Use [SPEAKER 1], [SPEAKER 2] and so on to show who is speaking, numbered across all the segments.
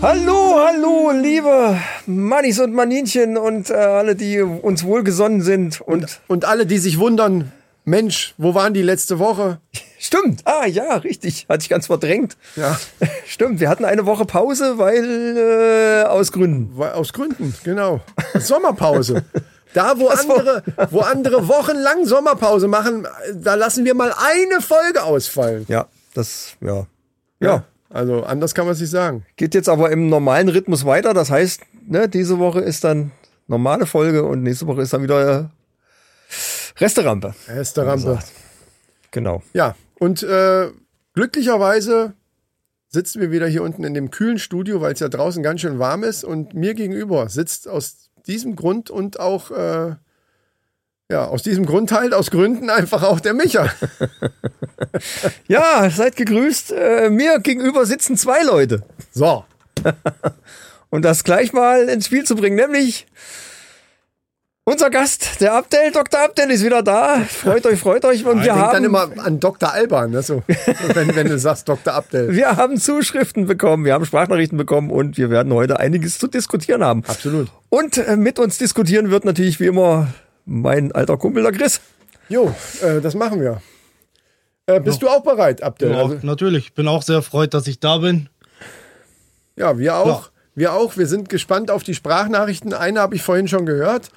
[SPEAKER 1] Hallo, hallo, liebe Mannis und Maninchen und äh, alle, die uns wohlgesonnen sind. Und
[SPEAKER 2] Und alle, die sich wundern, Mensch, wo waren die letzte Woche?
[SPEAKER 1] stimmt, ah ja, richtig, hatte ich ganz verdrängt.
[SPEAKER 2] Ja.
[SPEAKER 1] Stimmt, wir hatten eine Woche Pause, weil äh, aus Gründen.
[SPEAKER 2] Weil- Aus Gründen, genau. Sommerpause. Da, wo andere, wo andere wochenlang Sommerpause machen, da lassen wir mal eine Folge ausfallen.
[SPEAKER 1] Ja, das, ja. ja.
[SPEAKER 2] Ja, also anders kann man es nicht sagen.
[SPEAKER 1] Geht jetzt aber im normalen Rhythmus weiter. Das heißt, ne, diese Woche ist dann normale Folge und nächste Woche ist dann wieder äh, Resterampe.
[SPEAKER 2] Erste Rampe.
[SPEAKER 1] Genau.
[SPEAKER 2] Ja, und äh, glücklicherweise sitzen wir wieder hier unten in dem kühlen Studio, weil es ja draußen ganz schön warm ist. Und mir gegenüber sitzt aus diesem Grund und auch, äh, ja, aus diesem Grund halt, aus Gründen einfach auch der Micha.
[SPEAKER 1] Ja, seid gegrüßt. Äh, mir gegenüber sitzen zwei Leute.
[SPEAKER 2] So,
[SPEAKER 1] und das gleich mal ins Spiel zu bringen, nämlich unser Gast, der Abdel, Dr. Abdel ist wieder da. Freut euch, freut euch. Und
[SPEAKER 2] ich
[SPEAKER 1] wir
[SPEAKER 2] denke
[SPEAKER 1] haben,
[SPEAKER 2] dann immer an Dr. Alban, ne? so, wenn, wenn du sagst Dr. Abdel.
[SPEAKER 1] wir haben Zuschriften bekommen, wir haben Sprachnachrichten bekommen und wir werden heute einiges zu diskutieren haben.
[SPEAKER 2] Absolut.
[SPEAKER 1] Und äh, mit uns diskutieren wird natürlich wie immer mein alter Kumpel, der Chris.
[SPEAKER 2] Jo, äh, das machen wir. Äh, bist du auch bereit, Abdel?
[SPEAKER 3] Ja,
[SPEAKER 2] Also,
[SPEAKER 3] natürlich. Ich bin auch sehr erfreut, dass ich da bin.
[SPEAKER 2] Ja, wir auch.
[SPEAKER 3] Ja.
[SPEAKER 2] Wir auch. Wir sind gespannt auf die Sprachnachrichten. Eine habe ich vorhin schon gehört.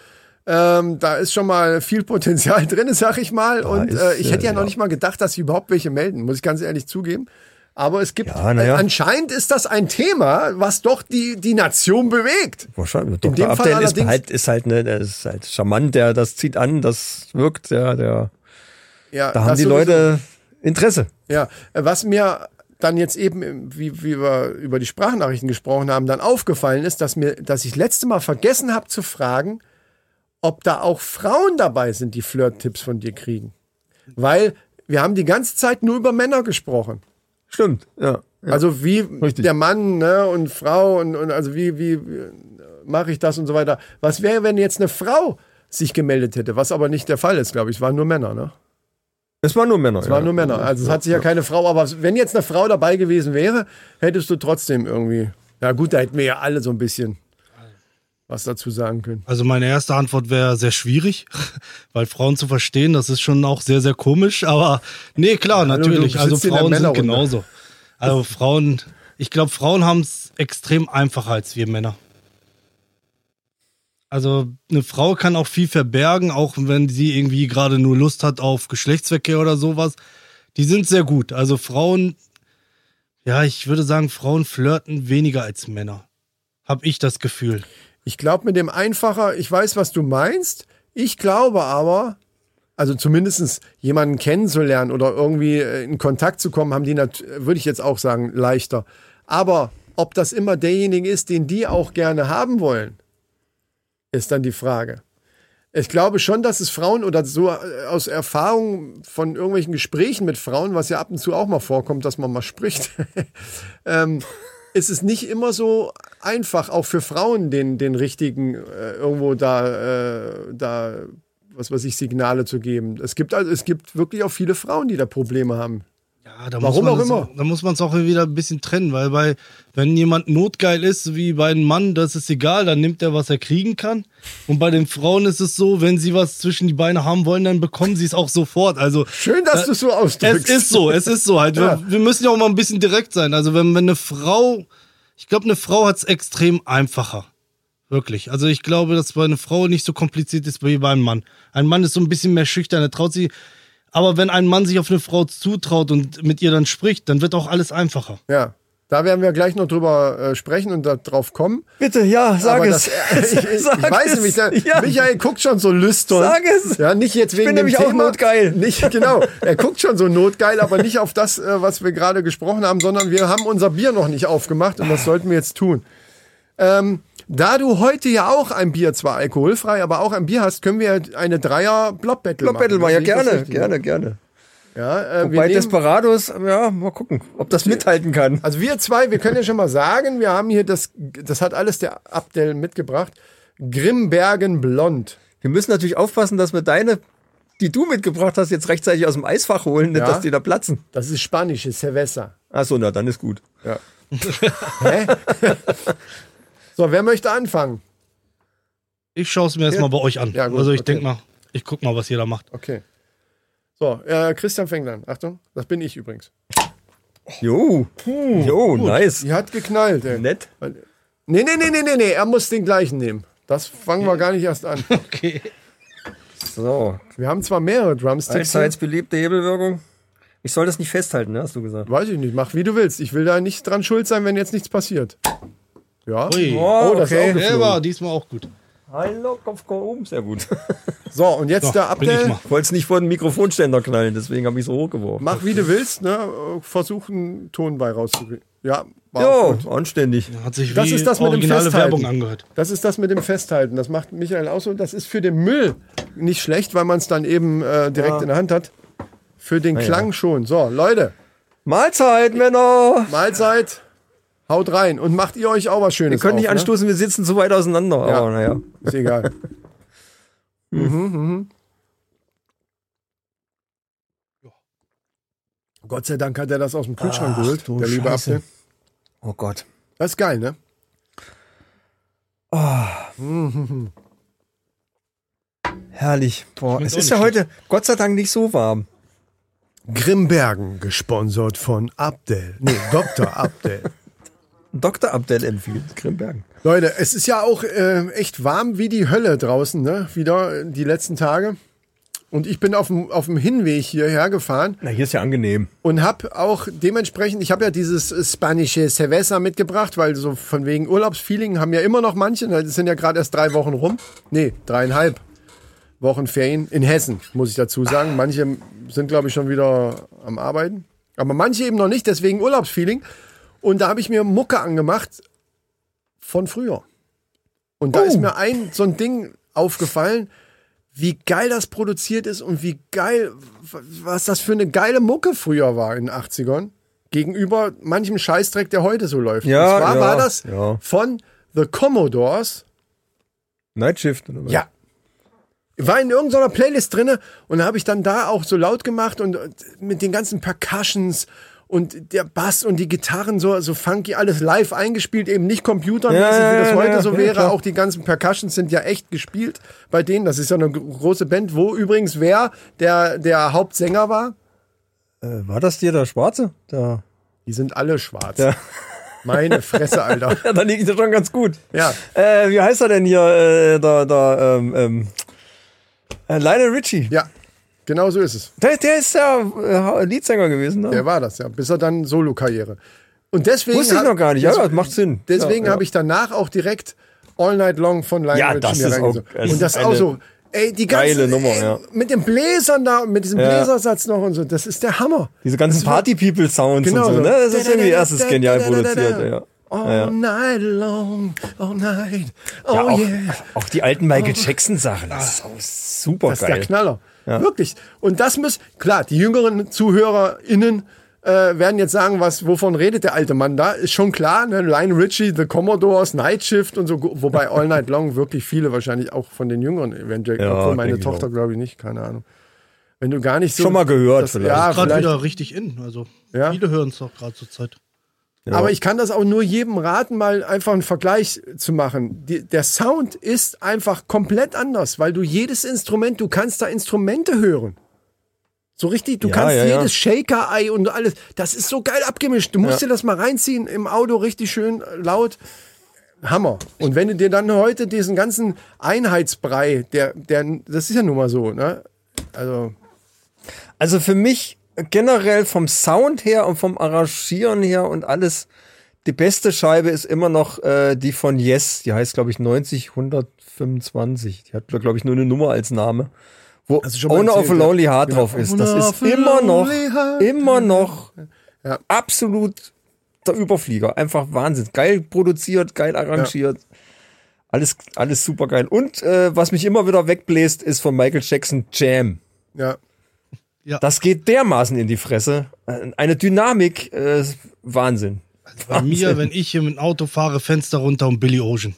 [SPEAKER 2] Ähm, da ist schon mal viel Potenzial drin, sag ich mal. Und
[SPEAKER 1] ist,
[SPEAKER 2] äh, ich hätte
[SPEAKER 1] äh,
[SPEAKER 2] ja noch
[SPEAKER 1] ja.
[SPEAKER 2] nicht mal gedacht, dass sie überhaupt welche melden, muss ich ganz ehrlich zugeben. Aber es gibt,
[SPEAKER 1] Ja, na ja.
[SPEAKER 2] äh, anscheinend ist das ein Thema, was doch die, die Nation bewegt.
[SPEAKER 1] Wahrscheinlich.
[SPEAKER 2] In dem
[SPEAKER 1] Dr.
[SPEAKER 2] Fall
[SPEAKER 1] Abdel ist
[SPEAKER 2] allerdings-
[SPEAKER 1] halt, ist halt, ne, der ist halt charmant, der, das zieht an, das wirkt, ja, der,
[SPEAKER 2] Ja,
[SPEAKER 1] da haben
[SPEAKER 2] das
[SPEAKER 1] die
[SPEAKER 2] sowieso.
[SPEAKER 1] Leute Interesse.
[SPEAKER 2] Ja, äh, was mir dann jetzt eben, im- wie, wie wir über die Sprachnachrichten gesprochen haben, dann aufgefallen ist, dass mir, dass ich letzte Mal vergessen habe zu fragen, ob da auch Frauen dabei sind, die Flirt-Tipps von dir kriegen. Weil wir haben die ganze Zeit nur über Männer gesprochen.
[SPEAKER 1] Stimmt, ja.
[SPEAKER 2] Also wie
[SPEAKER 1] richtig.
[SPEAKER 2] der Mann ne, und Frau und, und also wie, wie mache ich das und so weiter. Was wäre, wenn jetzt eine Frau sich gemeldet hätte, was aber nicht der Fall ist, glaube ich. Es waren nur Männer, ne?
[SPEAKER 1] Es waren nur Männer.
[SPEAKER 2] Es waren nur Männer. Also es hat sich ja keine Frau, aber wenn jetzt eine Frau dabei gewesen wäre, hättest du trotzdem irgendwie. Ja gut, da hätten wir ja alle so ein bisschen was dazu sagen können.
[SPEAKER 3] Also meine erste Antwort wäre sehr schwierig, weil Frauen zu verstehen, das ist schon auch sehr, sehr komisch. Aber nee, klar,
[SPEAKER 2] Hallo, du
[SPEAKER 3] natürlich. Also
[SPEAKER 2] sitzt in der
[SPEAKER 3] Frauen sind
[SPEAKER 2] Männerrunde.
[SPEAKER 3] genauso. Also Frauen, ich glaube, Frauen haben es extrem einfacher als wir Männer. Also eine Frau kann auch viel verbergen, auch wenn sie irgendwie gerade nur Lust hat auf Geschlechtsverkehr oder sowas. Die sind sehr gut. Also Frauen, ja, ich würde sagen, Frauen flirten weniger als Männer. Hab ich das Gefühl.
[SPEAKER 2] Ich glaube mit dem einfacher, ich weiß, was du meinst. Ich glaube aber, also zumindestens jemanden kennenzulernen oder irgendwie äh, in Kontakt zu kommen, haben die, nat- würde ich jetzt auch sagen, leichter. Aber ob das immer derjenige ist, den die auch gerne haben wollen, ist dann die Frage. Ich glaube schon, dass es Frauen oder so äh, aus Erfahrung von irgendwelchen Gesprächen mit Frauen, was ja ab und zu auch mal vorkommt, dass man mal spricht, ähm, ist es nicht immer so einfach, auch für Frauen den, den richtigen äh, irgendwo da, äh, da, was weiß ich, Signale zu geben. Es gibt also, es gibt wirklich auch viele Frauen, die da Probleme haben.
[SPEAKER 3] Ja, da
[SPEAKER 2] Warum
[SPEAKER 3] muss man
[SPEAKER 2] auch
[SPEAKER 3] das,
[SPEAKER 2] immer.
[SPEAKER 3] Da muss man es auch wieder ein bisschen trennen, weil bei, wenn jemand notgeil ist, wie bei einem Mann, das ist egal, dann nimmt er, was er kriegen kann. Und bei den Frauen ist es so, wenn sie was zwischen die Beine haben wollen, dann bekommen sie es auch sofort. Also
[SPEAKER 2] Schön, dass du es so ausdrückst.
[SPEAKER 3] es ist so, es ist so halt.
[SPEAKER 2] Ja.
[SPEAKER 3] Wir, wir müssen ja auch mal ein bisschen direkt sein. Also wenn, wenn eine Frau, ich glaube, eine Frau hat es extrem einfacher. Wirklich. Also ich glaube, dass bei einer Frau nicht so kompliziert ist wie bei einem Mann. Ein Mann ist so ein bisschen mehr schüchtern, er traut sie. Aber wenn ein Mann sich auf eine Frau zutraut und mit ihr dann spricht, dann wird auch alles einfacher.
[SPEAKER 2] Ja. Da werden wir gleich noch drüber äh, sprechen und da drauf kommen.
[SPEAKER 1] Bitte, ja, sag
[SPEAKER 2] Aber
[SPEAKER 1] es.
[SPEAKER 2] Das, äh, ich, ich,
[SPEAKER 1] Sag
[SPEAKER 2] ich weiß
[SPEAKER 1] es.
[SPEAKER 2] nämlich, der,
[SPEAKER 1] Ja.
[SPEAKER 2] Michael guckt schon so lüstern.
[SPEAKER 1] Sag es.
[SPEAKER 2] Ja, nicht jetzt wegen
[SPEAKER 1] bin
[SPEAKER 2] dem
[SPEAKER 1] nämlich auch
[SPEAKER 2] Thema.
[SPEAKER 1] notgeil.
[SPEAKER 2] Nicht, genau. Er guckt schon so notgeil, aber nicht auf das, äh, was wir gerade gesprochen haben, sondern wir haben unser Bier noch nicht aufgemacht und das sollten wir jetzt tun. Ähm, da du heute ja auch ein Bier, zwar alkoholfrei, aber auch ein Bier hast, können wir eine dreier blob battle
[SPEAKER 1] Club
[SPEAKER 2] machen.
[SPEAKER 1] Battle war ja
[SPEAKER 2] Sehe ich das
[SPEAKER 1] gerne,
[SPEAKER 2] richtig?
[SPEAKER 1] gerne, gerne.
[SPEAKER 2] Ja, äh, wir
[SPEAKER 1] Bei
[SPEAKER 2] nehmen,
[SPEAKER 1] Desperados, ja, mal gucken, ob das mithalten kann.
[SPEAKER 2] also wir zwei, wir können ja schon mal sagen, wir haben hier das, das hat alles der Abdel mitgebracht, Grimbergen Blond.
[SPEAKER 1] Wir müssen natürlich aufpassen, dass wir deine, die du mitgebracht hast, jetzt rechtzeitig aus dem Eisfach holen, nicht,
[SPEAKER 2] Ja.
[SPEAKER 1] dass die da platzen.
[SPEAKER 2] Das ist spanisches Cerveza.
[SPEAKER 1] Ach so, na, dann ist gut.
[SPEAKER 2] Ja. Hä? so, wer möchte anfangen?
[SPEAKER 3] Ich schaue es mir jetzt
[SPEAKER 2] Ja.
[SPEAKER 3] mal bei euch an.
[SPEAKER 2] Ja, gut,
[SPEAKER 3] also ich
[SPEAKER 2] okay.
[SPEAKER 3] denk mal, ich guck mal, was jeder macht.
[SPEAKER 2] Okay. So, äh, Christian fängt an. Achtung, das bin ich übrigens.
[SPEAKER 1] Jo. Jo, nice.
[SPEAKER 2] Die hat geknallt, ey. Nee,
[SPEAKER 1] Nett.
[SPEAKER 2] Ne- nee, nee, nee, nee, nee. er muss den gleichen nehmen. Das fangen wir gar nicht erst an.
[SPEAKER 3] Okay.
[SPEAKER 1] So.
[SPEAKER 2] Wir haben zwar mehrere Drumsticks. hier.
[SPEAKER 1] Allseits beliebte Hebelwirkung. Ich soll das nicht festhalten, ne, hast du gesagt.
[SPEAKER 2] Weiß ich nicht, mach wie du willst. Ich will da nicht dran schuld sein, wenn jetzt nichts passiert. Ja.
[SPEAKER 3] Ui.
[SPEAKER 1] Oh,
[SPEAKER 2] das ist auch
[SPEAKER 1] okay.
[SPEAKER 2] geflogen.
[SPEAKER 3] Der war diesmal auch gut.
[SPEAKER 1] Hallo, Kopf oben. Sehr gut.
[SPEAKER 2] So, und jetzt
[SPEAKER 3] So,
[SPEAKER 2] der
[SPEAKER 3] bin ich
[SPEAKER 2] Abdel.
[SPEAKER 3] mal.
[SPEAKER 1] Wollt's nicht vor den Mikrofonständer knallen, deswegen habe ich so hochgeworfen.
[SPEAKER 2] Mach wie du willst, ne? Versuch einen Ton bei rauszukriegen. Ja, war auch
[SPEAKER 1] Jo,
[SPEAKER 2] gut.
[SPEAKER 1] anständig.
[SPEAKER 3] Hat sich
[SPEAKER 2] Das
[SPEAKER 3] wie
[SPEAKER 2] ist das mit dem
[SPEAKER 3] originale
[SPEAKER 2] Festhalten.
[SPEAKER 3] Werbung angehört.
[SPEAKER 2] Das ist das mit dem Festhalten. Das macht Michael auch so. Das ist für den Müll nicht schlecht, weil man es dann eben äh, direkt in der Hand hat. Für den Klang schon. So, Leute,
[SPEAKER 1] Mahlzeit, Männer.
[SPEAKER 2] Mahlzeit. Haut rein und macht ihr euch auch was
[SPEAKER 1] Wir
[SPEAKER 2] Schönes.
[SPEAKER 1] können nicht
[SPEAKER 2] auf, ne?
[SPEAKER 1] anstoßen, wir sitzen zu weit auseinander.
[SPEAKER 2] Ja.
[SPEAKER 1] Aber naja.
[SPEAKER 2] Ist egal. mhm, mhm. Gott sei Dank hat er das aus dem Kühlschrank geholt, der liebe
[SPEAKER 1] Scheiße.
[SPEAKER 2] Apfel.
[SPEAKER 1] Oh Gott.
[SPEAKER 2] Das ist geil, ne?
[SPEAKER 1] Herrlich. Boah,
[SPEAKER 3] Schmeckt
[SPEAKER 1] es
[SPEAKER 3] auch
[SPEAKER 1] ist
[SPEAKER 3] nicht
[SPEAKER 1] ja
[SPEAKER 3] schlecht.
[SPEAKER 1] heute Gott sei Dank nicht so warm.
[SPEAKER 2] Grimbergen, gesponsert von Abdel. Nee, Dr. Abdel.
[SPEAKER 1] Dr. Abdel empfiehlt Grimbergen.
[SPEAKER 2] Leute, es ist ja auch äh, echt warm wie die Hölle draußen, ne? Wieder äh, die letzten Tage. Und ich bin auf dem, auf dem Hinweg hierher gefahren
[SPEAKER 1] Na, hier ist ja angenehm.
[SPEAKER 2] und habe auch dementsprechend, ich habe ja dieses äh, spanische Cerveza mitgebracht, weil so von wegen Urlaubsfeeling haben ja immer noch manche, das sind ja gerade erst drei Wochen rum. Nee, dreieinhalb Wochen Ferien in Hessen, muss ich dazu sagen. Manche sind, glaube ich, schon wieder am Arbeiten. Aber manche eben noch nicht, deswegen Urlaubsfeeling. Und da habe ich mir Mucke angemacht von früher. Und da
[SPEAKER 1] Oh.
[SPEAKER 2] ist mir ein so ein Ding aufgefallen, wie geil das produziert ist und wie geil, w- was das für eine geile Mucke früher war in den 80ern gegenüber manchem Scheißdreck, der heute so läuft.
[SPEAKER 1] Ja,
[SPEAKER 2] und zwar
[SPEAKER 1] ja,
[SPEAKER 2] war das
[SPEAKER 1] ja.
[SPEAKER 2] von The Commodores
[SPEAKER 1] Night Shift. Oder was?
[SPEAKER 2] ja. War in irgendeiner Playlist drinne und habe ich dann da auch so laut gemacht und und mit den ganzen Percussions und der Bass und die Gitarren so, so funky, alles live eingespielt, eben nicht computermäßig,
[SPEAKER 1] Ja, ja,
[SPEAKER 2] wie das
[SPEAKER 1] ja,
[SPEAKER 2] heute
[SPEAKER 1] ja,
[SPEAKER 2] so
[SPEAKER 1] ja,
[SPEAKER 2] wäre.
[SPEAKER 1] klar.
[SPEAKER 2] auch die ganzen Percussions sind ja echt gespielt bei denen. Das ist ja eine gro- große Band, wo übrigens wer der, der Hauptsänger war.
[SPEAKER 1] Äh, war das dir der Schwarze? Da.
[SPEAKER 2] Die sind alle schwarz.
[SPEAKER 1] Ja.
[SPEAKER 2] Meine Fresse, Alter.
[SPEAKER 1] Ja, dann liegt es ja schon ganz gut.
[SPEAKER 2] Ja.
[SPEAKER 1] Äh, wie heißt er denn hier? Äh, da, da, ähm, ähm. Äh, Lionel Richie.
[SPEAKER 2] Ja, genau so ist es.
[SPEAKER 1] Der, der ist ja äh, Leadsänger gewesen. Ne?
[SPEAKER 2] Der war das, ja. Bis er dann Solo-Karriere. Und deswegen.
[SPEAKER 1] Wusste ich
[SPEAKER 2] hab-
[SPEAKER 1] noch gar nicht. Ja,
[SPEAKER 2] des-
[SPEAKER 1] das macht Sinn.
[SPEAKER 2] Deswegen
[SPEAKER 1] ja,
[SPEAKER 2] habe ich danach auch direkt All Night Long von Lionel
[SPEAKER 1] Ja,
[SPEAKER 2] Richie
[SPEAKER 1] das
[SPEAKER 2] mir
[SPEAKER 1] ist auch-
[SPEAKER 2] reingezogen.
[SPEAKER 1] das
[SPEAKER 2] Und das
[SPEAKER 1] ist
[SPEAKER 2] ist auch
[SPEAKER 1] eine
[SPEAKER 2] so. Ey, die ganze,
[SPEAKER 1] geile Nummer, ja.
[SPEAKER 2] Mit den Bläsern da und mit diesem
[SPEAKER 1] Ja.
[SPEAKER 2] Bläsersatz noch und so. Das ist der Hammer.
[SPEAKER 1] Diese ganzen Party-People-Sounds
[SPEAKER 2] Genau
[SPEAKER 1] und so, ne?
[SPEAKER 2] so.
[SPEAKER 1] Das ist irgendwie erstes genial
[SPEAKER 2] Da, da, da, da, da.
[SPEAKER 1] produziert, ja.
[SPEAKER 2] All
[SPEAKER 1] Ja, ja.
[SPEAKER 2] night long, all night, oh
[SPEAKER 1] Ja, auch,
[SPEAKER 2] yeah.
[SPEAKER 1] auch die alten Michael Jackson-Sachen. Das ist auch super
[SPEAKER 2] Das ist
[SPEAKER 1] geil.
[SPEAKER 2] der Knaller. Wirklich. Und das muss, klar, die jüngeren ZuhörerInnen äh, werden jetzt sagen, was, wovon redet der alte Mann da? Ist schon klar, ne? Line Richie, The Commodores, Night Shift und so, wobei All Night Long wirklich viele wahrscheinlich auch von den Jüngeren eventuell,
[SPEAKER 1] Ja,
[SPEAKER 2] obwohl meine
[SPEAKER 1] denk ich
[SPEAKER 2] Tochter,
[SPEAKER 1] auch.
[SPEAKER 2] glaube ich, nicht, keine Ahnung. Wenn du gar nicht so.
[SPEAKER 1] Schon mal gehört
[SPEAKER 2] das,
[SPEAKER 1] vielleicht.
[SPEAKER 2] Ja,
[SPEAKER 3] Gerade
[SPEAKER 2] vielleicht.
[SPEAKER 3] wieder richtig in. Also
[SPEAKER 2] Ja.
[SPEAKER 3] viele hören es doch gerade zur Zeit.
[SPEAKER 2] Aber ich kann das auch nur jedem raten, mal einfach einen Vergleich zu machen. Die, der Sound ist einfach komplett anders, weil du jedes Instrument, du kannst da Instrumente hören. So richtig, du
[SPEAKER 1] Ja,
[SPEAKER 2] kannst
[SPEAKER 1] ja, ja.
[SPEAKER 2] jedes Shaker-Ei und alles. Das ist so geil abgemischt. Du musst dir das mal reinziehen im Auto, richtig schön äh, laut. Hammer. Und wenn du dir dann heute diesen ganzen Einheitsbrei, der, der, das ist ja nun mal so, ne? Also,
[SPEAKER 1] Also für mich generell vom Sound her und vom Arrangieren her und alles, die beste Scheibe ist immer noch äh, die von Yes. Die heißt, glaube ich, 90 125. Die hat, glaube ich, nur eine Nummer als Name. Wo
[SPEAKER 2] Hast du schon mal
[SPEAKER 1] Owner of a
[SPEAKER 2] erzählt, ja.
[SPEAKER 1] Lonely Heart
[SPEAKER 2] Genau.
[SPEAKER 1] drauf ist. Das
[SPEAKER 2] Owner
[SPEAKER 1] ist
[SPEAKER 2] of a
[SPEAKER 1] immer noch,
[SPEAKER 2] Lonely Heart.
[SPEAKER 1] immer noch
[SPEAKER 2] Ja.
[SPEAKER 1] absolut der Überflieger. Einfach Wahnsinn. Geil produziert, geil arrangiert. Alles, alles super geil. Und äh, was mich immer wieder wegbläst, ist von Michael Jackson Jam.
[SPEAKER 2] ja.
[SPEAKER 1] Das geht dermaßen in die Fresse. Äh, Eine Dynamik, äh, Wahnsinn.
[SPEAKER 3] Also bei mir, wenn ich hier mit dem Auto fahre, Fenster runter und Billy Ocean.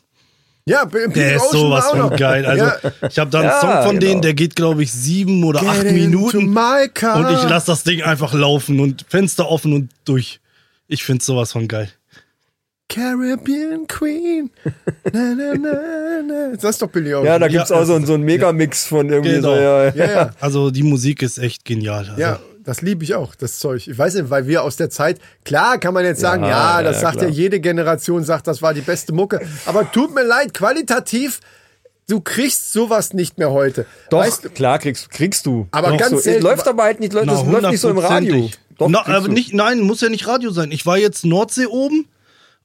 [SPEAKER 2] Ja, Billy
[SPEAKER 3] Der ist
[SPEAKER 2] Ocean war
[SPEAKER 3] sowas
[SPEAKER 2] auch
[SPEAKER 3] von
[SPEAKER 2] noch-
[SPEAKER 3] geil. Also
[SPEAKER 2] Ja.
[SPEAKER 3] ich habe da einen
[SPEAKER 1] Ja,
[SPEAKER 3] Song von
[SPEAKER 1] genau.
[SPEAKER 3] denen, der geht, glaube ich, sieben oder acht
[SPEAKER 2] Get into
[SPEAKER 3] Minuten.
[SPEAKER 2] my car.
[SPEAKER 3] Und ich lasse das Ding einfach laufen und Fenster offen und durch. Ich finde sowas von geil.
[SPEAKER 2] Caribbean Queen. Na, na, na, na. Das ist doch Billy Ocean.
[SPEAKER 1] Ja, da gibt's auch so, einen- so einen Megamix von irgendwie
[SPEAKER 3] Genau.
[SPEAKER 1] so, ja,
[SPEAKER 2] also ja, ja.
[SPEAKER 3] Also die Musik ist echt genial. Also,
[SPEAKER 2] Ja, das liebe ich auch, das Zeug. Ich weiß nicht, weil wir aus der Zeit, klar kann man jetzt sagen, ja,
[SPEAKER 1] Ja,
[SPEAKER 2] das
[SPEAKER 1] ja,
[SPEAKER 2] sagt ja
[SPEAKER 1] klar.
[SPEAKER 2] jede Generation, sagt, das war die beste Mucke. Aber tut mir leid, qualitativ, du kriegst sowas nicht mehr heute.
[SPEAKER 1] Doch,
[SPEAKER 2] Weißt du,
[SPEAKER 1] klar, kriegst, kriegst du.
[SPEAKER 2] Aber
[SPEAKER 1] Doch,
[SPEAKER 2] ganz
[SPEAKER 1] so,
[SPEAKER 2] selten-
[SPEAKER 1] Läuft aber halt nicht, Leute, das läuft nicht so im Radio.
[SPEAKER 3] hundertprozentig.
[SPEAKER 1] Doch,
[SPEAKER 3] Na,
[SPEAKER 1] kriegst
[SPEAKER 3] aber
[SPEAKER 1] du.
[SPEAKER 3] nicht, nein, muss ja nicht Radio sein. Ich war jetzt Nordsee oben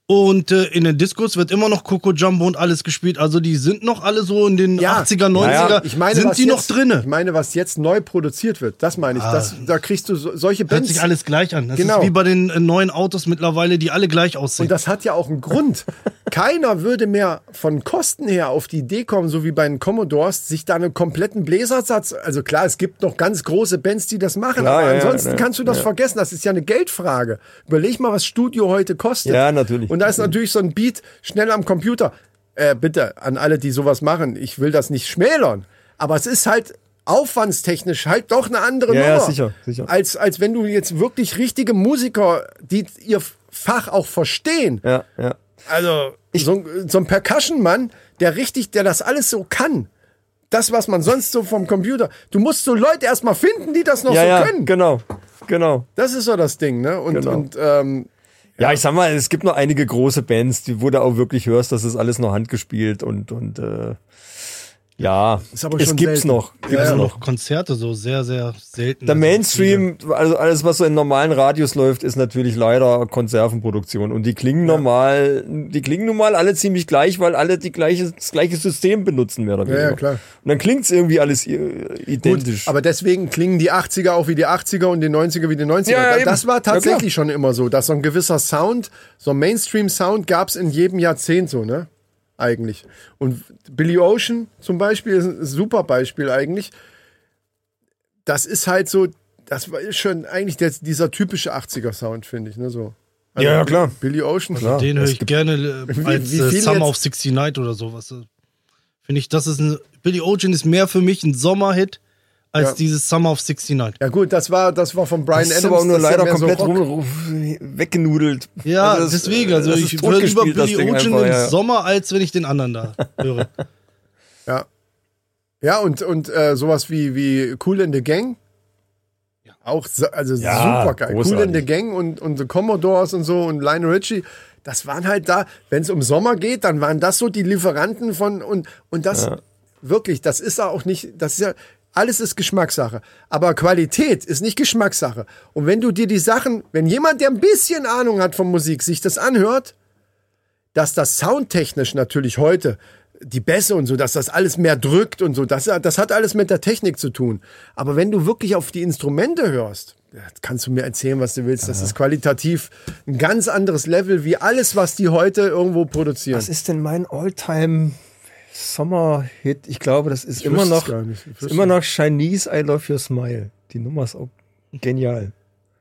[SPEAKER 3] und äh, in den Discos wird immer noch Coco Jumbo und alles gespielt. Also die sind noch alle so in den
[SPEAKER 2] Ja.
[SPEAKER 3] 80er, 90er.
[SPEAKER 1] Naja,
[SPEAKER 2] ich meine,
[SPEAKER 3] sind
[SPEAKER 2] was
[SPEAKER 3] die noch
[SPEAKER 2] jetzt, Ich
[SPEAKER 3] drinne?
[SPEAKER 2] meine, was jetzt neu produziert wird, das meine ich. Das, da kriegst du so, solche
[SPEAKER 3] Hört
[SPEAKER 2] Bands.
[SPEAKER 3] sich alles gleich an. Das
[SPEAKER 2] Genau.
[SPEAKER 3] ist wie bei den äh, neuen Autos mittlerweile, die alle gleich aussehen.
[SPEAKER 2] Und das hat ja auch einen Grund. Keiner würde mehr von Kosten her auf die Idee kommen, so wie bei den Commodores, sich da einen kompletten Bläsersatz. Also klar, es gibt noch ganz große Bands, die das machen,
[SPEAKER 1] Klar,
[SPEAKER 2] aber
[SPEAKER 1] ja, ja,
[SPEAKER 2] ansonsten
[SPEAKER 1] ja,
[SPEAKER 2] kannst du das vergessen. Das ist ja eine Geldfrage. Überleg mal, was Studio heute kostet.
[SPEAKER 1] Ja, natürlich.
[SPEAKER 2] Und da ist natürlich so ein Beat schnell am Computer. Äh, bitte, an alle, die sowas machen, ich will das nicht schmälern. Aber es ist halt aufwandstechnisch halt doch eine andere
[SPEAKER 1] Ja, ja,
[SPEAKER 2] Nummer.
[SPEAKER 1] sicher, sicher.
[SPEAKER 2] Als, als wenn du jetzt wirklich richtige Musiker, die ihr Fach auch verstehen,
[SPEAKER 1] Ja, ja.
[SPEAKER 2] also so, ein- so ein Percussion-Mann, der richtig, der das alles so kann. Das, was man sonst so vom Computer. Du musst so Leute erstmal finden, die das noch
[SPEAKER 1] Ja,
[SPEAKER 2] so
[SPEAKER 1] ja,
[SPEAKER 2] können.
[SPEAKER 1] genau. Genau.
[SPEAKER 2] Das ist so das Ding, ne? Und,
[SPEAKER 1] Genau.
[SPEAKER 2] und ähm,
[SPEAKER 1] Ja, ich sag mal, es gibt noch einige große Bands, die, wo du auch wirklich hörst, das ist alles nur handgespielt und, und äh, ja,
[SPEAKER 2] Ist aber
[SPEAKER 1] es
[SPEAKER 2] schon
[SPEAKER 1] gibt's
[SPEAKER 2] selten.
[SPEAKER 1] noch.
[SPEAKER 2] Ja,
[SPEAKER 1] Gibt's
[SPEAKER 3] Also
[SPEAKER 2] ja.
[SPEAKER 1] noch.
[SPEAKER 3] noch Konzerte so sehr, sehr selten.
[SPEAKER 1] Der
[SPEAKER 3] Also
[SPEAKER 1] Mainstream, also alles, was so in normalen Radios läuft, ist natürlich leider Konservenproduktion. Und die klingen normal, die klingen nun mal alle ziemlich gleich, weil alle die gleiche, das gleiche System benutzen, mehr oder weniger.
[SPEAKER 2] ja, klar.
[SPEAKER 1] Und dann klingt's irgendwie alles äh,
[SPEAKER 2] gut,
[SPEAKER 1] identisch.
[SPEAKER 2] aber deswegen klingen die 80er auch wie die 80er und die 90er wie die 90er.
[SPEAKER 1] Ja, ja,
[SPEAKER 2] Da-
[SPEAKER 1] eben.
[SPEAKER 2] das war
[SPEAKER 1] Ja, klar.
[SPEAKER 2] tatsächlich schon immer so, dass so ein gewisser Sound, so ein Mainstream-Sound gab's in jedem Jahrzehnt so, ne? Eigentlich. Und Billy Ocean zum Beispiel ist ein super Beispiel eigentlich. das ist halt so, das war schon eigentlich der, dieser typische 80er-Sound, finde ich. Ne, so.
[SPEAKER 1] Ja, ja, klar.
[SPEAKER 2] Billy Ocean,
[SPEAKER 1] Klar.
[SPEAKER 3] Den höre
[SPEAKER 1] Es
[SPEAKER 3] ich
[SPEAKER 1] gibt-
[SPEAKER 3] gerne äh,
[SPEAKER 2] Wie-
[SPEAKER 3] als
[SPEAKER 2] wie
[SPEAKER 3] äh,
[SPEAKER 2] viel
[SPEAKER 3] Summer
[SPEAKER 2] jetzt?
[SPEAKER 3] of 69 oder sowas. Äh, Finde ich, das ist ein. Billy Ocean ist mehr für mich ein Sommerhit als
[SPEAKER 2] Ja.
[SPEAKER 3] dieses Summer of 69.
[SPEAKER 2] Ja gut, das war, das war von Brian
[SPEAKER 1] das ist
[SPEAKER 2] Adams.
[SPEAKER 1] aber auch nur
[SPEAKER 2] das ist ja
[SPEAKER 1] leider
[SPEAKER 2] mehr so
[SPEAKER 1] komplett
[SPEAKER 2] Rock.
[SPEAKER 1] rum, weggenudelt.
[SPEAKER 3] Ja,
[SPEAKER 1] Also das-
[SPEAKER 3] deswegen. Also
[SPEAKER 1] das
[SPEAKER 3] ich
[SPEAKER 1] ist
[SPEAKER 3] höre lieber
[SPEAKER 1] totgespielt, das
[SPEAKER 3] Billy
[SPEAKER 1] Ding
[SPEAKER 3] Ocean
[SPEAKER 1] einfach,
[SPEAKER 3] im
[SPEAKER 1] ja, ja.
[SPEAKER 3] Sommer, als wenn ich den anderen da höre.
[SPEAKER 2] Ja, ja und, und äh, sowas wie, wie Cool in the Gang. Auch so- also
[SPEAKER 1] Ja,
[SPEAKER 2] super geil. Cool
[SPEAKER 1] großartig.
[SPEAKER 2] in the Gang und, und The Commodores und so und Lionel Richie. Das waren halt da, wenn es um Sommer geht, dann waren das so die Lieferanten von und, und das wirklich, das ist ja auch nicht, das ist ja, alles ist Geschmackssache. Aber Qualität ist nicht Geschmackssache. Und wenn du dir die Sachen, wenn jemand, der ein bisschen Ahnung hat von Musik, sich das anhört, dass das soundtechnisch natürlich heute die Bässe und so, dass das alles mehr drückt und so, das, das hat alles mit der Technik zu tun. Aber wenn du wirklich auf die Instrumente hörst, ja, kannst du mir erzählen, was du willst. Das ist qualitativ ein ganz anderes Level wie alles, was die heute irgendwo produzieren.
[SPEAKER 1] Was ist denn mein Alltime Sommerhit? Ich glaube, das ist immer
[SPEAKER 2] wüsste es
[SPEAKER 1] noch,
[SPEAKER 2] gar nicht. Ich
[SPEAKER 1] ist
[SPEAKER 2] wüsste
[SPEAKER 1] immer noch Chinese I Love Your Smile. Die Nummer ist auch genial.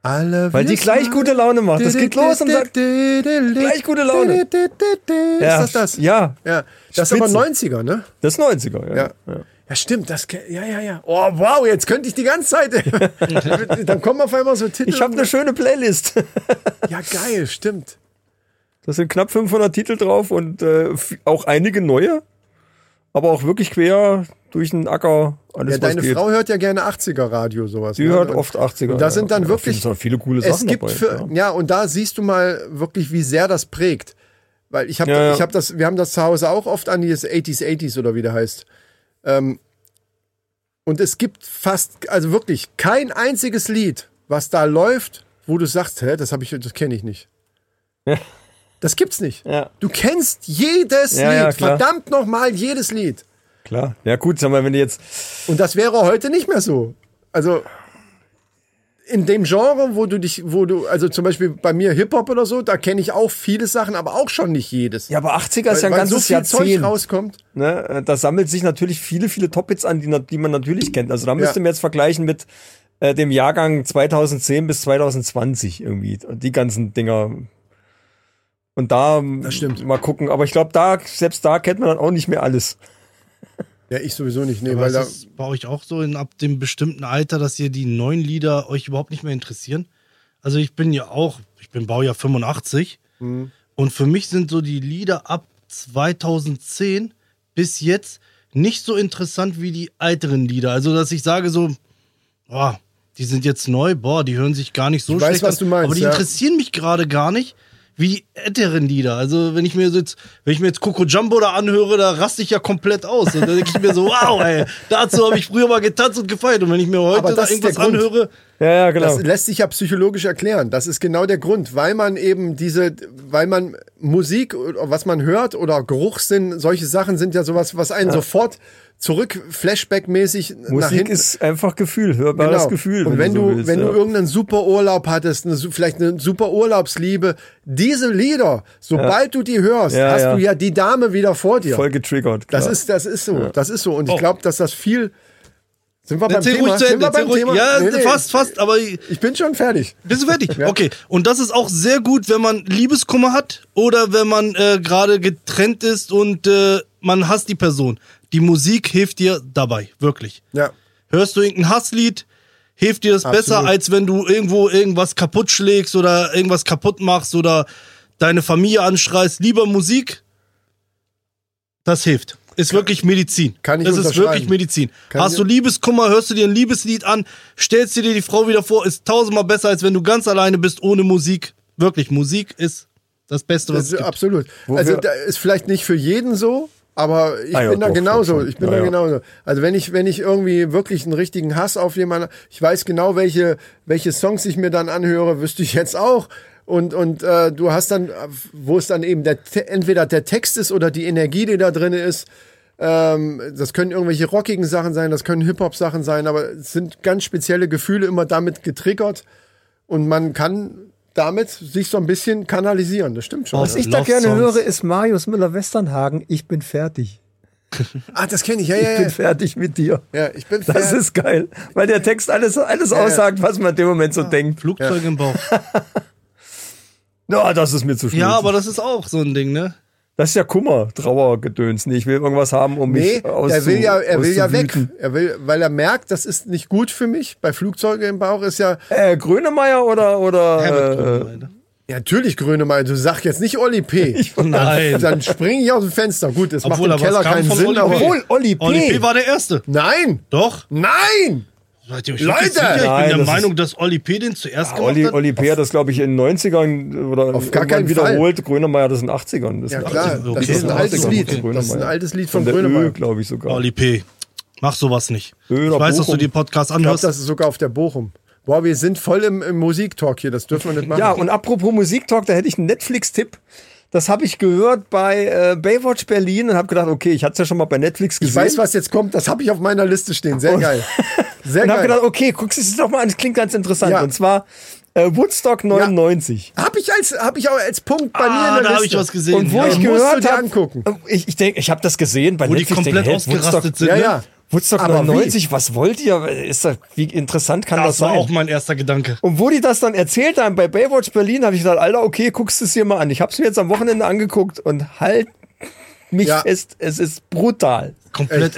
[SPEAKER 2] Alle
[SPEAKER 1] Weil die
[SPEAKER 2] wissen-
[SPEAKER 1] gleich gute Laune macht. Das geht los und sagt,
[SPEAKER 2] gleich
[SPEAKER 1] gute Laune.
[SPEAKER 2] Ist das das?
[SPEAKER 1] Ja,
[SPEAKER 2] Ja, das ist aber
[SPEAKER 1] Spitze.
[SPEAKER 2] 90er, ne?
[SPEAKER 1] das ist 90er. Ja.
[SPEAKER 2] Ja. Ja, stimmt, das ke- ja ja ja. Oh wow, jetzt könnte ich die ganze Zeit. Dann kommen auf einmal so Titel.
[SPEAKER 1] Ich habe eine schöne Playlist.
[SPEAKER 2] ja geil, stimmt.
[SPEAKER 1] Da sind knapp 500 Titel drauf und äh, f- auch einige neue, aber auch wirklich quer durch den Acker. Alles,
[SPEAKER 2] Ja, deine
[SPEAKER 1] was geht.
[SPEAKER 2] Frau hört ja gerne 80er Radio sowas.
[SPEAKER 1] Die
[SPEAKER 2] ne?
[SPEAKER 1] hört
[SPEAKER 2] Und-
[SPEAKER 1] oft 80er.
[SPEAKER 2] Und da
[SPEAKER 1] ja.
[SPEAKER 2] sind dann
[SPEAKER 1] Ja,
[SPEAKER 2] wirklich
[SPEAKER 1] Es sind viele coole Sachen
[SPEAKER 2] es gibt
[SPEAKER 1] dabei.
[SPEAKER 2] für, ja. und da siehst du mal wirklich, wie sehr das prägt. Weil ich habe,
[SPEAKER 1] Ja, ja.
[SPEAKER 2] ich habe das, wir haben das zu Hause auch oft an dieses 80s, 80s oder wie der heißt. Ähm, und es gibt fast, also wirklich kein einziges Lied, was da läuft, wo du sagst, hä, das habe ich, das kenne ich nicht. Das gibt's nicht.
[SPEAKER 1] Ja.
[SPEAKER 2] Du kennst jedes
[SPEAKER 1] Ja, ja,
[SPEAKER 2] Lied,
[SPEAKER 1] klar.
[SPEAKER 2] verdammt nochmal jedes Lied.
[SPEAKER 1] Klar. Ja gut, sag mal, wenn du jetzt
[SPEAKER 2] Und das wäre heute nicht mehr so. Also in dem Genre, wo du dich, wo du, also zum Beispiel bei mir Hip-Hop oder so, da kenne ich auch viele Sachen, aber auch schon nicht jedes.
[SPEAKER 1] Ja, aber 80er ist ja ein
[SPEAKER 2] weil
[SPEAKER 1] ganzes
[SPEAKER 2] so viel Zeug
[SPEAKER 1] Jahrzehnt.
[SPEAKER 2] rauskommt.
[SPEAKER 1] ne? Äh, Da sammelt sich natürlich viele, viele Top-Hits an, die, na- die man natürlich kennt. Also da müsste man jetzt vergleichen mit äh, dem Jahrgang 2010 bis 2020 irgendwie. Und Die ganzen Dinger. Und da m-
[SPEAKER 2] stimmt.
[SPEAKER 1] mal gucken. Aber ich glaube, da, selbst da kennt man dann auch nicht mehr alles.
[SPEAKER 2] Ja, ich sowieso nicht, nee,
[SPEAKER 3] Aber
[SPEAKER 2] weil
[SPEAKER 3] ist
[SPEAKER 2] da,
[SPEAKER 3] es bei euch auch so in, ab dem bestimmten Alter, dass ihr die neuen Lieder
[SPEAKER 2] Mhm.
[SPEAKER 3] euch überhaupt nicht mehr interessieren? Also ich bin ja auch, ich bin Baujahr 85 Und für mich sind so die Lieder ab 2010 bis jetzt nicht so interessant wie die älteren Lieder. Also, dass ich sage so, boah, die sind jetzt neu, boah, die hören sich gar nicht so
[SPEAKER 2] Ich weiß,
[SPEAKER 3] schlecht
[SPEAKER 2] was du
[SPEAKER 3] an.
[SPEAKER 2] meinst,
[SPEAKER 3] aber die
[SPEAKER 2] ja.
[SPEAKER 3] interessieren mich gerade gar nicht wie die älteren Lieder. Also, wenn ich mir so jetzt, wenn ich mir jetzt Coco Jumbo da anhöre, da raste ich ja komplett aus. Und da denke ich mir so, wow, ey, dazu habe ich früher mal getanzt und gefeiert. Und wenn ich mir
[SPEAKER 2] Aber
[SPEAKER 3] heute da
[SPEAKER 2] das ist
[SPEAKER 3] irgendwas
[SPEAKER 2] der Grund.
[SPEAKER 3] anhöre,
[SPEAKER 1] Ja, ja, genau.
[SPEAKER 2] Das lässt sich ja psychologisch erklären. Das ist genau der Grund, weil man eben diese, weil man Musik, was man hört oder Geruchssinn, solche Sachen sind ja sowas, was einen sofort zurück Flashback-mäßig nach
[SPEAKER 1] Musik
[SPEAKER 2] hinten.
[SPEAKER 1] ist einfach Gefühl, hörbares Genau. Gefühl.
[SPEAKER 2] Genau. Und wenn du,
[SPEAKER 1] so willst,
[SPEAKER 2] wenn
[SPEAKER 1] ja.
[SPEAKER 2] du irgendeinen super Urlaub hattest, eine, su- vielleicht eine super Urlaubsliebe, diese Lieder, sobald du die hörst,
[SPEAKER 1] Ja,
[SPEAKER 2] hast
[SPEAKER 1] ja.
[SPEAKER 2] du ja die Dame wieder vor dir.
[SPEAKER 1] voll getriggert.
[SPEAKER 2] Das
[SPEAKER 1] klar.
[SPEAKER 2] ist, das ist so, das ist so. Und ich glaube, dass das viel. Sind wir beim
[SPEAKER 3] Oh. erzähl
[SPEAKER 2] Thema?
[SPEAKER 3] ruhig zu
[SPEAKER 2] Sind
[SPEAKER 3] Ende.
[SPEAKER 2] wir
[SPEAKER 3] Erzähl
[SPEAKER 2] beim
[SPEAKER 3] ruhig.
[SPEAKER 2] Thema?
[SPEAKER 3] Ja, also
[SPEAKER 2] Nee, nee.
[SPEAKER 3] fast, fast, aber
[SPEAKER 2] Ich bin schon fertig.
[SPEAKER 3] Bist du fertig? Okay. Und das ist auch sehr gut, wenn man Liebeskummer hat oder wenn man äh, gerade getrennt ist und äh, man hasst die Person. Die Musik hilft dir dabei, wirklich.
[SPEAKER 2] Ja.
[SPEAKER 3] Hörst du irgendein Hasslied, hilft dir das
[SPEAKER 2] Absolut.
[SPEAKER 3] besser, als wenn du irgendwo irgendwas kaputt schlägst oder irgendwas kaputt machst oder deine Familie anschreist. Lieber Musik, das hilft. Ist wirklich Medizin.
[SPEAKER 2] kann ich
[SPEAKER 3] Es ist
[SPEAKER 2] unterschreiben.
[SPEAKER 3] wirklich Medizin.
[SPEAKER 2] Kann
[SPEAKER 3] Hast
[SPEAKER 2] ich-
[SPEAKER 3] du Liebeskummer, hörst du dir ein Liebeslied an, stellst du dir die Frau wieder vor, ist tausendmal besser, als wenn du ganz alleine bist ohne Musik. Wirklich, Musik ist das Beste, was
[SPEAKER 2] Das
[SPEAKER 3] es
[SPEAKER 2] ist
[SPEAKER 3] gibt.
[SPEAKER 2] absolut.
[SPEAKER 1] Wo
[SPEAKER 2] also
[SPEAKER 1] wir-
[SPEAKER 2] da ist vielleicht nicht für jeden so, aber ich
[SPEAKER 1] Ah ja,
[SPEAKER 2] bin da
[SPEAKER 1] doch,
[SPEAKER 2] genauso.
[SPEAKER 1] schon.
[SPEAKER 2] Ich bin
[SPEAKER 1] Ja,
[SPEAKER 2] da
[SPEAKER 1] ja.
[SPEAKER 2] genauso. Also wenn ich, wenn ich irgendwie wirklich einen richtigen Hass auf jemanden, ich weiß genau, welche, welche Songs ich mir dann anhöre, wüsste ich jetzt auch. Und, und äh, du hast dann, äh, wo es dann eben der, Te- entweder der Text ist oder die Energie, die da drin ist. Ähm, das können irgendwelche rockigen Sachen sein, das können Hip-Hop-Sachen sein, aber es sind ganz spezielle Gefühle immer damit getriggert und man kann damit sich so ein bisschen kanalisieren. Das stimmt schon.
[SPEAKER 1] Was ich da
[SPEAKER 3] Love
[SPEAKER 1] gerne
[SPEAKER 3] Songs.
[SPEAKER 1] höre, ist Marius Müller-Westernhagen. Ich bin fertig.
[SPEAKER 2] Ah, das kenne ich, ja, ja,
[SPEAKER 1] Ich
[SPEAKER 2] ja.
[SPEAKER 1] bin fertig mit dir.
[SPEAKER 2] ja ich bin
[SPEAKER 1] Das
[SPEAKER 2] Fan.
[SPEAKER 1] ist geil, weil der Text alles, alles
[SPEAKER 2] ja.
[SPEAKER 1] aussagt, was man in dem Moment so denkt.
[SPEAKER 3] Flugzeug im Bauch.
[SPEAKER 1] Na, das ist mir zu schwierig.
[SPEAKER 3] Ja, aber das ist auch so ein Ding, ne?
[SPEAKER 1] das ist ja Kummer, Trauergedöns. Nee, ich will irgendwas haben, um
[SPEAKER 2] Nee,
[SPEAKER 1] mich auszu,
[SPEAKER 2] er will ja, er will ja weg.
[SPEAKER 1] auszuwüten.
[SPEAKER 2] Er will, weil er merkt, das ist nicht gut für mich. Bei Flugzeugen im Bauch ist ja,
[SPEAKER 1] Äh, Grönemeyer oder,
[SPEAKER 3] Herbert ne?
[SPEAKER 1] oder, äh,
[SPEAKER 3] Grönemeyer.
[SPEAKER 2] ja, natürlich Grönemeyer, du sag jetzt nicht Oli P.
[SPEAKER 3] Nein.
[SPEAKER 2] Dann springe ich aus dem Fenster. Gut, das
[SPEAKER 3] Obwohl,
[SPEAKER 2] macht im
[SPEAKER 3] aber
[SPEAKER 2] Keller
[SPEAKER 3] es kam
[SPEAKER 2] keinen
[SPEAKER 3] von
[SPEAKER 2] Sinn,
[SPEAKER 3] Oli P.
[SPEAKER 2] aber.
[SPEAKER 1] obwohl Olli P.
[SPEAKER 3] Oli P. war der Erste.
[SPEAKER 2] Nein!
[SPEAKER 3] Doch.
[SPEAKER 2] Nein!
[SPEAKER 3] Seid ihr euch
[SPEAKER 2] Leute!
[SPEAKER 3] wirklich sicher? Ich
[SPEAKER 1] Nein,
[SPEAKER 3] bin der
[SPEAKER 1] das Ah,
[SPEAKER 3] Meinung, dass Oli P. den zuerst gemacht
[SPEAKER 1] Olli,
[SPEAKER 3] hat.
[SPEAKER 1] Olli P. hat das, glaube ich, in den 90ern oder
[SPEAKER 2] Auf gar
[SPEAKER 1] irgendwann
[SPEAKER 2] keinen Fall.
[SPEAKER 1] wiederholt. Grönemeyer hat das in den 80ern. Das
[SPEAKER 2] Ja,
[SPEAKER 1] ist-
[SPEAKER 2] klar,
[SPEAKER 3] okay,
[SPEAKER 2] das ist ein
[SPEAKER 3] das
[SPEAKER 2] altes
[SPEAKER 3] ist
[SPEAKER 2] Lied.
[SPEAKER 3] okay.
[SPEAKER 2] Das ist ein altes Lied
[SPEAKER 1] Von
[SPEAKER 2] von
[SPEAKER 1] der Ö,
[SPEAKER 2] Grönemeyer.
[SPEAKER 1] glaube ich sogar.
[SPEAKER 3] Oli P. Mach sowas nicht.
[SPEAKER 1] Öder
[SPEAKER 3] ich weiß, dass du
[SPEAKER 1] Bochum.
[SPEAKER 3] die Podcasts
[SPEAKER 2] Ich glaube,
[SPEAKER 3] anhörst.
[SPEAKER 2] das ist sogar auf der Bochum. Boah, wir sind voll im, im Musiktalk hier, das dürfen wir nicht machen.
[SPEAKER 1] Ja, und apropos Musiktalk, da hätte ich einen Netflix-Tipp. Das habe ich gehört bei äh, Baywatch Berlin und habe gedacht, okay, ich hatte es ja schon mal bei Netflix gesehen.
[SPEAKER 2] ich weiß, was jetzt kommt, das habe ich auf meiner Liste stehen. Sehr geil. Sehr
[SPEAKER 1] und habe
[SPEAKER 2] geil.
[SPEAKER 3] oh,
[SPEAKER 1] gedacht, okay, guckst du es doch mal an, das klingt ganz interessant.
[SPEAKER 2] Ja.
[SPEAKER 1] Und zwar äh, Woodstock 99.
[SPEAKER 2] Habe ich als habe ich auch als Punkt bei mir
[SPEAKER 3] ah,
[SPEAKER 2] in der
[SPEAKER 3] da habe
[SPEAKER 2] Liste.
[SPEAKER 3] ich was gesehen.
[SPEAKER 1] Und wo
[SPEAKER 3] ja.
[SPEAKER 1] ich
[SPEAKER 2] musst du
[SPEAKER 1] gehört
[SPEAKER 2] dir angucken.
[SPEAKER 1] habe, ich, ich denke, ich habe das gesehen bei
[SPEAKER 3] Wo die
[SPEAKER 1] Netflix.
[SPEAKER 3] komplett
[SPEAKER 1] denk, hä,
[SPEAKER 3] ausgerastet
[SPEAKER 1] Woodstock,
[SPEAKER 3] sind.
[SPEAKER 2] Ja,
[SPEAKER 3] ne?
[SPEAKER 2] ja.
[SPEAKER 1] Woodstock
[SPEAKER 2] Aber wie?
[SPEAKER 1] 99, was wollt ihr? Ist das, wie interessant kann das,
[SPEAKER 3] Das war
[SPEAKER 1] sein?
[SPEAKER 3] auch mein erster Gedanke.
[SPEAKER 1] Und wo die das dann erzählt haben bei Baywatch Berlin, habe ich gedacht, Alter, okay, guckst du es hier mal an. Ich habe es mir jetzt am Wochenende angeguckt und halt mich
[SPEAKER 2] Ja.
[SPEAKER 1] fest, es ist brutal.
[SPEAKER 3] Komplett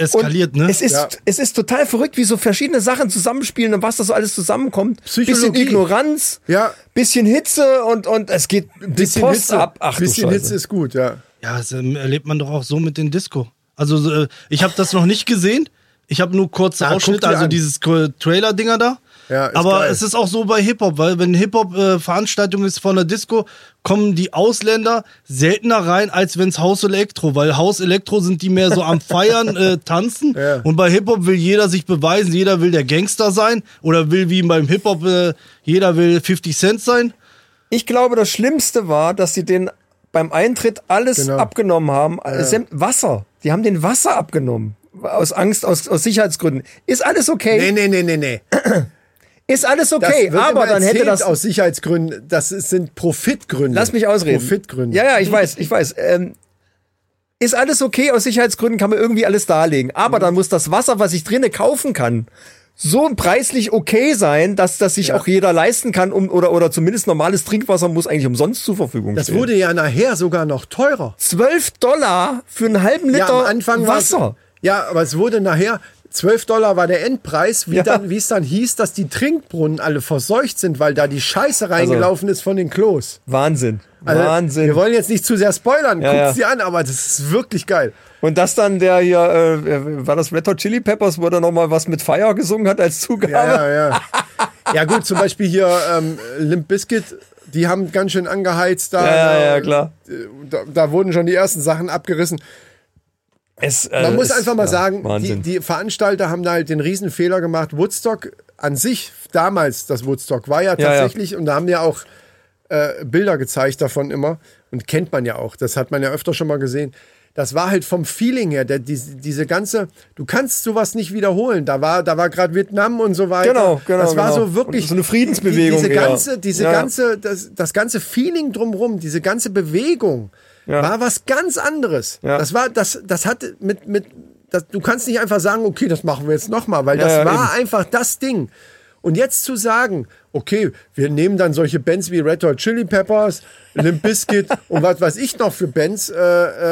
[SPEAKER 1] Und
[SPEAKER 3] eskaliert, ne?
[SPEAKER 1] Es ist,
[SPEAKER 2] Ja.
[SPEAKER 1] es ist total verrückt, wie so verschiedene Sachen zusammenspielen und was da so alles zusammenkommt. Bisschen
[SPEAKER 2] Psychologie.
[SPEAKER 1] Ignoranz,
[SPEAKER 2] Ja.
[SPEAKER 1] bisschen Hitze und, und es geht bisschen
[SPEAKER 2] bisschen
[SPEAKER 1] die Post
[SPEAKER 2] Hitze,
[SPEAKER 1] ab. Ach, du
[SPEAKER 2] bisschen
[SPEAKER 1] Scheiße.
[SPEAKER 2] Hitze ist gut, ja.
[SPEAKER 3] ja, das ähm, erlebt man doch auch so mit den Disco. Also, so, äh, ich habe das noch nicht gesehen. Ich habe nur kurze
[SPEAKER 2] Ah, guck
[SPEAKER 3] Ausschnitte,
[SPEAKER 2] dir
[SPEAKER 3] also
[SPEAKER 2] an.
[SPEAKER 3] dieses äh, Trailer-Dinger da.
[SPEAKER 2] Ja, ist
[SPEAKER 3] Aber
[SPEAKER 2] geil.
[SPEAKER 3] es ist auch so bei Hip-Hop, weil wenn Hip-Hop-Veranstaltung ist von der Disco, kommen die Ausländer seltener rein, als wenn's House Electro, weil House Electro sind die mehr so am Feiern, äh, tanzen.
[SPEAKER 2] Ja.
[SPEAKER 3] Und bei Hip-Hop will jeder sich beweisen, jeder will der Gangster sein oder will wie beim Hip-Hop, äh, jeder will 50 Cent sein.
[SPEAKER 1] Ich glaube, das Schlimmste war, dass sie den beim Eintritt alles
[SPEAKER 2] Genau.
[SPEAKER 1] abgenommen haben. Sämt- Wasser. Die haben den Wasser abgenommen. Aus Angst, aus, aus Sicherheitsgründen. Ist alles okay.
[SPEAKER 2] Nee, nee, nee, nee, nee.
[SPEAKER 1] Ist alles
[SPEAKER 2] Das
[SPEAKER 1] okay,
[SPEAKER 2] wird
[SPEAKER 1] aber
[SPEAKER 2] immer
[SPEAKER 1] dann hätte
[SPEAKER 2] erzählt
[SPEAKER 1] das.
[SPEAKER 2] aus Sicherheitsgründen, das ist- sind Profitgründe.
[SPEAKER 1] Lass mich ausreden.
[SPEAKER 2] Profitgründe.
[SPEAKER 1] Ja, ja, ich weiß, ich weiß. Ähm, ist alles okay, aus Sicherheitsgründen kann man irgendwie alles darlegen.
[SPEAKER 2] Mhm.
[SPEAKER 1] Aber dann muss das Wasser, was ich drinnen kaufen kann, so preislich okay sein, dass das sich
[SPEAKER 2] Ja.
[SPEAKER 1] auch jeder leisten kann, um, oder, oder zumindest normales Trinkwasser muss eigentlich umsonst zur Verfügung
[SPEAKER 2] Das
[SPEAKER 1] stehen.
[SPEAKER 2] wurde ja nachher sogar noch teurer.
[SPEAKER 1] 12 Dollar für einen halben Liter
[SPEAKER 2] ja, am Anfang war's-
[SPEAKER 1] Wasser.
[SPEAKER 2] Ja, aber es wurde nachher 12 Dollar war der Endpreis, wie
[SPEAKER 1] Ja.
[SPEAKER 2] dann, wie es dann hieß, dass die Trinkbrunnen alle verseucht sind, weil da die Scheiße reingelaufen ist von den Klos.
[SPEAKER 1] Wahnsinn.
[SPEAKER 2] Also,
[SPEAKER 1] Also- Wahnsinn.
[SPEAKER 2] Wir wollen jetzt nicht zu sehr spoilern.
[SPEAKER 1] Ja,
[SPEAKER 2] Guckt
[SPEAKER 1] ja.
[SPEAKER 2] sie an, aber das ist wirklich geil.
[SPEAKER 1] Und dass dann der hier, äh, war das Red Hot Chili Peppers, wo er nochmal was mit Fire gesungen hat als Zugabe?
[SPEAKER 2] Ja, ja, ja. ja, gut, zum Beispiel hier ähm, Limp Biscuit, die haben ganz schön angeheizt. Da,
[SPEAKER 1] Ja, ja,
[SPEAKER 2] äh,
[SPEAKER 1] klar.
[SPEAKER 2] Da, da wurden schon die ersten Sachen abgerissen.
[SPEAKER 1] Es, äh,
[SPEAKER 2] Man muss
[SPEAKER 1] es-
[SPEAKER 2] einfach mal
[SPEAKER 1] ja,
[SPEAKER 2] sagen, die,
[SPEAKER 1] Wahnsinn.
[SPEAKER 2] die Veranstalter haben da halt den riesen Fehler gemacht. Woodstock an sich, damals das Woodstock, war ja
[SPEAKER 1] ja.
[SPEAKER 2] tatsächlich, und da haben ja auch äh, Bilder gezeigt davon immer. Und kennt man ja auch, das hat man ja öfter schon mal gesehen. Das war halt vom Feeling her, der, diese, diese ganze, du kannst sowas nicht wiederholen. Da war, da war gerade Vietnam und so weiter.
[SPEAKER 1] Genau, genau,
[SPEAKER 2] Das war
[SPEAKER 1] genau.
[SPEAKER 2] so wirklich.
[SPEAKER 1] Und so eine Friedensbewegung,
[SPEAKER 2] Die, diese
[SPEAKER 1] ja.
[SPEAKER 2] ganze, diese
[SPEAKER 1] Ja, ja.
[SPEAKER 2] ganze, das, das ganze Feeling drumherum, diese ganze Bewegung
[SPEAKER 1] Ja.
[SPEAKER 2] war was ganz anderes.
[SPEAKER 1] Ja.
[SPEAKER 2] Das war, das, das hat mit, mit, das, du kannst nicht einfach sagen, okay, das machen wir jetzt nochmal, weil
[SPEAKER 1] Ja,
[SPEAKER 2] das
[SPEAKER 1] ja,
[SPEAKER 2] war einfach das Ding. Und jetzt zu sagen, okay, wir nehmen dann solche Bands wie Red Hot Chili Peppers, Limp Bizkit und was weiß ich noch für Bands äh,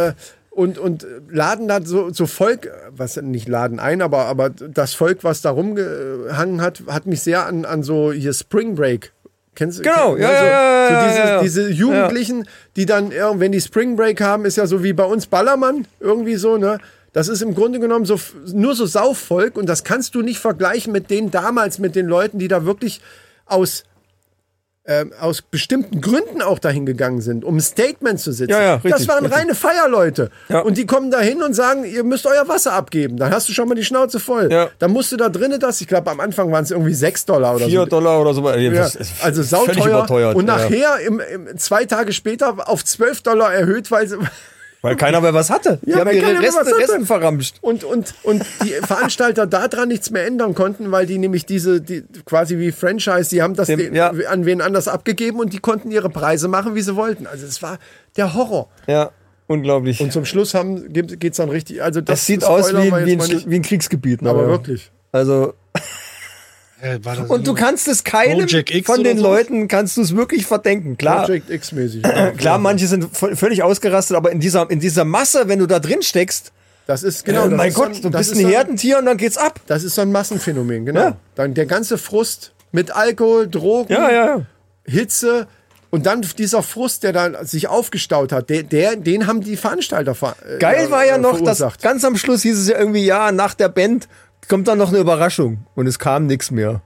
[SPEAKER 2] äh, und, und laden da so, so Volk, was nicht laden ein, aber, aber das Volk, was da rumgehangen hat, hat mich sehr an, an so hier Spring Break. Kennst du?
[SPEAKER 1] Genau, ja,
[SPEAKER 2] ne,
[SPEAKER 1] ja,
[SPEAKER 2] so,
[SPEAKER 1] ja,
[SPEAKER 2] so
[SPEAKER 1] ja,
[SPEAKER 2] diese,
[SPEAKER 1] ja, ja.
[SPEAKER 2] diese Jugendlichen, die dann, ja, wenn die Spring Break haben, ist ja so wie bei uns Ballermann, irgendwie so, ne? Das ist im Grunde genommen so, f- nur so Saufvolk und das kannst du nicht vergleichen mit denen damals, mit den Leuten, die da wirklich aus, ähm, aus bestimmten Gründen auch dahin gegangen sind, um ein Statement zu sitzen.
[SPEAKER 1] Ja, ja,
[SPEAKER 2] das
[SPEAKER 1] richtig,
[SPEAKER 2] waren
[SPEAKER 1] richtig.
[SPEAKER 2] reine Feierleute.
[SPEAKER 1] Ja.
[SPEAKER 2] Und die kommen da hin und sagen, ihr müsst euer Wasser abgeben. Dann hast du schon mal die Schnauze voll.
[SPEAKER 1] Ja.
[SPEAKER 2] Dann musst du da drinnen das, ich glaube, am Anfang waren es irgendwie 6 Dollar oder so.
[SPEAKER 1] 4 Dollar oder so.
[SPEAKER 2] also Ja,
[SPEAKER 1] Das ist
[SPEAKER 2] also
[SPEAKER 1] völlig
[SPEAKER 2] sauteuer.
[SPEAKER 1] überteuert.
[SPEAKER 2] Und
[SPEAKER 1] ja.
[SPEAKER 2] nachher, im, im, zwei Tage später, auf 12 Dollar erhöht, weil sie.
[SPEAKER 1] Weil keiner mehr was hatte. Die
[SPEAKER 2] Ja,
[SPEAKER 1] haben
[SPEAKER 2] weil
[SPEAKER 1] ihre
[SPEAKER 2] keiner mehr
[SPEAKER 1] Reste,
[SPEAKER 2] was hatte.
[SPEAKER 1] Resten verramscht.
[SPEAKER 2] Und, und, und die Veranstalter daran nichts mehr ändern konnten, weil die nämlich diese, die, quasi wie Franchise, die haben das
[SPEAKER 1] Dem-
[SPEAKER 2] den,
[SPEAKER 1] ja.
[SPEAKER 2] an wen anders abgegeben und die konnten ihre Preise machen, wie sie wollten. Also es war der Horror.
[SPEAKER 1] Ja, unglaublich.
[SPEAKER 2] Und zum Schluss haben, ge- geht's dann richtig. Also das,
[SPEAKER 1] das sieht
[SPEAKER 2] Spoiler
[SPEAKER 1] aus wie,
[SPEAKER 2] war
[SPEAKER 1] ein- wie,
[SPEAKER 2] jetzt
[SPEAKER 1] ein,
[SPEAKER 2] mal
[SPEAKER 1] Schli-
[SPEAKER 2] nicht-
[SPEAKER 1] wie ein Kriegsgebiet. ne?
[SPEAKER 2] aber wirklich. Mhm.
[SPEAKER 1] Also,
[SPEAKER 3] Äh, war das
[SPEAKER 1] und du kannst es keinem
[SPEAKER 3] Project X
[SPEAKER 1] von
[SPEAKER 3] oder
[SPEAKER 1] den
[SPEAKER 3] sowas?
[SPEAKER 1] Leuten, kannst du es wirklich verdenken. Klar,
[SPEAKER 2] Project X-mäßig.
[SPEAKER 1] klar
[SPEAKER 2] genau.
[SPEAKER 1] manche sind vo- völlig ausgerastet, aber in dieser, in dieser Masse, wenn du da drin steckst,
[SPEAKER 2] Das ist genau.
[SPEAKER 1] äh,
[SPEAKER 2] das
[SPEAKER 1] mein
[SPEAKER 2] ist
[SPEAKER 1] Gott,
[SPEAKER 2] dann-
[SPEAKER 1] du
[SPEAKER 2] das
[SPEAKER 1] bist
[SPEAKER 2] ist
[SPEAKER 1] ein
[SPEAKER 2] dann-
[SPEAKER 1] Herdentier und dann geht's ab.
[SPEAKER 2] Das ist so ein Massenphänomen, genau.
[SPEAKER 1] Ja.
[SPEAKER 2] Dann der ganze Frust mit Alkohol, Drogen,
[SPEAKER 1] Ja, ja, ja.
[SPEAKER 2] Hitze und dann dieser Frust, der da sich aufgestaut hat, der, der, den haben die Veranstalter ver
[SPEAKER 1] Geil
[SPEAKER 2] äh,
[SPEAKER 1] war ja
[SPEAKER 2] äh,
[SPEAKER 1] noch, dass
[SPEAKER 2] verursacht.
[SPEAKER 1] ganz am Schluss hieß es ja irgendwie, ja, nach der Band kommt dann noch eine Überraschung. Und es kam nichts mehr.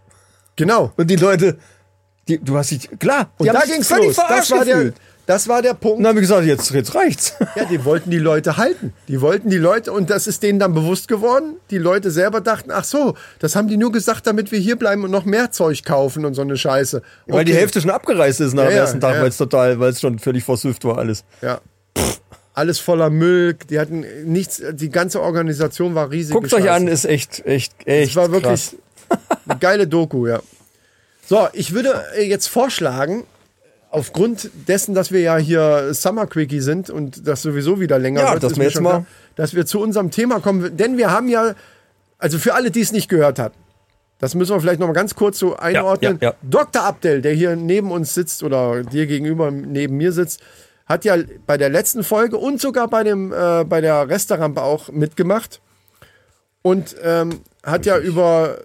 [SPEAKER 2] Genau.
[SPEAKER 1] Und die Leute, die, du hast dich, klar, die
[SPEAKER 2] Und da
[SPEAKER 1] sich
[SPEAKER 2] ging's
[SPEAKER 1] völlig
[SPEAKER 2] los. Das
[SPEAKER 1] verarscht
[SPEAKER 2] war, der,
[SPEAKER 1] gefühlt.
[SPEAKER 2] das war der
[SPEAKER 1] Und
[SPEAKER 2] Punkt.
[SPEAKER 1] dann habe ich gesagt, jetzt, jetzt reicht's.
[SPEAKER 2] Ja, die wollten die Leute halten. Die wollten die Leute, und das ist denen dann bewusst geworden. Die Leute selber dachten, ach so, das haben die nur gesagt, damit wir hier bleiben und noch mehr Zeug kaufen und so eine Scheiße.
[SPEAKER 1] Weil die
[SPEAKER 2] Okay.
[SPEAKER 1] Hälfte schon abgereist ist nach
[SPEAKER 2] Ja,
[SPEAKER 1] dem
[SPEAKER 2] ja,
[SPEAKER 1] ersten Tag,
[SPEAKER 2] ja.
[SPEAKER 1] weil es total, weil es schon völlig versüfft war alles.
[SPEAKER 2] Ja. Alles voller Müll, die hatten nichts, die ganze Organisation war riesig.
[SPEAKER 1] Guckt euch an, ist echt, echt, echt.
[SPEAKER 2] Es war wirklich
[SPEAKER 1] krass.
[SPEAKER 2] eine geile Doku, ja. So, ich würde äh, jetzt vorschlagen, aufgrund dessen, dass wir ja hier Summer Quickie sind und das sowieso wieder länger
[SPEAKER 1] Ja,
[SPEAKER 2] wird,
[SPEAKER 1] dass
[SPEAKER 2] ist
[SPEAKER 1] wir
[SPEAKER 2] mir
[SPEAKER 1] jetzt
[SPEAKER 2] schon
[SPEAKER 1] mal-
[SPEAKER 2] klar, dass wir zu unserem Thema kommen, denn wir haben ja, also für alle, die es nicht gehört hatten, das müssen wir vielleicht noch mal ganz kurz so einordnen.
[SPEAKER 1] ja, ja.
[SPEAKER 2] Dr. Abdel, der hier neben uns sitzt oder dir gegenüber neben mir sitzt, hat ja bei der letzten Folge und sogar bei, dem, äh, bei der Restaurant auch mitgemacht und ähm, hat ja über,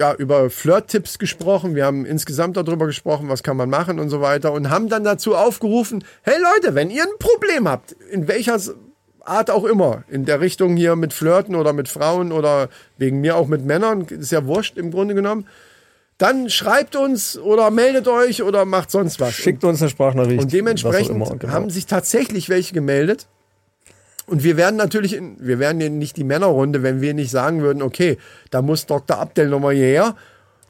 [SPEAKER 2] ja über Flirt-Tipps gesprochen. Wir haben insgesamt darüber gesprochen, was kann man machen und so weiter und haben dann dazu aufgerufen, hey Leute, wenn ihr ein Problem habt, in welcher S- Art auch immer, in der Richtung hier mit Flirten oder mit Frauen oder wegen mir auch mit Männern, ist ja wurscht im Grunde genommen, dann schreibt uns oder meldet euch oder macht sonst was.
[SPEAKER 1] Schickt uns eine Sprachnachricht.
[SPEAKER 2] Und dementsprechend
[SPEAKER 1] was auch immer, genau.
[SPEAKER 2] haben sich tatsächlich welche gemeldet. Und wir werden natürlich, in, wir wären ja nicht die Männerrunde, wenn wir nicht sagen würden, okay, da muss Dr. Abdel nochmal hierher.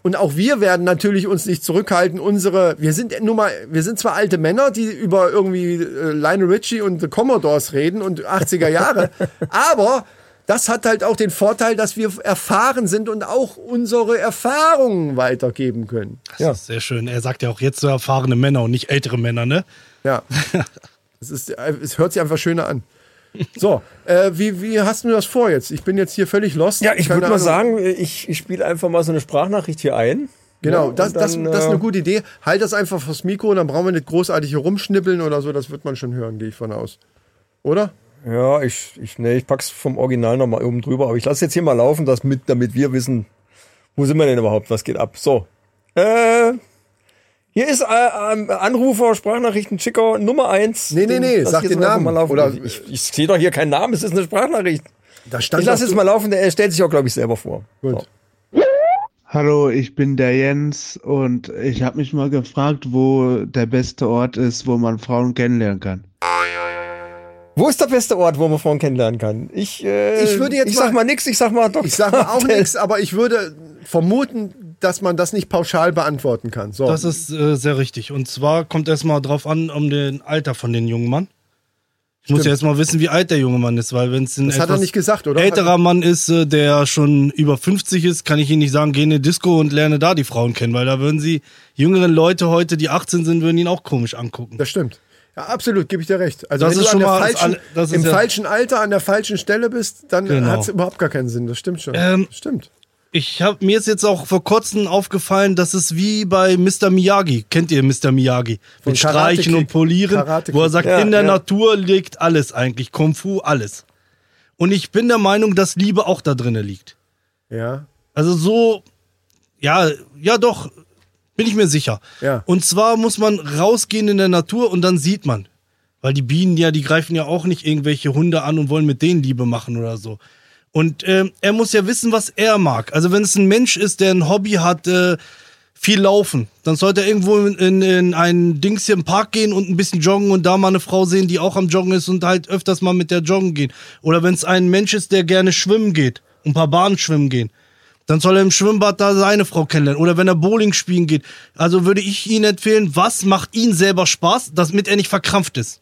[SPEAKER 2] Und auch wir werden natürlich uns nicht zurückhalten, unsere, wir sind nun mal, wir sind zwar alte Männer, die über irgendwie äh, Lionel Richie und The Commodores reden und 80er Jahre, aber das hat halt auch den Vorteil, dass wir erfahren sind und auch unsere Erfahrungen weitergeben können.
[SPEAKER 3] Das
[SPEAKER 1] Ja.
[SPEAKER 3] ist sehr schön. Er sagt ja auch jetzt so erfahrene Männer und nicht ältere Männer, ne?
[SPEAKER 2] Ja. es, ist, es hört sich einfach schöner an. So, äh, wie, wie hast du das vor jetzt? Ich bin jetzt hier völlig lost.
[SPEAKER 1] Ja, ich
[SPEAKER 2] Keine
[SPEAKER 1] würde mal sagen,
[SPEAKER 2] Ahnung.
[SPEAKER 1] ich, ich spiele einfach mal so eine Sprachnachricht hier ein.
[SPEAKER 2] Genau,
[SPEAKER 3] ne,
[SPEAKER 1] Ja,
[SPEAKER 2] das,
[SPEAKER 1] und dann,
[SPEAKER 2] das, das ist
[SPEAKER 1] äh,
[SPEAKER 2] eine gute Idee. Halt das einfach vors Mikro, dann brauchen wir nicht großartig hier rumschnippeln oder so. Das wird man schon hören, gehe ich von aus. Oder?
[SPEAKER 1] Ja, ich, ich, nee, ich pack's vom Original nochmal oben drüber, aber ich lasse jetzt hier mal laufen, das mit, damit wir wissen, wo sind wir denn überhaupt, was geht ab. So. Äh, Hier ist äh, ähm, Anrufer, Sprachnachrichten, Schicker Nummer 1.
[SPEAKER 2] Nee, nee, nee, sag den Namen.
[SPEAKER 1] Mal laufen.
[SPEAKER 2] Oder-
[SPEAKER 1] ich ich sehe doch hier keinen Namen, es ist eine Sprachnachricht.
[SPEAKER 2] Da stand
[SPEAKER 1] Ich lasse
[SPEAKER 2] doch
[SPEAKER 1] jetzt mal laufen, der stellt sich auch, glaube ich, selber vor.
[SPEAKER 2] Gut.
[SPEAKER 4] Hallo, ich bin der Jens und ich habe mich mal gefragt, wo der beste Ort ist, wo man Frauen kennenlernen kann.
[SPEAKER 1] Wo ist der beste Ort, wo man Frauen kennenlernen kann? Ich, äh,
[SPEAKER 2] Ich würde jetzt
[SPEAKER 1] ich sag
[SPEAKER 2] mal-
[SPEAKER 1] mal nix, ich sag mal doch.
[SPEAKER 2] Ich sag mal auch nichts, aber ich würde vermuten, dass man das nicht pauschal beantworten kann. So.
[SPEAKER 3] Das ist äh, sehr richtig. Und zwar kommt erstmal drauf an, um den Alter von den jungen Mann. Ich muss ja erstmal wissen, wie alt der junge Mann ist, weil wenn es ein
[SPEAKER 2] Das hat er
[SPEAKER 3] etwas
[SPEAKER 2] nicht gesagt, oder?
[SPEAKER 3] älterer Mann ist, äh, der schon über 50 ist, kann ich Ihnen nicht sagen, geh in eine Disco und lerne da die Frauen kennen, weil da würden Sie jüngeren Leute heute, die 18 sind, würden ihn auch komisch angucken.
[SPEAKER 2] Das stimmt. Ja, absolut, gebe ich dir recht. Also
[SPEAKER 3] Das
[SPEAKER 2] wenn
[SPEAKER 3] ist
[SPEAKER 2] du
[SPEAKER 3] schon
[SPEAKER 2] an der
[SPEAKER 3] mal das
[SPEAKER 2] falschen,
[SPEAKER 3] alle- das ist
[SPEAKER 2] im
[SPEAKER 3] ja-
[SPEAKER 2] falschen Alter an der falschen Stelle bist, dann
[SPEAKER 3] Genau.
[SPEAKER 2] hat es überhaupt gar keinen Sinn. Das stimmt schon.
[SPEAKER 3] Ähm,
[SPEAKER 2] stimmt.
[SPEAKER 3] Ich hab, mir ist jetzt auch vor kurzem aufgefallen, dass es wie bei Mr. Miyagi, kennt ihr Mr. Miyagi?
[SPEAKER 2] Von
[SPEAKER 3] Mit
[SPEAKER 2] Karate
[SPEAKER 3] Streichen
[SPEAKER 2] Kid.
[SPEAKER 3] und Polieren,
[SPEAKER 2] Karate
[SPEAKER 3] wo er
[SPEAKER 2] Kid.
[SPEAKER 3] sagt,
[SPEAKER 1] Ja,
[SPEAKER 3] in der
[SPEAKER 1] ja.
[SPEAKER 3] Natur liegt alles eigentlich, Kung Fu, alles. Und ich bin der Meinung, dass Liebe auch da drinnen liegt.
[SPEAKER 2] Ja.
[SPEAKER 3] Also so, ja, ja doch, bin ich mir sicher.
[SPEAKER 2] Ja.
[SPEAKER 3] Und zwar muss man rausgehen in der Natur und dann sieht man. Weil die Bienen ja, die greifen ja auch nicht irgendwelche Hunde an und wollen mit denen Liebe machen oder so. Und ähm, er muss ja wissen, was er mag. Also wenn es ein Mensch ist, der ein Hobby hat, äh, viel laufen, dann sollte er irgendwo in, in, in ein Dings hier im Park gehen und ein bisschen joggen und da mal eine Frau sehen, die auch am Joggen ist und halt öfters mal mit der joggen gehen. Oder wenn es ein Mensch ist, der gerne schwimmen geht, ein paar Bahnen schwimmen gehen, dann soll er im Schwimmbad da seine Frau kennenlernen. Oder wenn er Bowling spielen geht. Also würde ich Ihnen empfehlen, was macht Ihnen selber Spaß, damit er nicht verkrampft ist.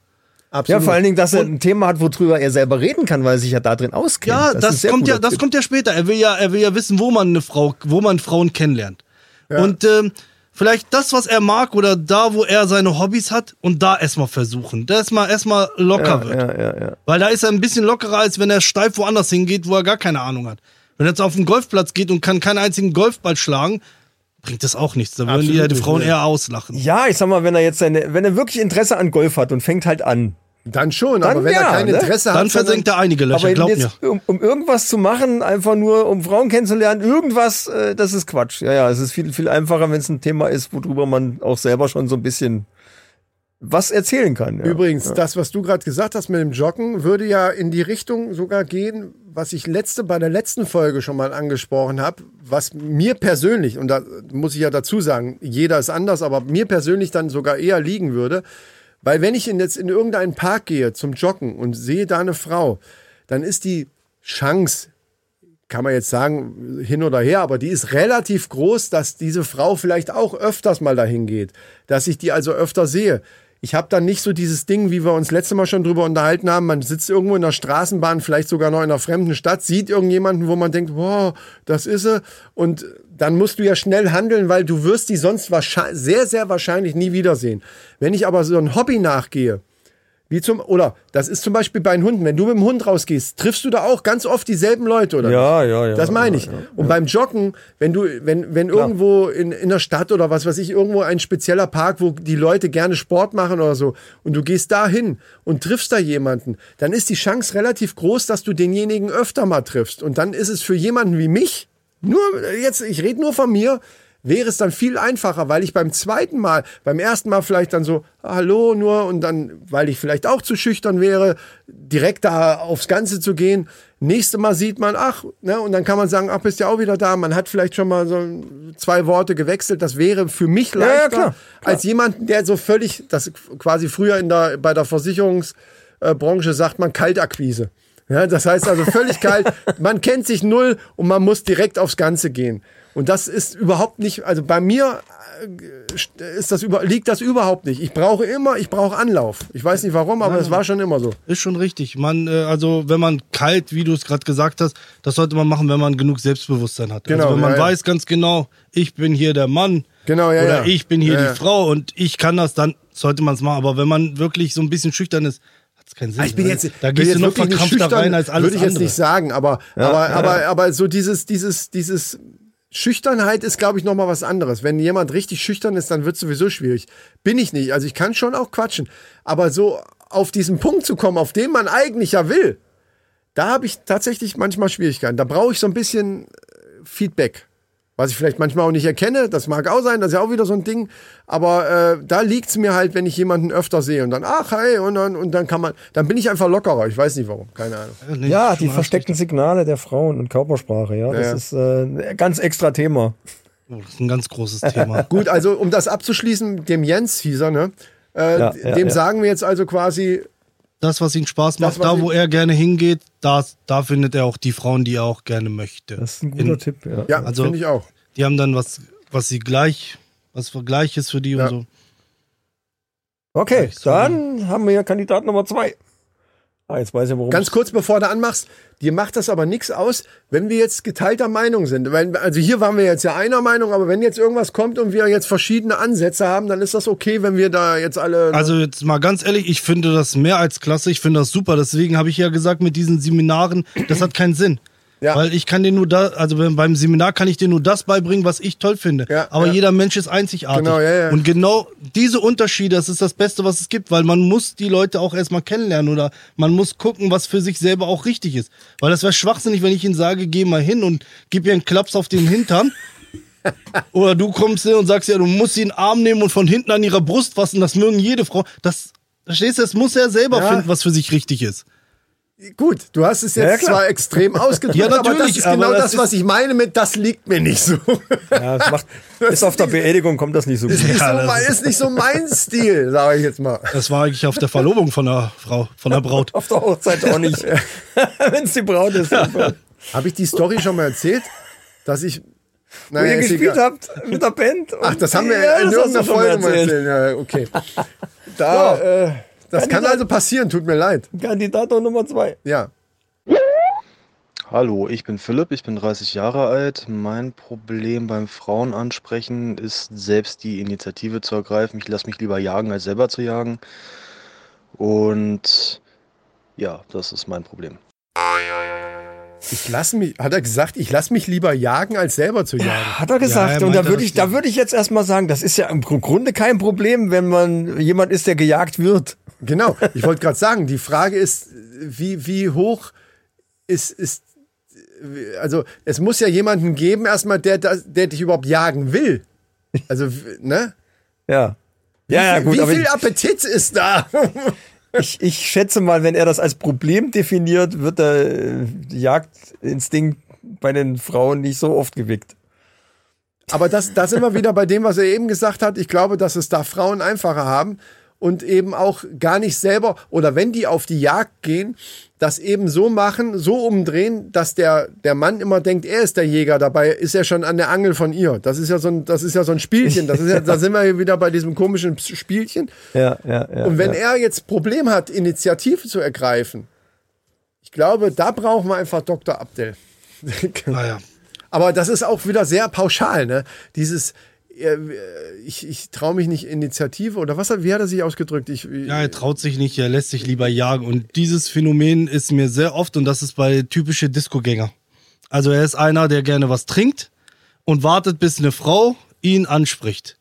[SPEAKER 1] Ja,
[SPEAKER 2] Absolut.
[SPEAKER 1] vor allen Dingen, dass er ein Thema hat, worüber er selber reden kann, weil er sich ja da drin auskennt.
[SPEAKER 3] Ja,
[SPEAKER 1] ist ein
[SPEAKER 3] das,
[SPEAKER 1] sehr
[SPEAKER 3] kommt
[SPEAKER 1] guter
[SPEAKER 3] ja, das
[SPEAKER 1] Tipp.
[SPEAKER 3] kommt ja später. Er will ja, er will ja wissen, wo man eine Frau, wo man Frauen kennenlernt. Und ähm, vielleicht das, was er mag oder da, wo er seine Hobbys hat und da erstmal versuchen. Da erstmal erstmal locker wird.
[SPEAKER 1] Ja, ja, ja.
[SPEAKER 3] Weil da ist er ein bisschen lockerer, als wenn er steif woanders hingeht, wo er gar keine Ahnung hat. Wenn er jetzt auf den Golfplatz geht und kann keinen einzigen Golfball schlagen, bringt das auch nichts. Da würden die,
[SPEAKER 2] Absolut
[SPEAKER 3] ja die
[SPEAKER 2] nicht,
[SPEAKER 3] Frauen
[SPEAKER 2] nee.
[SPEAKER 3] eher auslachen.
[SPEAKER 1] Ja, ich sag mal, wenn er jetzt seine, wenn er wirklich Interesse an Golf hat und fängt halt an.
[SPEAKER 2] Dann schon,
[SPEAKER 1] Dann
[SPEAKER 2] aber wenn
[SPEAKER 1] ja,
[SPEAKER 2] er kein
[SPEAKER 1] ne?
[SPEAKER 2] Interesse hat.
[SPEAKER 3] Dann versenkt er einige
[SPEAKER 1] Aber
[SPEAKER 3] Löcher, glaub mir.
[SPEAKER 1] jetzt, um, um irgendwas zu machen, einfach nur, um Frauen kennenzulernen, irgendwas, äh, das ist Quatsch. Ja, ja, es ist viel, viel einfacher, wenn es ein Thema ist, worüber man auch selber schon so ein bisschen was erzählen kann. Ja.
[SPEAKER 2] Übrigens, das, was du gerade gesagt hast mit dem Joggen, würde ja in die Richtung sogar gehen, was ich letzte bei der letzten Folge schon mal angesprochen habe, was mir persönlich, und da muss ich ja dazu sagen, jeder ist anders, aber mir persönlich dann sogar eher liegen würde, weil wenn ich in, jetzt in irgendeinen Park gehe zum Joggen und sehe da eine Frau, dann ist die Chance, kann man jetzt sagen, hin oder her, aber die ist relativ groß, dass diese Frau vielleicht auch öfters mal dahin geht, dass ich die also öfter sehe. Ich habe dann nicht so dieses Ding, wie wir uns letztes Mal schon drüber unterhalten haben, man sitzt irgendwo in der Straßenbahn, vielleicht sogar noch in einer fremden Stadt, sieht irgendjemanden, wo man denkt, wow, das ist sie und dann musst du ja schnell handeln, weil du wirst die sonst wahrscheinlich, sehr, sehr wahrscheinlich nie wiedersehen. Wenn ich aber so ein Hobby nachgehe, wie zum, oder das ist zum Beispiel bei den Hunden, wenn du mit dem Hund rausgehst, triffst du da auch ganz oft dieselben Leute, oder?
[SPEAKER 1] Ja, ja, ja.
[SPEAKER 2] Das meine ich.
[SPEAKER 1] Ja, ja.
[SPEAKER 2] Und beim Joggen, wenn du, wenn, wenn irgendwo in, in der Stadt oder was weiß ich, irgendwo ein spezieller Park, wo die Leute gerne Sport machen oder so, und du gehst da hin und triffst da jemanden, dann ist die Chance relativ groß, dass du denjenigen öfter mal triffst. Und dann ist es für jemanden wie mich, nur jetzt, ich rede nur von mir, wäre es dann viel einfacher, weil ich beim zweiten Mal, beim ersten Mal vielleicht dann so, ah, hallo nur, und dann, weil ich vielleicht auch zu schüchtern wäre, direkt da aufs Ganze zu gehen. Nächste Mal sieht man, ach, ne, und dann kann man sagen, ach, bist ja auch wieder da. Man hat vielleicht schon mal so zwei Worte gewechselt. Das wäre für mich
[SPEAKER 1] ja,
[SPEAKER 2] leichter
[SPEAKER 1] klar,
[SPEAKER 2] als jemanden, der so völlig, das quasi früher in der, bei der Versicherungsbranche sagt man Kaltakquise. Ja, das heißt also völlig kalt, man kennt sich null und man muss direkt aufs Ganze gehen. Und das ist überhaupt nicht, also bei mir äh, st- ist das über, liegt das überhaupt nicht. Ich brauche immer, ich brauche Anlauf. Ich weiß nicht warum, aber es war schon immer so.
[SPEAKER 3] Ist schon richtig. Man, äh, also wenn man kalt, wie du es gerade gesagt hast, das sollte man machen, wenn man genug Selbstbewusstsein hat.
[SPEAKER 2] Genau,
[SPEAKER 3] also wenn man
[SPEAKER 2] ja, ja.
[SPEAKER 3] weiß ganz genau, ich bin hier der Mann
[SPEAKER 2] Genau, ja,
[SPEAKER 3] oder
[SPEAKER 2] ja.
[SPEAKER 3] ich bin hier
[SPEAKER 2] Ja,
[SPEAKER 3] die
[SPEAKER 2] ja.
[SPEAKER 3] Frau und ich kann das, dann sollte man es machen. Aber wenn man wirklich so ein bisschen schüchtern ist, hat es keinen Sinn.
[SPEAKER 2] Ah, Also Ich bin
[SPEAKER 3] Weil
[SPEAKER 2] jetzt,
[SPEAKER 3] da
[SPEAKER 2] bin
[SPEAKER 3] gehst
[SPEAKER 2] jetzt
[SPEAKER 3] du noch
[SPEAKER 2] wirklich nicht
[SPEAKER 3] verkrampfter
[SPEAKER 2] schüchtern,
[SPEAKER 3] rein als alles
[SPEAKER 2] Würde ich jetzt
[SPEAKER 3] andere.
[SPEAKER 2] nicht sagen, aber, aber, aber, aber so dieses, dieses, dieses Schüchternheit ist, glaube ich, nochmal was anderes. Wenn jemand richtig schüchtern ist, dann wird es sowieso schwierig. Bin ich nicht. Also ich kann schon auch quatschen. Aber so auf diesen Punkt zu kommen, auf den man eigentlich ja will, da habe ich tatsächlich manchmal Schwierigkeiten. Da brauche ich so ein bisschen äh, Feedback. Was ich vielleicht manchmal auch nicht erkenne, das mag auch sein, das ist ja auch wieder so ein Ding. Aber äh, da liegt's mir halt, wenn ich jemanden öfter sehe und dann, ach, hey, und dann, und dann kann man, dann bin ich einfach lockerer. Ich weiß nicht warum, keine Ahnung.
[SPEAKER 3] Äh, Nee,
[SPEAKER 1] Ja,
[SPEAKER 3] schon
[SPEAKER 1] die
[SPEAKER 3] mal
[SPEAKER 1] versteckten Signale der Frauen und Körpersprache, ja. Das
[SPEAKER 2] Ja, ja.
[SPEAKER 1] ist äh, ein ganz extra Thema.
[SPEAKER 3] richtig. Oh, das ist ein ganz großes Thema.
[SPEAKER 2] Gut, also um das abzuschließen, dem Jens Fieser, ne? Äh,
[SPEAKER 1] Ja, ja,
[SPEAKER 2] dem
[SPEAKER 1] ja.
[SPEAKER 2] sagen wir jetzt also quasi,
[SPEAKER 3] Das, was ihm Spaß macht,
[SPEAKER 2] was
[SPEAKER 3] da,
[SPEAKER 2] ihm-
[SPEAKER 3] wo er gerne hingeht, da, da findet er auch die Frauen, die er auch gerne möchte.
[SPEAKER 1] Das ist ein guter
[SPEAKER 3] In-
[SPEAKER 1] Tipp, ja.
[SPEAKER 2] ja,
[SPEAKER 3] Also-
[SPEAKER 2] finde ich auch.
[SPEAKER 3] Die haben dann was, was sie gleich, was Vergleiches für die
[SPEAKER 2] Ja.
[SPEAKER 3] und so.
[SPEAKER 1] Okay,
[SPEAKER 3] so.
[SPEAKER 1] dann haben wir ja Kandidat Nummer zwei. Ah, jetzt weiß ich, warum.
[SPEAKER 2] Ganz kurz, bevor du anmachst, dir macht das aber nichts aus, wenn wir jetzt geteilter Meinung sind. Weil, also hier waren wir jetzt ja einer Meinung, aber wenn jetzt irgendwas kommt und wir jetzt verschiedene Ansätze haben, dann ist das okay, wenn wir da jetzt alle.
[SPEAKER 3] Also jetzt mal ganz ehrlich, ich finde das mehr als klasse, ich finde das super. Deswegen habe ich ja gesagt, mit diesen Seminaren, das hat keinen Sinn.
[SPEAKER 2] Ja.
[SPEAKER 3] Weil ich kann dir nur da, also beim- beim Seminar kann ich dir nur das beibringen, was ich toll finde.
[SPEAKER 2] Ja,
[SPEAKER 3] Aber
[SPEAKER 2] ja.
[SPEAKER 3] jeder Mensch ist einzigartig.
[SPEAKER 2] Genau, ja, ja.
[SPEAKER 3] Und genau diese Unterschiede, das ist das Beste, was es gibt, weil man muss die Leute auch erstmal kennenlernen oder man muss gucken, was für sich selber auch richtig ist. Weil das wäre schwachsinnig, wenn ich ihnen sage, geh mal hin und gib ihr einen Klaps auf den Hintern. Oder du kommst hin und sagst ja, du musst sie in den Arm nehmen und von hinten an ihrer Brust fassen. Das mögen jede Frau. Das, verstehst du, das muss er selber
[SPEAKER 2] Ja.
[SPEAKER 3] finden, was für sich richtig ist.
[SPEAKER 2] Gut, du hast es
[SPEAKER 1] Also Ja,
[SPEAKER 2] jetzt
[SPEAKER 1] klar.
[SPEAKER 2] zwar extrem ausgedrückt,
[SPEAKER 3] Ja,
[SPEAKER 2] aber das
[SPEAKER 3] natürlich,
[SPEAKER 2] ist
[SPEAKER 3] aber
[SPEAKER 2] genau
[SPEAKER 3] das
[SPEAKER 2] das, was ich meine mit, das liegt mir nicht so.
[SPEAKER 1] ja, es macht, ist auf der Beerdigung kommt das nicht so
[SPEAKER 2] Ist
[SPEAKER 1] gut.
[SPEAKER 2] nicht,
[SPEAKER 3] Ja,
[SPEAKER 2] so,
[SPEAKER 3] das
[SPEAKER 2] mein-
[SPEAKER 3] ist-
[SPEAKER 2] ist nicht so mein Stil, sage ich jetzt mal.
[SPEAKER 3] Das war eigentlich auf der Verlobung von der Frau, von der Braut.
[SPEAKER 1] Auf der Hochzeit auch nicht. Wenn es die Braut ist. Wo
[SPEAKER 2] Habe ich die Story schon mal erzählt, dass ich. Naja,
[SPEAKER 1] ihr
[SPEAKER 2] ist
[SPEAKER 1] gespielt habt mit der Band.
[SPEAKER 2] Ach, das haben wir
[SPEAKER 1] Ja,
[SPEAKER 2] in
[SPEAKER 1] das hast
[SPEAKER 2] irgendeiner
[SPEAKER 1] du schon
[SPEAKER 2] Folge mal
[SPEAKER 1] erzählt.
[SPEAKER 2] erzählt. Ja, okay. Da,
[SPEAKER 1] So.
[SPEAKER 2] äh, das kann
[SPEAKER 1] Kandidat-
[SPEAKER 2] also passieren, tut mir leid.
[SPEAKER 1] Kandidat Nummer zwei.
[SPEAKER 2] Ja.
[SPEAKER 5] Hallo, ich bin Philipp, ich bin 30 Jahre alt. Mein Problem beim Frauenansprechen ist, selbst die Initiative zu ergreifen. Ich lasse mich lieber jagen, als selber zu jagen. Und ja, das ist mein Problem.
[SPEAKER 2] Ich lasse mich, hat er gesagt, ich lasse mich lieber jagen, als selber zu jagen.
[SPEAKER 1] Hat er
[SPEAKER 3] Ja,
[SPEAKER 1] gesagt.
[SPEAKER 3] er
[SPEAKER 1] und da
[SPEAKER 3] meinte
[SPEAKER 1] würde
[SPEAKER 3] das
[SPEAKER 1] ich, da
[SPEAKER 3] ja.
[SPEAKER 1] würde ich jetzt erstmal sagen, das ist ja im Grunde kein Problem, wenn man jemand ist, der gejagt wird.
[SPEAKER 2] Genau. Ich wollte gerade sagen, die Frage ist, wie, wie hoch ist, ist, also es muss ja jemanden geben, erstmal, der, das- der dich überhaupt jagen will. Also, w- ne?
[SPEAKER 1] Ja. Ja, ja, gut,
[SPEAKER 2] wie
[SPEAKER 1] aber
[SPEAKER 2] viel
[SPEAKER 1] ich,
[SPEAKER 2] Appetit ist da?
[SPEAKER 1] ich, ich schätze mal, wenn er das als Problem definiert, wird der äh, Jagdinstinkt bei den Frauen nicht so oft gewickt.
[SPEAKER 2] Aber das, das immer wieder bei dem, was er eben gesagt hat. Ich glaube, dass es da Frauen einfacher haben und eben auch gar nicht selber oder wenn die auf die Jagd gehen, das eben so machen, so umdrehen, dass der, der Mann immer denkt, er ist der Jäger. Dabei ist er schon an der Angel von ihr. Das ist ja so ein, das ist ja so ein Spielchen. Das ist ja, da sind wir hier wieder bei diesem komischen Ps- Spielchen.
[SPEAKER 1] Ja, ja, ja.
[SPEAKER 2] Und wenn
[SPEAKER 1] ja.
[SPEAKER 2] er jetzt Problem hat, Initiative zu ergreifen, ich glaube, da brauchen wir einfach Dr. Abdel. Genau.
[SPEAKER 3] Naja.
[SPEAKER 2] Aber das ist auch wieder sehr pauschal, ne? Dieses, äh, ich, ich traue mich nicht Initiative oder was hat, wie hat er sich ausgedrückt? Ich,
[SPEAKER 3] Ja, er traut sich nicht, er lässt sich lieber jagen. Und dieses Phänomen ist mir sehr oft und das ist bei typische Discogänger. Also er ist einer, der gerne was trinkt und wartet, bis eine Frau ihn anspricht.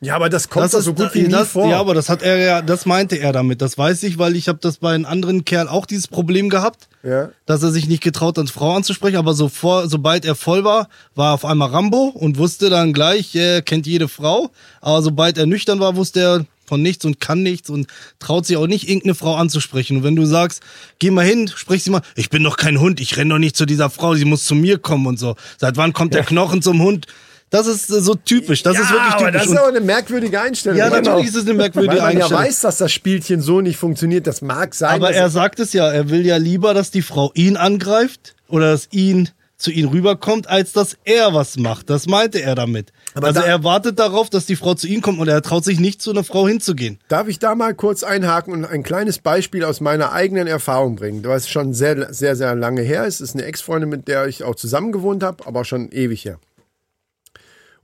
[SPEAKER 2] ja, aber das kommt
[SPEAKER 3] das
[SPEAKER 2] doch
[SPEAKER 3] ist
[SPEAKER 2] so gut wie nie
[SPEAKER 3] das,
[SPEAKER 2] vor.
[SPEAKER 3] Ja, aber das hat er ja, das meinte er damit. Das weiß ich, weil ich habe das bei einem anderen Kerl auch dieses Problem gehabt,
[SPEAKER 2] Ja.
[SPEAKER 3] dass er sich nicht getraut hat, Frau anzusprechen, aber so vor, sobald er voll war, war er auf einmal Rambo und wusste dann gleich, äh, kennt jede Frau. Aber sobald er nüchtern war, wusste er von nichts und kann nichts und traut sich auch nicht, irgendeine Frau anzusprechen. Und wenn du sagst, geh mal hin, sprich sie mal, ich bin doch kein Hund, ich renn doch nicht zu dieser Frau, sie muss zu mir kommen und so. Seit wann kommt der Knochen zum Hund? Das ist äh, so typisch, das
[SPEAKER 2] ja,
[SPEAKER 3] ist wirklich typisch.
[SPEAKER 2] aber das
[SPEAKER 3] Und-
[SPEAKER 2] ist aber eine merkwürdige Einstellung.
[SPEAKER 3] ja,
[SPEAKER 2] Genau.
[SPEAKER 3] natürlich ist es eine
[SPEAKER 2] Weil
[SPEAKER 3] merkwürdige
[SPEAKER 2] man ja
[SPEAKER 3] Einstellung.
[SPEAKER 2] weiß, dass das Spielchen so nicht funktioniert. Das mag sein.
[SPEAKER 3] aber
[SPEAKER 2] dass
[SPEAKER 3] er sagt es ja, er will ja lieber, dass die Frau ihn angreift oder dass ihn zu ihm rüberkommt, als dass er was macht. Das meinte er damit.
[SPEAKER 2] Aber
[SPEAKER 3] also
[SPEAKER 2] da-
[SPEAKER 3] er wartet darauf, dass die Frau zu ihm kommt und er traut sich nicht, zu einer Frau hinzugehen.
[SPEAKER 2] Darf ich da mal kurz einhaken und ein kleines Beispiel aus meiner eigenen Erfahrung bringen, was schon sehr, sehr, sehr lange her ist. Es ist eine Ex-Freundin, mit der ich auch zusammen gewohnt habe, aber schon ewig her.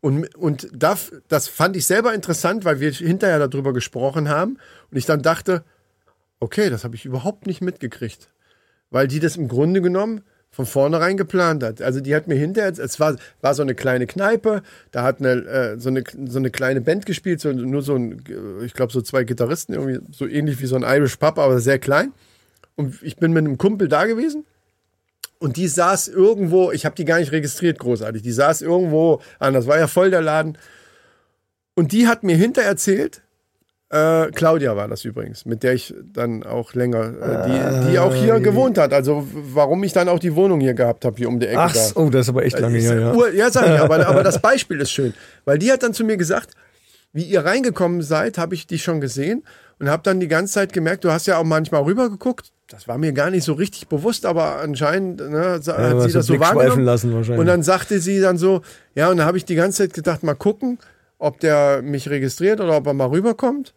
[SPEAKER 2] Und, und das, das fand ich selber interessant, weil wir hinterher darüber gesprochen haben und ich dann dachte, okay, das habe ich überhaupt nicht mitgekriegt, weil die das im Grunde genommen von vornherein geplant hat. Also die hat mir hinterher, es war, war so eine kleine Kneipe, da hat eine, äh, so, eine, so eine kleine Band gespielt, so, nur so ein, äh, ich glaube so zwei Gitarristen, irgendwie so ähnlich wie so ein Irish Pub, aber sehr klein. Und ich bin mit einem Kumpel da gewesen Und die saß irgendwo, ich habe die gar nicht registriert großartig, die saß irgendwo an, das war ja voll der Laden. Und die hat mir hinterher erzählt, äh, Claudia war das übrigens, mit der ich dann auch länger, äh, die, die auch
[SPEAKER 1] Ah,
[SPEAKER 2] hier gewohnt hat. Also w- warum ich dann auch die Wohnung hier gehabt habe, hier um die Ecke.
[SPEAKER 1] Ach,
[SPEAKER 2] da.
[SPEAKER 1] so, oh, das ist aber echt lange
[SPEAKER 2] Ist
[SPEAKER 1] her, ja.
[SPEAKER 2] Ur, ja, sag ich, aber, aber das Beispiel ist schön. Weil die hat dann zu mir gesagt, wie ihr reingekommen seid, habe ich dich schon gesehen und habe dann die ganze Zeit gemerkt, du hast ja auch manchmal rübergeguckt. Das war mir gar nicht so richtig bewusst, aber anscheinend ne, sa-
[SPEAKER 1] du
[SPEAKER 2] hat
[SPEAKER 1] hast
[SPEAKER 2] sie das
[SPEAKER 1] den
[SPEAKER 2] so
[SPEAKER 1] Blick schweifen
[SPEAKER 2] wahrgenommen.
[SPEAKER 1] lassen wahrscheinlich.
[SPEAKER 2] Und dann sagte sie dann so, ja, und da habe ich die ganze Zeit gedacht, mal gucken, ob der mich registriert oder ob er mal rüberkommt.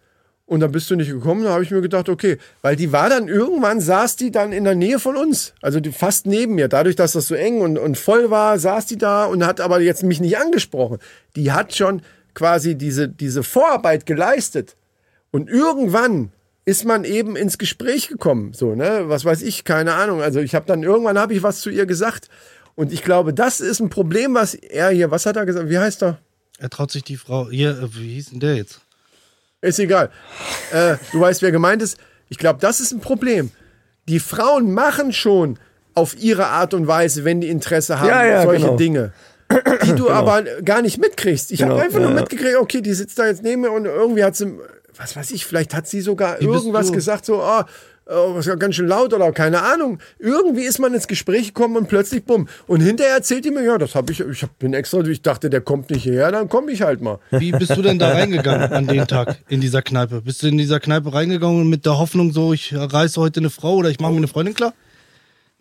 [SPEAKER 2] Und dann bist du nicht gekommen, da habe ich mir gedacht, okay, weil die war dann irgendwann, saß die dann in der Nähe von uns, also die, fast neben mir. Dadurch, dass das so eng und, und voll war, saß die da und hat aber jetzt mich nicht angesprochen. Die hat schon quasi diese, diese Vorarbeit geleistet. Und irgendwann ist man eben ins Gespräch gekommen, so, ne? Was weiß ich, keine Ahnung. Also ich habe dann irgendwann habe ich was zu ihr gesagt und ich glaube, das ist ein Problem, was er hier, was hat er gesagt? Wie heißt er?
[SPEAKER 3] Er traut sich die Frau. Hier, äh, wie hieß denn der jetzt?
[SPEAKER 2] Ist egal. Äh, du weißt, wer gemeint ist. Ich glaube, das ist ein Problem. Die Frauen machen schon auf ihre Art und Weise, wenn die Interesse haben,
[SPEAKER 1] Ja, ja,
[SPEAKER 2] solche
[SPEAKER 1] genau.
[SPEAKER 2] Dinge. Die du aber gar nicht mitkriegst. Ich
[SPEAKER 1] Genau,
[SPEAKER 2] habe einfach
[SPEAKER 1] ja,
[SPEAKER 2] nur
[SPEAKER 1] ja.
[SPEAKER 2] mitgekriegt, okay, die sitzt da jetzt neben mir und irgendwie hat sie, was weiß ich, vielleicht hat sie sogar
[SPEAKER 3] bist
[SPEAKER 2] irgendwas
[SPEAKER 3] du?
[SPEAKER 2] gesagt, so, oh, oh, was war ganz schön laut oder keine Ahnung. Irgendwie ist man ins Gespräch gekommen und plötzlich bumm. Und hinterher erzählt die mir, ja, das habe ich, ich hab, bin extra, ich dachte, der kommt nicht hierher, dann komme ich halt mal.
[SPEAKER 3] Wie bist du denn da reingegangen an den Tag in dieser Kneipe? Bist du in dieser Kneipe reingegangen mit der Hoffnung, so ich reiße heute eine Frau oder ich mache mir eine Freundin klar?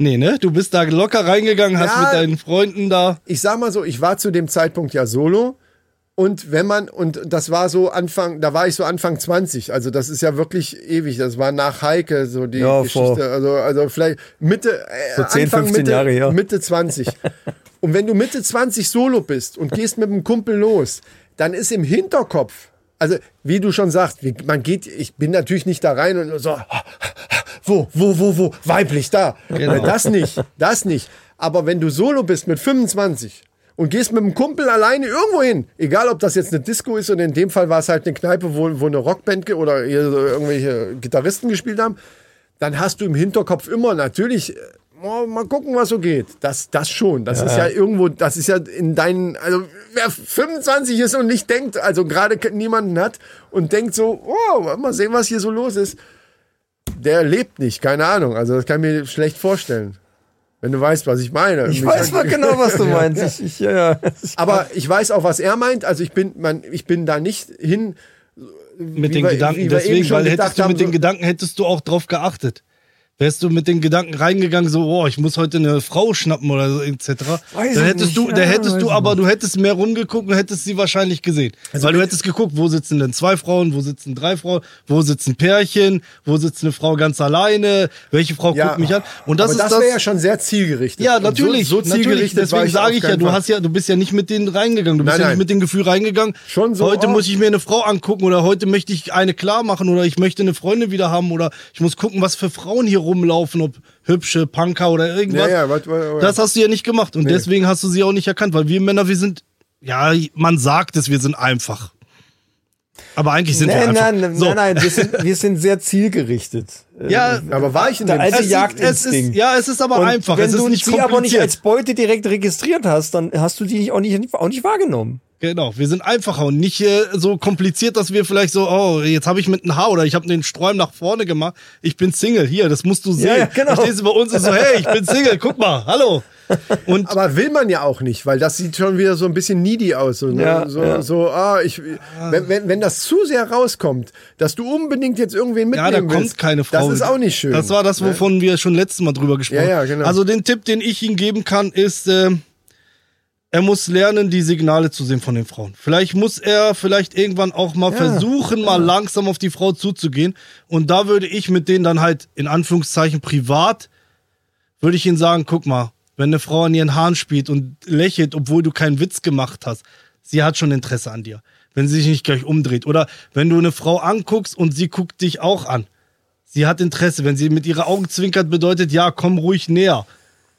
[SPEAKER 3] Nee, ne? Du bist da locker reingegangen, hast
[SPEAKER 2] Ja.
[SPEAKER 3] mit deinen Freunden da.
[SPEAKER 2] ich sag mal so, ich war zu dem Zeitpunkt ja solo. Und wenn man, und das war so Anfang, da war ich so Anfang 20, also das ist ja wirklich ewig, das war nach Heike, so die
[SPEAKER 1] Ja, vor-
[SPEAKER 2] Geschichte, also, also vielleicht Mitte, äh,
[SPEAKER 1] So 10,
[SPEAKER 2] Anfang,
[SPEAKER 1] 15
[SPEAKER 2] Mitte,
[SPEAKER 1] Jahre, ja.
[SPEAKER 2] Mitte 20. und wenn du Mitte 20 solo bist und gehst mit einem Kumpel los, dann ist im Hinterkopf, also wie du schon sagst, wie, man geht, ich bin natürlich nicht da rein und so, wo, wo, wo, wo, weiblich, da. Äh,
[SPEAKER 3] Genau.
[SPEAKER 2] Das nicht, das nicht. Aber wenn du solo bist mit 25 und gehst mit einem Kumpel alleine irgendwo hin, egal ob das jetzt eine Disco ist und in dem Fall war es halt eine Kneipe, wo, wo eine Rockband ge- oder hier so irgendwelche Gitarristen gespielt haben, dann hast du im Hinterkopf immer natürlich, äh, oh, mal gucken, was so geht. Das, das schon. Das ist ja irgendwo, das ist ja in deinen, also wer 25 ist und nicht denkt, also gerade ke- niemanden hat und denkt so, oh, mal sehen, was hier so los ist. Der lebt nicht, keine Ahnung. Also das kann ich mir schlecht vorstellen. Wenn du weißt, was ich meine.
[SPEAKER 1] Ich weiß mal genau, was du meinst. Ich, ich, ja, ja.
[SPEAKER 2] Aber ich weiß auch, was er meint. Also ich bin, man, ich bin da nicht hin.
[SPEAKER 3] Mit
[SPEAKER 2] Wie
[SPEAKER 3] den
[SPEAKER 2] wir- wie
[SPEAKER 3] Gedanken,
[SPEAKER 2] wir eben
[SPEAKER 3] deswegen,
[SPEAKER 2] schon
[SPEAKER 3] weil
[SPEAKER 2] gedacht
[SPEAKER 3] hättest du
[SPEAKER 2] haben,
[SPEAKER 3] mit den
[SPEAKER 2] so-
[SPEAKER 3] Gedanken, hättest du auch drauf geachtet. Wärst du mit den Gedanken reingegangen, so, oh, ich muss heute eine Frau schnappen oder so, etc.
[SPEAKER 1] Weiß
[SPEAKER 3] dann
[SPEAKER 1] ich
[SPEAKER 3] hättest
[SPEAKER 1] nicht,
[SPEAKER 3] du,
[SPEAKER 1] ja,
[SPEAKER 3] da hättest
[SPEAKER 1] weiß
[SPEAKER 3] du,
[SPEAKER 1] ich
[SPEAKER 3] aber du hättest mehr rumgeguckt und hättest sie wahrscheinlich gesehen.
[SPEAKER 2] Also
[SPEAKER 3] weil du hättest geguckt, wo sitzen denn zwei Frauen, wo sitzen drei Frauen, wo sitzen Pärchen, wo sitzt eine Frau ganz alleine, welche Frau guckt mich an. Und das
[SPEAKER 2] aber
[SPEAKER 3] ist
[SPEAKER 2] das
[SPEAKER 3] das.
[SPEAKER 2] wäre ja schon sehr zielgerichtet.
[SPEAKER 3] ja,
[SPEAKER 2] Und
[SPEAKER 3] natürlich.
[SPEAKER 2] So, so
[SPEAKER 3] natürlich.
[SPEAKER 2] zielgerichtet war
[SPEAKER 3] Deswegen
[SPEAKER 2] ich
[SPEAKER 3] sage
[SPEAKER 2] auf
[SPEAKER 3] ich ja,
[SPEAKER 2] keinen
[SPEAKER 3] du
[SPEAKER 2] Fall.
[SPEAKER 3] hast ja, du bist ja nicht mit denen reingegangen. Du bist
[SPEAKER 2] Nein,
[SPEAKER 3] ja
[SPEAKER 2] nein.
[SPEAKER 3] nicht mit dem Gefühl reingegangen.
[SPEAKER 2] Schon so,
[SPEAKER 3] Heute
[SPEAKER 2] oh.
[SPEAKER 3] muss ich mir eine Frau angucken oder heute möchte ich eine klar machen oder ich möchte eine Freundin wieder haben oder ich muss gucken, was für Frauen hier rumlaufen, ob hübsche Punker oder irgendwas.
[SPEAKER 2] Ja, ja, wat- wat- wat-
[SPEAKER 3] Das hast du ja nicht gemacht und deswegen hast du sie auch nicht erkannt, weil wir Männer, wir sind, ja, man sagt es, wir sind einfach. Aber eigentlich sind wir
[SPEAKER 1] Nein,
[SPEAKER 3] einfach.
[SPEAKER 1] nein, nein,
[SPEAKER 3] so.
[SPEAKER 1] nein, nein, wir sind, wir sind sehr zielgerichtet.
[SPEAKER 3] Ja,
[SPEAKER 2] Aber war ich in
[SPEAKER 1] Der
[SPEAKER 2] dem
[SPEAKER 1] alte
[SPEAKER 2] Ziel?
[SPEAKER 1] Jagd-
[SPEAKER 3] es ist,
[SPEAKER 1] Also Jagdinstinkt.
[SPEAKER 3] ja, es ist aber
[SPEAKER 1] Und
[SPEAKER 3] einfach.
[SPEAKER 1] Wenn
[SPEAKER 3] es ist
[SPEAKER 1] du
[SPEAKER 3] nicht
[SPEAKER 1] sie aber nicht
[SPEAKER 3] kompliziert.
[SPEAKER 1] als Beute direkt registriert hast, dann hast du die nicht- auch nicht, auch nicht wahrgenommen.
[SPEAKER 3] Genau, wir sind einfacher und nicht äh, so kompliziert, dass wir vielleicht so, oh, jetzt habe ich mit einem Haar oder ich habe den Sträum nach vorne gemacht. Ich bin Single, hier, das musst du sehen.
[SPEAKER 1] ja, genau.
[SPEAKER 3] Verstehst du, bei uns ist so, hey, ich bin Single, guck mal, hallo. Und
[SPEAKER 2] Aber will man ja auch nicht, weil das sieht schon wieder so ein bisschen needy aus. So, ne?
[SPEAKER 1] Ja,
[SPEAKER 2] so,
[SPEAKER 1] ja.
[SPEAKER 2] so ah, ich, wenn, wenn, wenn das zu sehr rauskommt, dass du unbedingt jetzt irgendwen mitnehmen
[SPEAKER 3] ja, da kommt
[SPEAKER 2] willst,
[SPEAKER 3] keine Frau.
[SPEAKER 2] Das ist auch nicht schön.
[SPEAKER 3] Das war das, wovon wir schon letztes Mal drüber gesprochen haben.
[SPEAKER 2] Ja, ja, genau.
[SPEAKER 3] Also den Tipp, den ich ihm geben kann, ist, äh, er muss lernen, die Signale zu sehen von den Frauen. Vielleicht muss er vielleicht irgendwann auch mal versuchen, mal langsam auf die Frau zuzugehen. Und da würde ich mit denen dann halt in Anführungszeichen privat würde ich ihnen sagen, guck mal, wenn eine Frau an ihren Haaren spielt und lächelt, obwohl du keinen Witz gemacht hast, sie hat schon Interesse an dir, wenn sie sich nicht gleich umdreht. Oder wenn du eine Frau anguckst und sie guckt dich auch an. Sie hat Interesse. Wenn sie mit ihren Augen zwinkert, bedeutet, ja, komm ruhig näher.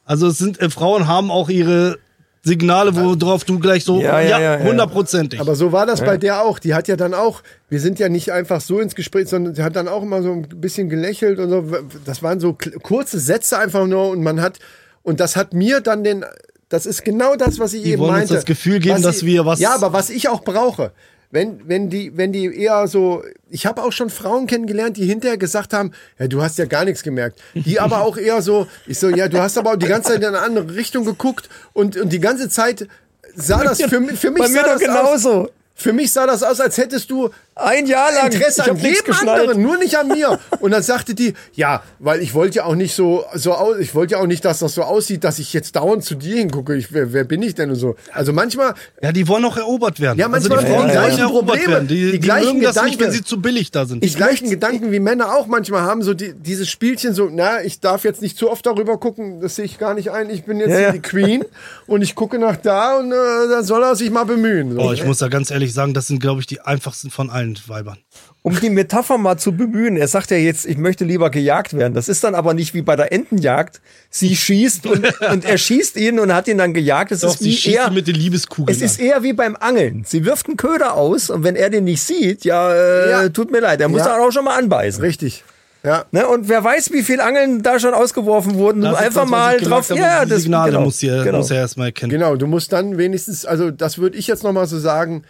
[SPEAKER 3] Also es sind, äh, Frauen haben auch ihre Signale, worauf du gleich so,
[SPEAKER 1] Ja, ja,
[SPEAKER 3] ja,
[SPEAKER 1] ja, ja.
[SPEAKER 3] hundertprozentig.
[SPEAKER 2] aber so war das bei der auch. Die hat ja dann auch, wir sind ja nicht einfach so ins Gespräch, sondern sie hat dann auch immer so ein bisschen gelächelt und so. Das waren so kl- kurze Sätze einfach nur und man hat, Und das hat mir dann den, das ist genau das, was ich
[SPEAKER 3] Die
[SPEAKER 2] eben
[SPEAKER 3] wollen uns
[SPEAKER 2] meinte.
[SPEAKER 3] das Gefühl geben, dass
[SPEAKER 2] ich-
[SPEAKER 3] wir was-
[SPEAKER 2] Ja, aber was ich auch brauche. Wenn, wenn, die, wenn die eher so, ich habe auch schon Frauen kennengelernt, die hinterher gesagt haben, ja, du hast ja gar nichts gemerkt. Die aber auch eher so, ich so, ja, du hast aber auch die ganze Zeit in eine andere Richtung geguckt und, und die ganze Zeit sah das für, mi- für mich
[SPEAKER 1] Bei mir
[SPEAKER 2] sah
[SPEAKER 1] doch
[SPEAKER 2] das aus,
[SPEAKER 1] genauso.
[SPEAKER 2] für mich sah das aus, als hättest du
[SPEAKER 1] Ein Jahr lang.
[SPEAKER 2] Interesse
[SPEAKER 1] ich
[SPEAKER 2] an
[SPEAKER 1] hab nichts
[SPEAKER 2] jedem
[SPEAKER 1] geschnallt.
[SPEAKER 2] anderen, nur nicht an mir. Und dann sagte die, ja, weil ich wollte ja auch nicht so, so aus, ich wollte ja auch nicht, dass das so aussieht, dass ich jetzt dauernd zu dir hingucke. Ich, wer, wer bin ich denn und so? Also manchmal,
[SPEAKER 3] Ja, die wollen auch erobert werden.
[SPEAKER 2] Ja,
[SPEAKER 3] also die
[SPEAKER 2] manchmal
[SPEAKER 3] Frauen
[SPEAKER 2] die
[SPEAKER 3] wollen
[SPEAKER 2] gleichen
[SPEAKER 3] erobert
[SPEAKER 2] Probleme,
[SPEAKER 3] werden. Die,
[SPEAKER 2] die
[SPEAKER 3] die,
[SPEAKER 2] gleichen
[SPEAKER 3] mögen das nicht, wenn
[SPEAKER 2] Gedanken.
[SPEAKER 3] sie zu billig da sind.
[SPEAKER 2] die gleichen Gedanken wie Männer auch manchmal haben, so die, dieses Spielchen so, na, ich darf jetzt nicht zu oft darüber gucken, das sehe ich gar nicht ein, ich bin jetzt
[SPEAKER 1] Ja,
[SPEAKER 2] hier
[SPEAKER 1] ja.
[SPEAKER 2] die Queen und ich gucke nach da und äh, dann soll er sich mal bemühen. So.
[SPEAKER 3] Boah, Oh, ich muss da ganz ehrlich sagen, das sind, glaube ich, die einfachsten von allen Weibern.
[SPEAKER 1] Um die Metapher mal zu bemühen, er sagt ja jetzt, ich möchte lieber gejagt werden. Das ist dann aber nicht wie bei der Entenjagd. Sie schießt und, und er schießt ihn und hat ihn dann gejagt. Es
[SPEAKER 3] Doch,
[SPEAKER 1] ist
[SPEAKER 3] sie
[SPEAKER 1] wie
[SPEAKER 3] schießt
[SPEAKER 1] eher,
[SPEAKER 3] die mit den Liebeskugeln.
[SPEAKER 1] es ist
[SPEAKER 3] an.
[SPEAKER 1] eher wie beim Angeln. Sie wirft einen Köder aus und wenn er den nicht sieht, ja, äh,
[SPEAKER 2] Ja.
[SPEAKER 1] tut mir leid, er muss
[SPEAKER 2] Ja.
[SPEAKER 1] dann auch schon mal anbeißen.
[SPEAKER 2] Richtig. Ja.
[SPEAKER 1] Ne? Und wer weiß, wie viel Angeln da schon ausgeworfen wurden. um
[SPEAKER 3] Das ist
[SPEAKER 1] einfach
[SPEAKER 3] das, was ich
[SPEAKER 1] mal drauf.
[SPEAKER 3] gemerkt habe,
[SPEAKER 1] ja,
[SPEAKER 3] die
[SPEAKER 1] das
[SPEAKER 3] Signale
[SPEAKER 1] genau,
[SPEAKER 3] muss, hier,
[SPEAKER 1] genau.
[SPEAKER 3] muss er erstmal erkennen.
[SPEAKER 2] Genau, du musst dann wenigstens, also das würde ich jetzt nochmal so sagen,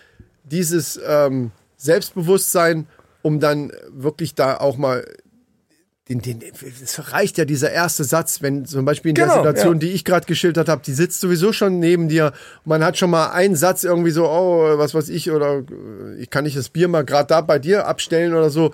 [SPEAKER 2] dieses ähm, Selbstbewusstsein, um dann wirklich da auch mal. Den, den, es reicht ja dieser erste Satz, wenn zum Beispiel in der
[SPEAKER 1] Genau,
[SPEAKER 2] Situation,
[SPEAKER 1] ja.
[SPEAKER 2] die ich gerade geschildert habe, die sitzt sowieso schon neben dir. Man hat schon mal einen Satz irgendwie so, oh, was weiß ich, oder äh, ich kann ich das Bier mal gerade da bei dir abstellen oder so.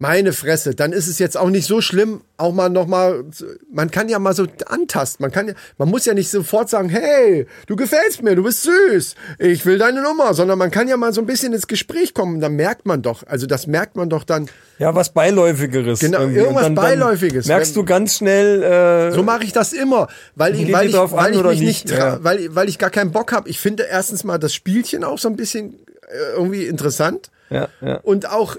[SPEAKER 2] Meine Fresse, dann ist es jetzt auch nicht so schlimm, auch mal nochmal, man kann ja mal so antasten, man kann ja, man muss ja nicht sofort sagen, hey, du gefällst mir, du bist süß, ich will deine Nummer, sondern man kann ja mal so ein bisschen ins Gespräch kommen, dann merkt man doch, also das merkt man doch dann,
[SPEAKER 1] Ja, was Beiläufigeres.
[SPEAKER 2] Genau,
[SPEAKER 1] irgendwie. Und
[SPEAKER 2] irgendwas Beiläufiges.
[SPEAKER 1] Merkst
[SPEAKER 2] Wenn-
[SPEAKER 1] du ganz schnell. Äh,
[SPEAKER 2] so mache ich das immer, weil
[SPEAKER 1] Geht
[SPEAKER 2] ich, weil
[SPEAKER 1] die
[SPEAKER 2] ich,
[SPEAKER 1] drauf an
[SPEAKER 2] weil ich
[SPEAKER 1] oder
[SPEAKER 2] mich nicht,
[SPEAKER 1] nicht?
[SPEAKER 2] tra-
[SPEAKER 1] Ja.
[SPEAKER 2] weil, weil ich gar keinen Bock habe. Ich finde erstens mal das Spielchen auch so ein bisschen äh, irgendwie interessant.
[SPEAKER 1] ja, ja.
[SPEAKER 2] Und auch,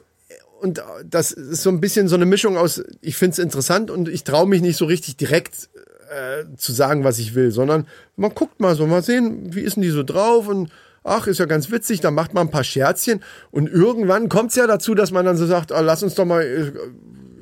[SPEAKER 2] und das ist so ein bisschen so eine Mischung aus, ich finde es interessant und ich traue mich nicht so richtig direkt äh, zu sagen, was ich will, sondern man guckt mal so, mal sehen, wie ist denn die so drauf und ach, ist ja ganz witzig, dann macht man ein paar Scherzchen und irgendwann kommt es ja dazu, dass man dann so sagt, ah, lass uns doch mal, äh,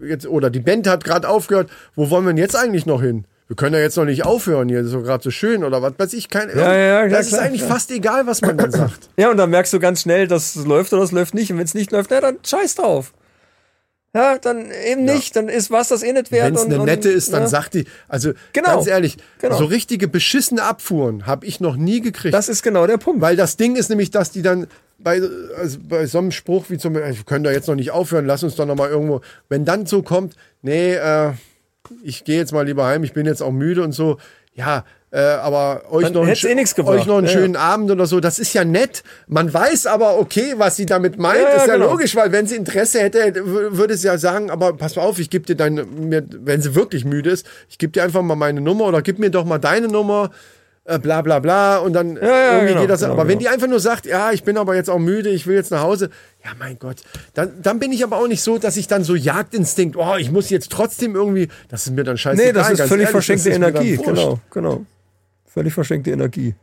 [SPEAKER 2] jetzt, oder die Band hat gerade aufgehört, wo wollen wir denn jetzt eigentlich noch hin? Wir können ja jetzt noch nicht aufhören, hier ist so gerade so schön oder was weiß ich, kein.
[SPEAKER 1] Ja, ja, ja,
[SPEAKER 2] das
[SPEAKER 1] klar,
[SPEAKER 2] ist eigentlich
[SPEAKER 1] klar.
[SPEAKER 2] fast egal, was man dann sagt.
[SPEAKER 1] Ja, und dann merkst du ganz schnell, dass es läuft oder es läuft nicht. Und wenn es nicht läuft, na, dann scheiß drauf. Ja, dann eben nicht. Dann ist was das eh nicht wert.
[SPEAKER 2] Wenn es
[SPEAKER 1] und-
[SPEAKER 2] eine
[SPEAKER 1] und-
[SPEAKER 2] ne nette ist, dann
[SPEAKER 1] ja.
[SPEAKER 2] sagt die. Also
[SPEAKER 1] Genau.
[SPEAKER 2] ganz ehrlich,
[SPEAKER 1] Genau.
[SPEAKER 2] so richtige beschissene Abfuhren habe ich noch nie gekriegt.
[SPEAKER 1] Das ist genau der Punkt.
[SPEAKER 2] weil das Ding ist nämlich, dass die dann bei, also bei so einem Spruch wie zum Beispiel, wir können da jetzt noch nicht aufhören, lass uns doch noch mal irgendwo. Wenn dann so kommt, nee, äh, ich gehe jetzt mal lieber heim, ich bin jetzt auch müde und so. Ja, äh, aber euch
[SPEAKER 1] Dann
[SPEAKER 2] noch, einen,
[SPEAKER 1] hätt's eh nix
[SPEAKER 2] sch-
[SPEAKER 1] gebracht.
[SPEAKER 2] euch noch einen
[SPEAKER 1] Ja, ja.
[SPEAKER 2] schönen Abend oder so. Das ist ja nett. Man weiß aber, okay, was sie damit meint.
[SPEAKER 1] Ja, ja,
[SPEAKER 2] ist ja
[SPEAKER 1] genau.
[SPEAKER 2] logisch, weil wenn sie Interesse hätte, hätte- wür- würde sie ja sagen, aber pass mal auf, ich gebe dir deine, mir, wenn sie wirklich müde ist, ich gebe dir einfach mal meine Nummer oder gib mir doch mal deine Nummer, äh, bla bla bla. Und dann
[SPEAKER 1] Ja, ja,
[SPEAKER 2] irgendwie
[SPEAKER 1] genau,
[SPEAKER 2] geht das.
[SPEAKER 1] genau,
[SPEAKER 2] aber wenn
[SPEAKER 1] genau.
[SPEAKER 2] die einfach nur sagt, ja, ich bin aber jetzt auch müde, ich will jetzt nach Hause, ja, mein Gott, dann, dann bin ich aber auch nicht so, dass ich dann so Jagdinstinkt, oh, ich muss jetzt trotzdem irgendwie, das ist mir dann scheiße.
[SPEAKER 1] nee, das ist völlig verschenkte Energie. Genau, genau. Völlig verschenkte Energie.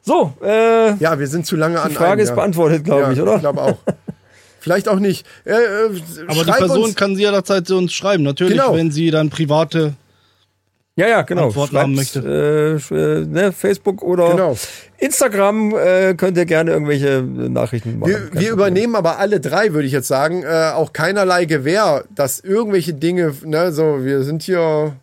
[SPEAKER 1] So, äh,
[SPEAKER 2] Ja, wir sind zu lange an.
[SPEAKER 1] die Frage
[SPEAKER 2] einem,
[SPEAKER 1] ist
[SPEAKER 2] ja.
[SPEAKER 1] beantwortet, glaube
[SPEAKER 2] ja,
[SPEAKER 1] ich, oder?
[SPEAKER 2] Ich glaube auch. Vielleicht auch nicht. Äh, äh,
[SPEAKER 3] Aber die
[SPEAKER 2] schreib
[SPEAKER 3] Person
[SPEAKER 2] uns-
[SPEAKER 3] kann sie jederzeit zu uns schreiben. Natürlich,
[SPEAKER 2] Genau.
[SPEAKER 3] wenn sie dann private.
[SPEAKER 1] Ja, ja, genau.
[SPEAKER 3] Antworten haben möchte.
[SPEAKER 1] äh, sch- äh, ne, Facebook oder
[SPEAKER 2] Genau.
[SPEAKER 1] Instagram äh, könnt ihr gerne irgendwelche äh, Nachrichten machen.
[SPEAKER 2] Wir,
[SPEAKER 1] Kein
[SPEAKER 2] wir
[SPEAKER 1] Problem.
[SPEAKER 2] übernehmen aber alle drei, würde ich jetzt sagen, äh, auch keinerlei Gewehr, dass irgendwelche Dinge, ne, so, wir sind hier.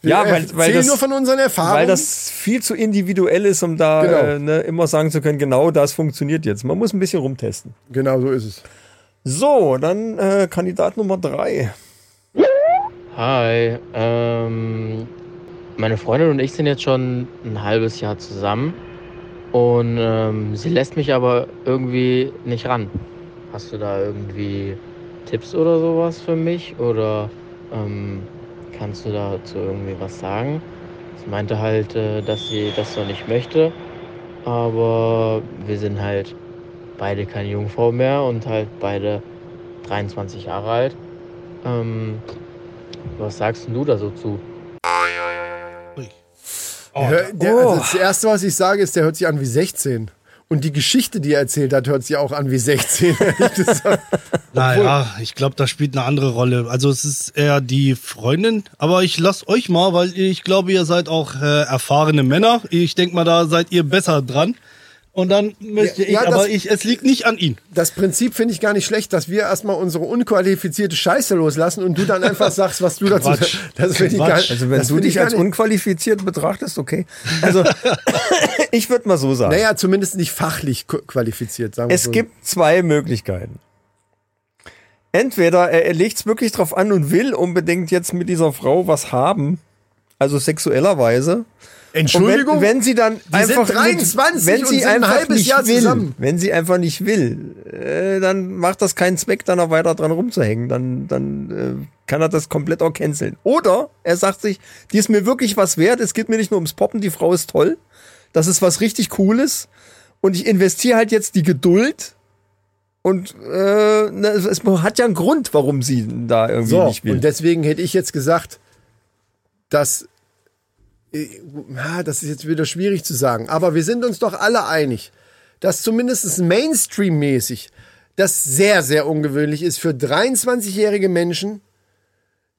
[SPEAKER 2] Wir
[SPEAKER 1] Ja, weil-
[SPEAKER 2] erzählen
[SPEAKER 1] weil das-
[SPEAKER 2] nur von unseren Erfahrungen.
[SPEAKER 1] Weil das viel zu individuell ist, um da
[SPEAKER 2] Genau.
[SPEAKER 1] äh, ne, immer sagen zu können, genau das funktioniert jetzt. Man muss ein bisschen rumtesten.
[SPEAKER 2] genau so ist es.
[SPEAKER 1] So, dann äh, Kandidat Nummer drei.
[SPEAKER 6] Hi, ähm, meine Freundin und ich sind jetzt schon ein halbes Jahr zusammen und ähm, sie lässt mich aber irgendwie nicht ran. Hast du da irgendwie Tipps oder sowas für mich oder ähm, kannst du dazu irgendwie was sagen? Sie meinte halt, äh, dass sie das noch nicht möchte, aber wir sind halt beide keine Jungfrau mehr und halt beide 23 Jahre alt. Ähm, was sagst denn du da so zu?
[SPEAKER 3] Oh,
[SPEAKER 2] Hör- der,
[SPEAKER 1] Oh.
[SPEAKER 2] also das erste, was ich sage, ist, der hört sich an wie 16. Und die Geschichte, die er erzählt hat, hört sich auch an wie 16. ehrlich gesagt.
[SPEAKER 3] Naja, ich glaube, das spielt eine andere Rolle. Also es ist eher die Freundin, aber ich lasse euch mal, weil ich glaube, ihr seid auch äh, erfahrene Männer. Ich denke mal, da seid ihr besser dran. Und dann möchte
[SPEAKER 2] Ja,
[SPEAKER 3] ich,
[SPEAKER 2] ja, das-
[SPEAKER 3] aber ich, es liegt nicht an ihn.
[SPEAKER 2] das Prinzip finde ich gar nicht schlecht, dass wir erstmal unsere unqualifizierte Scheiße loslassen und du dann einfach sagst, was du dazu
[SPEAKER 3] Quatsch.
[SPEAKER 2] Das finde ich
[SPEAKER 3] Quatsch.
[SPEAKER 2] gar
[SPEAKER 1] Also wenn
[SPEAKER 2] das
[SPEAKER 1] du
[SPEAKER 2] finde ich
[SPEAKER 1] dich
[SPEAKER 2] gar
[SPEAKER 1] als
[SPEAKER 2] nicht-
[SPEAKER 1] unqualifiziert betrachtest, okay. Also ich würde mal so sagen.
[SPEAKER 2] Naja, zumindest nicht fachlich qu- qualifiziert, sagen wir
[SPEAKER 1] Es
[SPEAKER 2] so.
[SPEAKER 1] gibt zwei Möglichkeiten. Entweder äh, er, er legt es wirklich drauf an und will unbedingt jetzt mit dieser Frau was haben, also sexuellerweise. Und wenn,
[SPEAKER 2] Entschuldigung?
[SPEAKER 1] wenn sie dann
[SPEAKER 2] Wir sind
[SPEAKER 1] einfach
[SPEAKER 2] 23
[SPEAKER 1] nicht, wenn
[SPEAKER 2] und
[SPEAKER 1] sie
[SPEAKER 2] sind ein
[SPEAKER 1] einfach
[SPEAKER 2] halbes
[SPEAKER 1] nicht
[SPEAKER 2] Jahr
[SPEAKER 1] will,
[SPEAKER 2] zusammen.
[SPEAKER 1] wenn sie einfach nicht will, äh, dann macht das keinen Zweck, dann noch weiter dran rumzuhängen. Dann, dann äh, kann er das komplett auch canceln. Oder er sagt sich, die ist mir wirklich was wert. Es geht mir nicht nur ums Poppen, die Frau ist toll. Das ist was richtig Cooles. Und ich investiere halt jetzt die Geduld. Und äh, na, es- es hat ja einen Grund, warum sie da irgendwie
[SPEAKER 2] so,
[SPEAKER 1] nicht will.
[SPEAKER 2] und deswegen hätte ich jetzt gesagt, dass äh, ah, das ist jetzt wieder schwierig zu sagen, aber wir sind uns doch alle einig, dass zumindest Mainstream-mäßig das sehr, sehr ungewöhnlich ist für 23-jährige Menschen,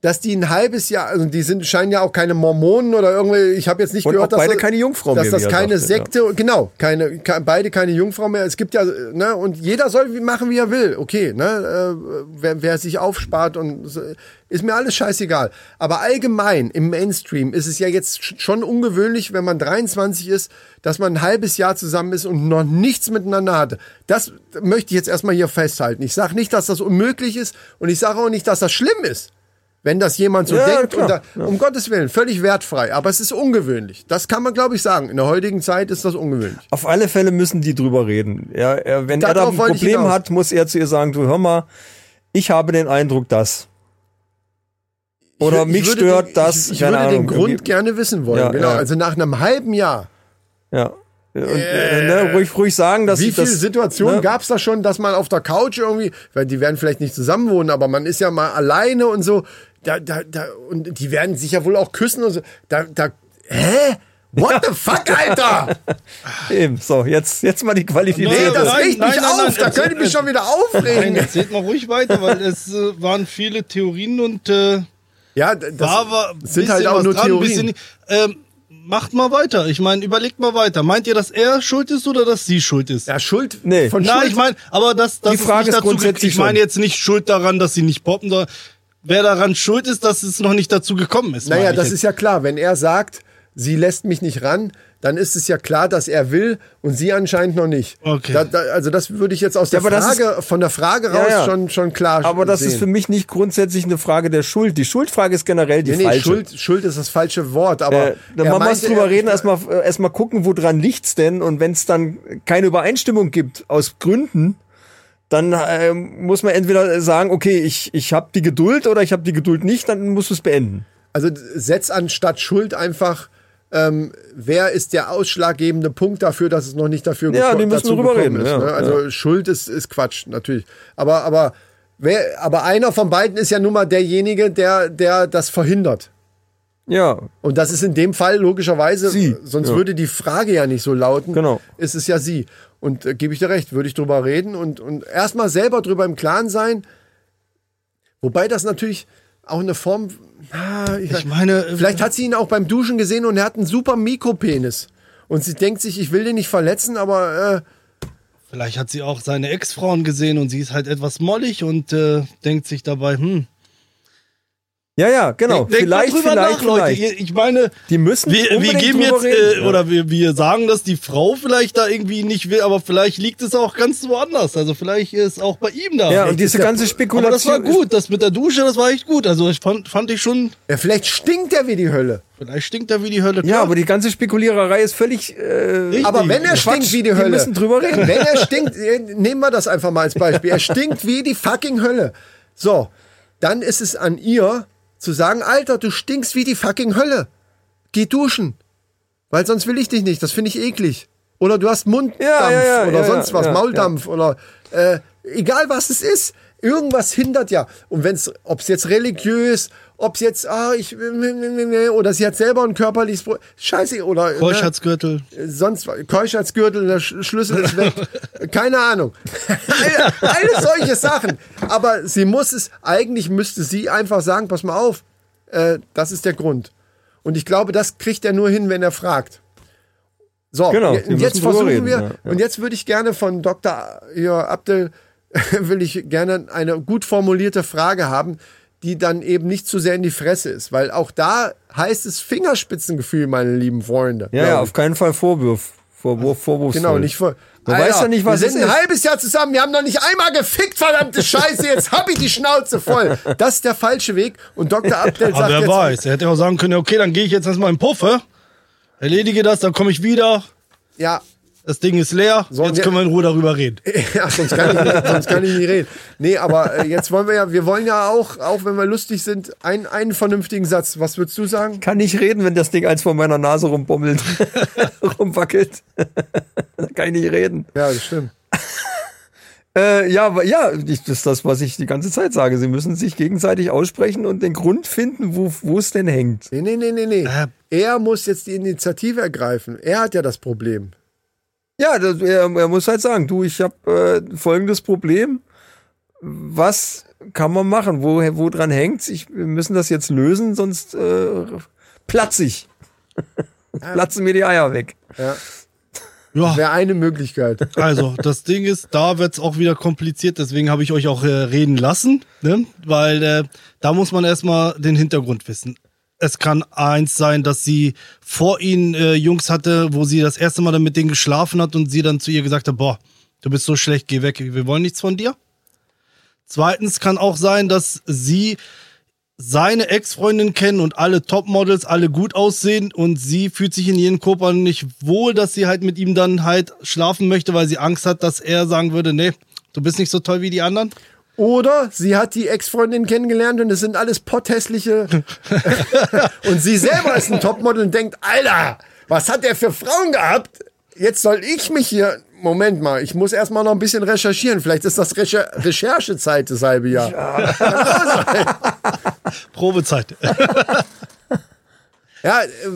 [SPEAKER 2] dass die ein halbes Jahr, also die sind, scheinen ja auch keine Mormonen oder irgendwie, ich habe jetzt nicht
[SPEAKER 1] Und
[SPEAKER 2] gehört,
[SPEAKER 1] auch beide
[SPEAKER 2] dass,
[SPEAKER 1] keine Jungfrau
[SPEAKER 2] dass
[SPEAKER 1] mehr,
[SPEAKER 2] das
[SPEAKER 1] wie er
[SPEAKER 2] keine
[SPEAKER 1] sagte,
[SPEAKER 2] Sekte, genau, keine, ke beide keine Jungfrau mehr. Es gibt ja, ne, und jeder soll wie- machen, wie er will. Okay, ne, äh, wer, wer sich aufspart und so, ist mir alles scheißegal. Aber allgemein im Mainstream ist es ja jetzt sch- schon ungewöhnlich, wenn man 23 ist, dass man ein halbes Jahr zusammen ist und noch nichts miteinander hatte. Das möchte ich jetzt erstmal hier festhalten. Ich sage nicht, dass das unmöglich ist und ich sage auch nicht, dass das schlimm ist. Wenn das jemand so
[SPEAKER 1] Ja,
[SPEAKER 2] denkt,
[SPEAKER 1] klar.
[SPEAKER 2] und da, um Gottes Willen, völlig wertfrei, aber es ist ungewöhnlich. Das kann man, glaube ich, sagen. In der heutigen Zeit ist das ungewöhnlich.
[SPEAKER 1] Auf alle Fälle müssen die drüber reden. Ja, er, wenn er da
[SPEAKER 2] Darauf
[SPEAKER 1] ein
[SPEAKER 2] wollte ich
[SPEAKER 1] Problem
[SPEAKER 2] hinaus.
[SPEAKER 1] hat, muss er zu ihr sagen, du hör mal, ich habe den Eindruck, dass. Oder
[SPEAKER 2] Ich- ich
[SPEAKER 1] mich
[SPEAKER 2] würde
[SPEAKER 1] stört
[SPEAKER 2] den,
[SPEAKER 1] das.
[SPEAKER 2] Ich, ich
[SPEAKER 1] keine
[SPEAKER 2] würde den
[SPEAKER 1] Ahnung,
[SPEAKER 2] Grund
[SPEAKER 1] irgendwie-
[SPEAKER 2] gerne wissen wollen.
[SPEAKER 1] Ja,
[SPEAKER 2] genau.
[SPEAKER 1] ja.
[SPEAKER 2] Also nach einem halben Jahr.
[SPEAKER 1] Ja. Und, äh, ne, ruhig, ruhig sagen, dass
[SPEAKER 2] Wie
[SPEAKER 1] ich
[SPEAKER 2] viele
[SPEAKER 1] das.
[SPEAKER 2] Situationen
[SPEAKER 1] ne?
[SPEAKER 2] gab es da schon, dass man auf der Couch irgendwie, weil die werden vielleicht nicht zusammenwohnen, aber man ist ja mal alleine und so. Da, da, da, und die werden sich ja wohl auch küssen und so. Da, da, hä? What the fuck, Alter?
[SPEAKER 1] Eben, so, jetzt, jetzt mal die Qualität.
[SPEAKER 3] Nein,
[SPEAKER 2] Nee, das
[SPEAKER 3] nein,
[SPEAKER 2] regt mich
[SPEAKER 3] nein, nein,
[SPEAKER 2] auf.
[SPEAKER 3] nein,
[SPEAKER 2] da
[SPEAKER 3] erzähl-
[SPEAKER 2] könnte ich mich schon wieder
[SPEAKER 3] Nein,
[SPEAKER 2] aufregen.
[SPEAKER 3] erzählt mal ruhig weiter, weil es äh, waren viele Theorien und äh,
[SPEAKER 2] Ja, d- das
[SPEAKER 3] da war
[SPEAKER 2] sind
[SPEAKER 3] bisschen
[SPEAKER 2] halt auch
[SPEAKER 3] was
[SPEAKER 2] nur
[SPEAKER 3] dran,
[SPEAKER 2] Theorien.
[SPEAKER 3] bisschen- ähm, macht mal weiter. Ich meine, überlegt mal weiter. Meint ihr, dass er schuld ist oder dass sie schuld ist?
[SPEAKER 2] Ja, Schuld
[SPEAKER 1] Nee.
[SPEAKER 2] von
[SPEAKER 3] Na,
[SPEAKER 2] Schuld.
[SPEAKER 3] ich meine, aber das, das
[SPEAKER 1] Die Frage ist
[SPEAKER 3] nicht dazu
[SPEAKER 1] grundsätzlich
[SPEAKER 3] ge- Ich meine
[SPEAKER 1] schon.
[SPEAKER 3] jetzt nicht schuld daran, dass sie nicht poppen, sondern wer daran schuld ist, dass es noch nicht dazu gekommen ist. meine
[SPEAKER 2] Naja,
[SPEAKER 3] ich
[SPEAKER 2] das
[SPEAKER 3] jetzt.
[SPEAKER 2] ist ja klar. Wenn er sagt, sie lässt mich nicht ran, dann ist es ja klar, dass er will und sie anscheinend noch nicht.
[SPEAKER 3] Okay.
[SPEAKER 2] Da, da, also das würde ich jetzt aus der
[SPEAKER 1] aber das
[SPEAKER 2] Frage, von der Frage raus
[SPEAKER 1] ja.
[SPEAKER 2] Schon, schon klar
[SPEAKER 1] Aber das
[SPEAKER 2] sehen.
[SPEAKER 1] ist für mich nicht grundsätzlich eine Frage der Schuld. Die Schuldfrage ist generell die
[SPEAKER 2] Nee, nee,
[SPEAKER 1] falsche.
[SPEAKER 2] Schuld, Schuld ist das falsche Wort, aber
[SPEAKER 1] Äh, dann
[SPEAKER 2] er
[SPEAKER 1] man muss
[SPEAKER 2] meinte,
[SPEAKER 1] drüber
[SPEAKER 2] er-
[SPEAKER 1] reden, erstmal äh, erstmal gucken, woran liegt's denn und wenn es dann keine Übereinstimmung gibt aus Gründen, dann äh, muss man entweder sagen, okay, ich ich habe die Geduld oder ich habe die Geduld nicht, dann musst du es beenden.
[SPEAKER 2] Also setz anstatt Schuld einfach, ähm, wer ist der ausschlaggebende Punkt dafür, dass es noch nicht dafür
[SPEAKER 1] Ja,
[SPEAKER 2] geko-
[SPEAKER 1] die müssen
[SPEAKER 2] dazu
[SPEAKER 1] drüber
[SPEAKER 2] gekommen
[SPEAKER 1] reden,
[SPEAKER 2] Ist,
[SPEAKER 1] ja,
[SPEAKER 2] ne? Also Schuld ist, ist Quatsch, natürlich. Aber, aber, wer, aber einer von beiden ist ja nun mal derjenige, der, der das verhindert.
[SPEAKER 1] Ja,
[SPEAKER 2] Und das ist in dem Fall logischerweise,
[SPEAKER 1] Sie,
[SPEAKER 2] sonst
[SPEAKER 1] ja.
[SPEAKER 2] würde die Frage ja nicht so lauten,
[SPEAKER 1] Genau.
[SPEAKER 2] ist es ja sie. Und äh, gebe ich dir recht, würde ich drüber reden und, und erstmal selber drüber im Klaren sein. Wobei das natürlich auch eine Form. Ah, ich
[SPEAKER 3] Ich meine, äh,
[SPEAKER 2] Vielleicht hat sie ihn auch beim Duschen gesehen und er hat einen super Mikropenis. Und sie denkt sich, ich will den nicht verletzen, aber äh,
[SPEAKER 3] vielleicht hat sie auch seine Ex-Frauen gesehen und sie ist halt etwas mollig und äh, denkt sich dabei, hm.
[SPEAKER 1] ja, ja, genau.
[SPEAKER 3] Denkt mal
[SPEAKER 1] vielleicht,
[SPEAKER 3] drüber
[SPEAKER 1] vielleicht,
[SPEAKER 3] nach, Leute.
[SPEAKER 1] vielleicht.
[SPEAKER 3] Ihr- Ich meine,
[SPEAKER 1] Die müssen
[SPEAKER 3] wir, wir
[SPEAKER 1] unbedingt
[SPEAKER 3] geben
[SPEAKER 1] drüber
[SPEAKER 3] jetzt, äh,
[SPEAKER 1] reden.
[SPEAKER 3] oder wir, wir sagen, dass die Frau vielleicht da irgendwie nicht will, aber vielleicht liegt es auch ganz woanders. Also vielleicht ist auch bei ihm da.
[SPEAKER 1] ja, und diese ganze
[SPEAKER 3] aber das
[SPEAKER 1] Spekulation.
[SPEAKER 3] war gut, das mit der Dusche, das war echt gut. Also ich fand, fand ich schon,
[SPEAKER 2] äh, ja, vielleicht stinkt er wie die Hölle.
[SPEAKER 3] vielleicht stinkt er wie die Hölle.
[SPEAKER 1] Ist, ja, aber die ganze Spekuliererei ist völlig. Äh,
[SPEAKER 3] Richtig.
[SPEAKER 2] Aber wenn er
[SPEAKER 1] Quatsch,
[SPEAKER 2] stinkt wie die
[SPEAKER 1] die
[SPEAKER 2] Hölle.
[SPEAKER 1] müssen drüber reden.
[SPEAKER 2] Wenn er stinkt, äh, nehmen wir das einfach mal als Beispiel. Er stinkt wie die fucking Hölle. So, dann ist es an ihr zu sagen, Alter, du stinkst wie die fucking Hölle. Geh duschen. Weil sonst will ich dich nicht. Das finde ich eklig. Oder du hast Munddampf
[SPEAKER 1] Ja, ja, ja,
[SPEAKER 2] oder
[SPEAKER 1] ja,
[SPEAKER 2] sonst
[SPEAKER 1] ja,
[SPEAKER 2] was,
[SPEAKER 1] ja,
[SPEAKER 2] Mauldampf oder äh, egal was es ist. Irgendwas hindert ja. Und wenn's, ob's jetzt religiös, ob's jetzt, ah, ich, oder sie hat selber ein körperliches Problem. Scheiße, oder. ne,
[SPEAKER 3] Keuschheitsgürtel.
[SPEAKER 2] sonst, Keuschheitsgürtel, der Sch- Schlüssel ist weg. Keine Ahnung. Alle, alle solche Sachen. Aber sie muss es, eigentlich müsste sie einfach sagen, pass mal auf, äh, das ist der Grund. Und ich glaube, das kriegt er nur hin, wenn er fragt. So,
[SPEAKER 1] Genau,
[SPEAKER 2] je-
[SPEAKER 1] wir
[SPEAKER 2] und jetzt
[SPEAKER 1] müssen drüber
[SPEAKER 2] versuchen
[SPEAKER 1] reden,
[SPEAKER 2] wir,
[SPEAKER 1] ja, ja.
[SPEAKER 2] und jetzt würde ich gerne von Dr. Ja, Abdel, will ich gerne eine gut formulierte Frage haben, die dann eben nicht zu sehr in die Fresse ist, weil auch da heißt es Fingerspitzengefühl, meine lieben Freunde.
[SPEAKER 1] Ja, ja, auf keinen Fall Vorwurf. Vorwurf, Vorwurf.
[SPEAKER 2] Genau, nicht voll.
[SPEAKER 1] Man weiß ja nicht, was
[SPEAKER 2] wir
[SPEAKER 1] es
[SPEAKER 2] sind ein
[SPEAKER 1] ist.
[SPEAKER 2] halbes Jahr zusammen, wir haben noch nicht einmal gefickt, verdammte Scheiße, jetzt hab ich die Schnauze voll. Das ist der falsche Weg und Dr. Abdel
[SPEAKER 3] Aber
[SPEAKER 2] sagt
[SPEAKER 3] Ah, wer
[SPEAKER 2] jetzt,
[SPEAKER 3] weiß, er hätte auch sagen können, ja, okay, dann gehe ich jetzt erstmal in den Puffer, erledige das, dann komme ich wieder,
[SPEAKER 2] ja,
[SPEAKER 3] das Ding ist leer,
[SPEAKER 2] So, und
[SPEAKER 3] jetzt
[SPEAKER 2] wir-
[SPEAKER 3] können wir in Ruhe darüber reden.
[SPEAKER 1] Äh,
[SPEAKER 2] ja sonst, kann ich nicht, sonst kann ich nicht reden. Nee, aber äh, jetzt wollen wir ja, wir wollen ja auch, auch wenn wir lustig sind, einen, einen vernünftigen Satz. Was würdest du sagen?
[SPEAKER 1] Kann nicht reden, wenn das Ding eins vor meiner Nase rumbummelt, rumwackelt. Dann Kann ich nicht reden.
[SPEAKER 2] Ja, das stimmt.
[SPEAKER 1] Äh, ja, aber- ja, ich, das ist das, was ich die ganze Zeit sage. Sie müssen sich gegenseitig aussprechen und den Grund finden, wo wo es denn hängt.
[SPEAKER 2] Nee, nee, nee, nee, nee.
[SPEAKER 3] Äh.
[SPEAKER 2] Er muss jetzt die Initiative ergreifen. Er hat ja das Problem.
[SPEAKER 1] Ja, das, er, er muss halt sagen, du, ich habe äh, folgendes Problem. Was kann man machen? Wo, wo dran hängt's? Ich, wir müssen das jetzt lösen, sonst äh, platz ich. Platzen mir die Eier weg.
[SPEAKER 3] Ja,
[SPEAKER 2] Wäre eine Möglichkeit.
[SPEAKER 3] also das Ding ist, da wird's auch wieder kompliziert, deswegen habe ich euch auch äh, reden lassen, ne? weil äh, da muss man erstmal den Hintergrund wissen. Es kann eins sein, dass sie vor ihnen äh, Jungs hatte, wo sie das erste Mal dann mit denen geschlafen hat und sie dann zu ihr gesagt hat, boah, du bist so schlecht, geh weg, wir wollen nichts von dir. Zweitens kann auch sein, dass sie seine Ex-Freundin kennen und alle Topmodels, alle gut aussehen und sie fühlt sich in ihren Körpern nicht wohl, dass sie halt mit ihm dann halt schlafen möchte, weil sie Angst hat, dass er sagen würde, nee, du bist nicht so toll wie die anderen.
[SPEAKER 2] Oder sie hat die Ex-Freundin kennengelernt und es sind alles potthässliche. und sie selber ist ein Topmodel und denkt, Alter, was hat der für Frauen gehabt? Jetzt soll ich mich hier. Moment mal, ich muss erstmal noch ein bisschen recherchieren. Vielleicht ist das Recher Recherchezeit das halbe Jahr. Ja,
[SPEAKER 3] Probezeit.
[SPEAKER 2] äh,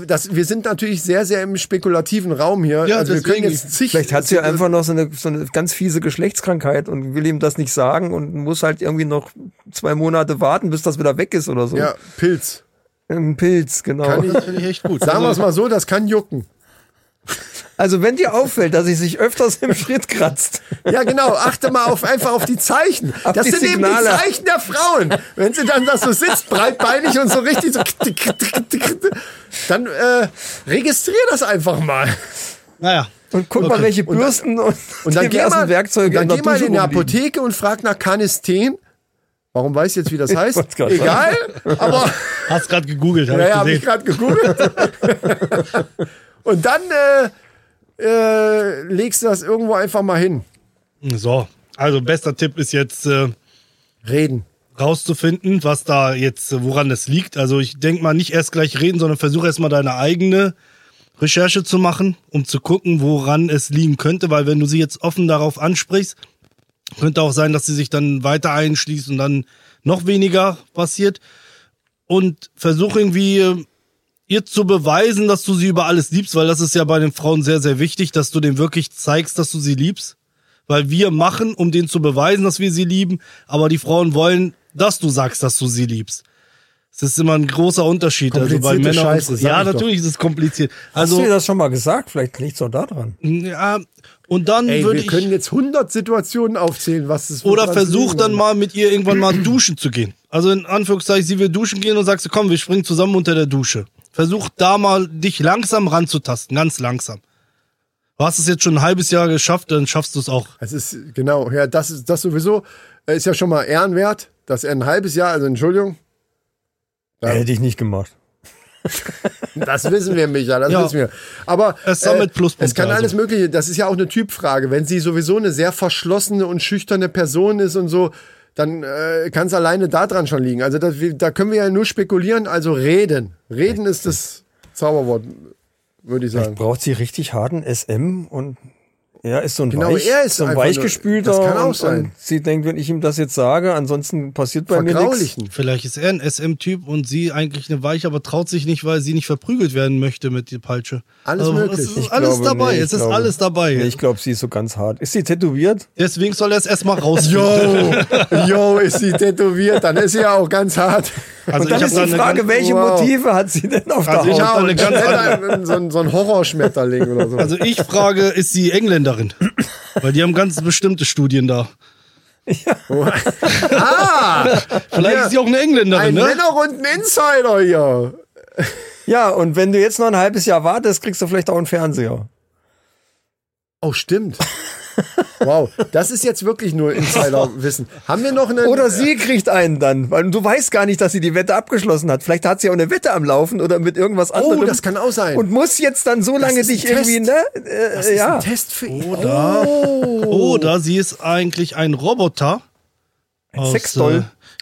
[SPEAKER 2] das, wir sind natürlich sehr, sehr im spekulativen Raum hier.
[SPEAKER 3] Ja,
[SPEAKER 2] also wir können
[SPEAKER 3] deswegen.
[SPEAKER 2] jetzt zig.
[SPEAKER 1] Vielleicht hat sie einfach noch so eine, so eine ganz fiese Geschlechtskrankheit und will ihm das nicht sagen und muss halt irgendwie noch zwei Monate warten, bis das wieder weg ist oder so.
[SPEAKER 2] Ja, Pilz.
[SPEAKER 1] Ein Pilz, genau.
[SPEAKER 2] Kann ich,
[SPEAKER 3] Finde ich echt gut.
[SPEAKER 2] sagen wir es
[SPEAKER 3] Also,
[SPEAKER 2] mal so, das kann jucken.
[SPEAKER 1] Also wenn dir auffällt, dass sie sich öfters im Schritt kratzt,
[SPEAKER 2] Ja, genau. Achte mal auf, einfach auf die Zeichen.
[SPEAKER 1] Auf
[SPEAKER 2] das
[SPEAKER 1] die
[SPEAKER 2] sind
[SPEAKER 1] Signale.
[SPEAKER 2] eben die Zeichen der Frauen. Wenn sie dann da so sitzt, breitbeinig und so richtig so, ktick, ktick, ktick, ktick, ktick, dann äh, registrier das einfach mal.
[SPEAKER 3] Naja.
[SPEAKER 1] Und guck mal,
[SPEAKER 3] Okay.
[SPEAKER 1] welche Bürsten und,
[SPEAKER 2] Und dann geh mal,
[SPEAKER 1] Werkzeuge
[SPEAKER 2] und dann
[SPEAKER 1] der
[SPEAKER 2] geh mal
[SPEAKER 1] Dusche
[SPEAKER 2] in die
[SPEAKER 1] rumliegen.
[SPEAKER 2] Apotheke und frag nach Canesten. Warum weiß ich jetzt, wie das
[SPEAKER 1] wollte
[SPEAKER 2] heißt?
[SPEAKER 1] grad sagen.
[SPEAKER 2] Egal, aber
[SPEAKER 3] Hast gerade gegoogelt, habe
[SPEAKER 2] naja, habe
[SPEAKER 3] ich
[SPEAKER 2] ich
[SPEAKER 3] gesehen.
[SPEAKER 2] gerade gegoogelt. und dann äh, äh, legst du das irgendwo einfach mal hin.
[SPEAKER 3] so, also bester Tipp ist jetzt äh,
[SPEAKER 2] Reden.
[SPEAKER 3] rauszufinden, was da jetzt, äh, woran das liegt. Also ich denk mal, nicht erst gleich reden, sondern versuche erstmal deine eigene Recherche zu machen, um zu gucken, woran es liegen könnte, weil wenn du sie jetzt offen darauf ansprichst, könnte auch sein, dass sie sich dann weiter einschließt und dann noch weniger passiert. Und versuche irgendwie äh, ihr zu beweisen, dass du sie über alles liebst, weil das ist ja bei den Frauen sehr, sehr wichtig, dass du denen wirklich zeigst, dass du sie liebst. Weil wir machen, um denen zu beweisen, dass wir sie lieben, aber die Frauen wollen, dass du sagst, dass du sie liebst. Es ist immer ein großer Unterschied. Also bei
[SPEAKER 2] Komplizierte
[SPEAKER 3] Männern. und
[SPEAKER 2] Scheiße,
[SPEAKER 3] Frauen.
[SPEAKER 2] sag
[SPEAKER 3] ja,
[SPEAKER 2] ich doch.
[SPEAKER 3] natürlich ist es kompliziert.
[SPEAKER 1] Hast
[SPEAKER 3] Also,
[SPEAKER 1] du dir das schon mal gesagt? Vielleicht liegt es auch da dran.
[SPEAKER 3] ja, und dann
[SPEAKER 2] Ey,
[SPEAKER 3] würde
[SPEAKER 2] wir können
[SPEAKER 3] ich.
[SPEAKER 2] jetzt 100 Situationen aufzählen, was es
[SPEAKER 3] Oder
[SPEAKER 2] was
[SPEAKER 3] versuch
[SPEAKER 2] es-
[SPEAKER 3] dann mal mit ihr irgendwann mal duschen zu gehen. Also in Anführungszeichen, sie will duschen gehen und sagst du, komm, wir springen zusammen unter der Dusche. Versuch da mal dich langsam ranzutasten, ganz langsam. Du hast es jetzt schon ein halbes Jahr geschafft, dann schaffst du es auch.
[SPEAKER 2] Es ist, genau, ja, das ist das sowieso, äh, ist ja schon mal ehrenwert, dass er ein halbes Jahr, also Entschuldigung,
[SPEAKER 1] Hätte ich nicht gemacht.
[SPEAKER 2] das wissen wir, Micha, das
[SPEAKER 3] Ja.
[SPEAKER 2] wissen wir. Aber äh,
[SPEAKER 3] Es sammelt Pluspunkte,
[SPEAKER 2] es kann alles
[SPEAKER 3] also.
[SPEAKER 2] Mögliche, das ist ja auch eine Typfrage. Wenn sie sowieso eine sehr verschlossene und schüchterne Person ist und so, dann äh, kann es alleine daran schon liegen. Also das, wir, da können wir ja nur spekulieren, also reden. Reden ist das Zauberwort, würde ich
[SPEAKER 1] Vielleicht
[SPEAKER 2] sagen.
[SPEAKER 1] braucht sie richtig harten SM und Ja, ist so ein,
[SPEAKER 2] Genau,
[SPEAKER 1] Weich,
[SPEAKER 2] er ist
[SPEAKER 1] so ein
[SPEAKER 2] einfach nur-
[SPEAKER 1] weichgespülter.
[SPEAKER 2] das kann auch
[SPEAKER 1] und,
[SPEAKER 2] sein.
[SPEAKER 1] Und sie denkt, wenn ich ihm das jetzt sage, ansonsten passiert bei mir nichts.
[SPEAKER 2] Vergraulichen.
[SPEAKER 3] Vielleicht ist er ein SM-Typ und sie eigentlich eine Weiche, aber traut sich nicht, weil sie nicht verprügelt werden möchte mit der Peitsche.
[SPEAKER 2] Alles
[SPEAKER 3] Also,
[SPEAKER 2] möglich.
[SPEAKER 3] Es ist
[SPEAKER 1] Ich
[SPEAKER 3] alles
[SPEAKER 1] glaube,
[SPEAKER 3] dabei.
[SPEAKER 1] nee, ich
[SPEAKER 3] es ist
[SPEAKER 1] glaube-
[SPEAKER 3] alles dabei. Also
[SPEAKER 1] Nee, ich glaube, sie ist so ganz hart. Ist sie tätowiert?
[SPEAKER 3] Deswegen soll er es erstmal raus.
[SPEAKER 2] Yo, Oh, yo, ist sie tätowiert, dann ist sie ja auch ganz hart.
[SPEAKER 3] Also
[SPEAKER 1] Und dann
[SPEAKER 3] ich hab
[SPEAKER 1] ist
[SPEAKER 3] da
[SPEAKER 1] die
[SPEAKER 3] eine
[SPEAKER 1] Frage,
[SPEAKER 3] ganz-
[SPEAKER 1] welche
[SPEAKER 2] Wow.
[SPEAKER 1] Motive hat sie denn auf
[SPEAKER 3] Also
[SPEAKER 1] der
[SPEAKER 3] ich
[SPEAKER 1] Haut?
[SPEAKER 3] hab-
[SPEAKER 2] Ja,
[SPEAKER 3] eine
[SPEAKER 2] und
[SPEAKER 3] ganz
[SPEAKER 2] dann so, ein- so ein Horrorschmetterling oder so.
[SPEAKER 3] Also ich frage, ist sie Engländerin? Weil die haben ganz bestimmte Studien da.
[SPEAKER 2] ah,
[SPEAKER 3] Vielleicht
[SPEAKER 2] Ja.
[SPEAKER 3] ist sie auch eine Engländerin,
[SPEAKER 2] ein
[SPEAKER 3] ne?
[SPEAKER 2] Männer und ein Insider hier.
[SPEAKER 1] Ja, und wenn du jetzt noch ein halbes Jahr wartest, kriegst du vielleicht auch einen Fernseher.
[SPEAKER 2] Oh, stimmt. Wow, das ist jetzt wirklich nur Insiderwissen. Haben wir noch eine?
[SPEAKER 1] Oder sie kriegt einen dann, weil du weißt gar nicht, dass sie die Wette abgeschlossen hat. Vielleicht hat sie auch eine Wette am Laufen oder mit irgendwas anderem.
[SPEAKER 2] oh, das kann auch sein.
[SPEAKER 1] und muss jetzt dann so lange
[SPEAKER 2] ist ein
[SPEAKER 1] dich irgendwie,
[SPEAKER 2] Test.
[SPEAKER 1] ne? Äh,
[SPEAKER 2] das ist
[SPEAKER 1] ja.
[SPEAKER 2] ein Test für ihn. Oh.
[SPEAKER 3] Oder, Oh. oder sie ist eigentlich ein Roboter. aus,
[SPEAKER 1] Sexdoll.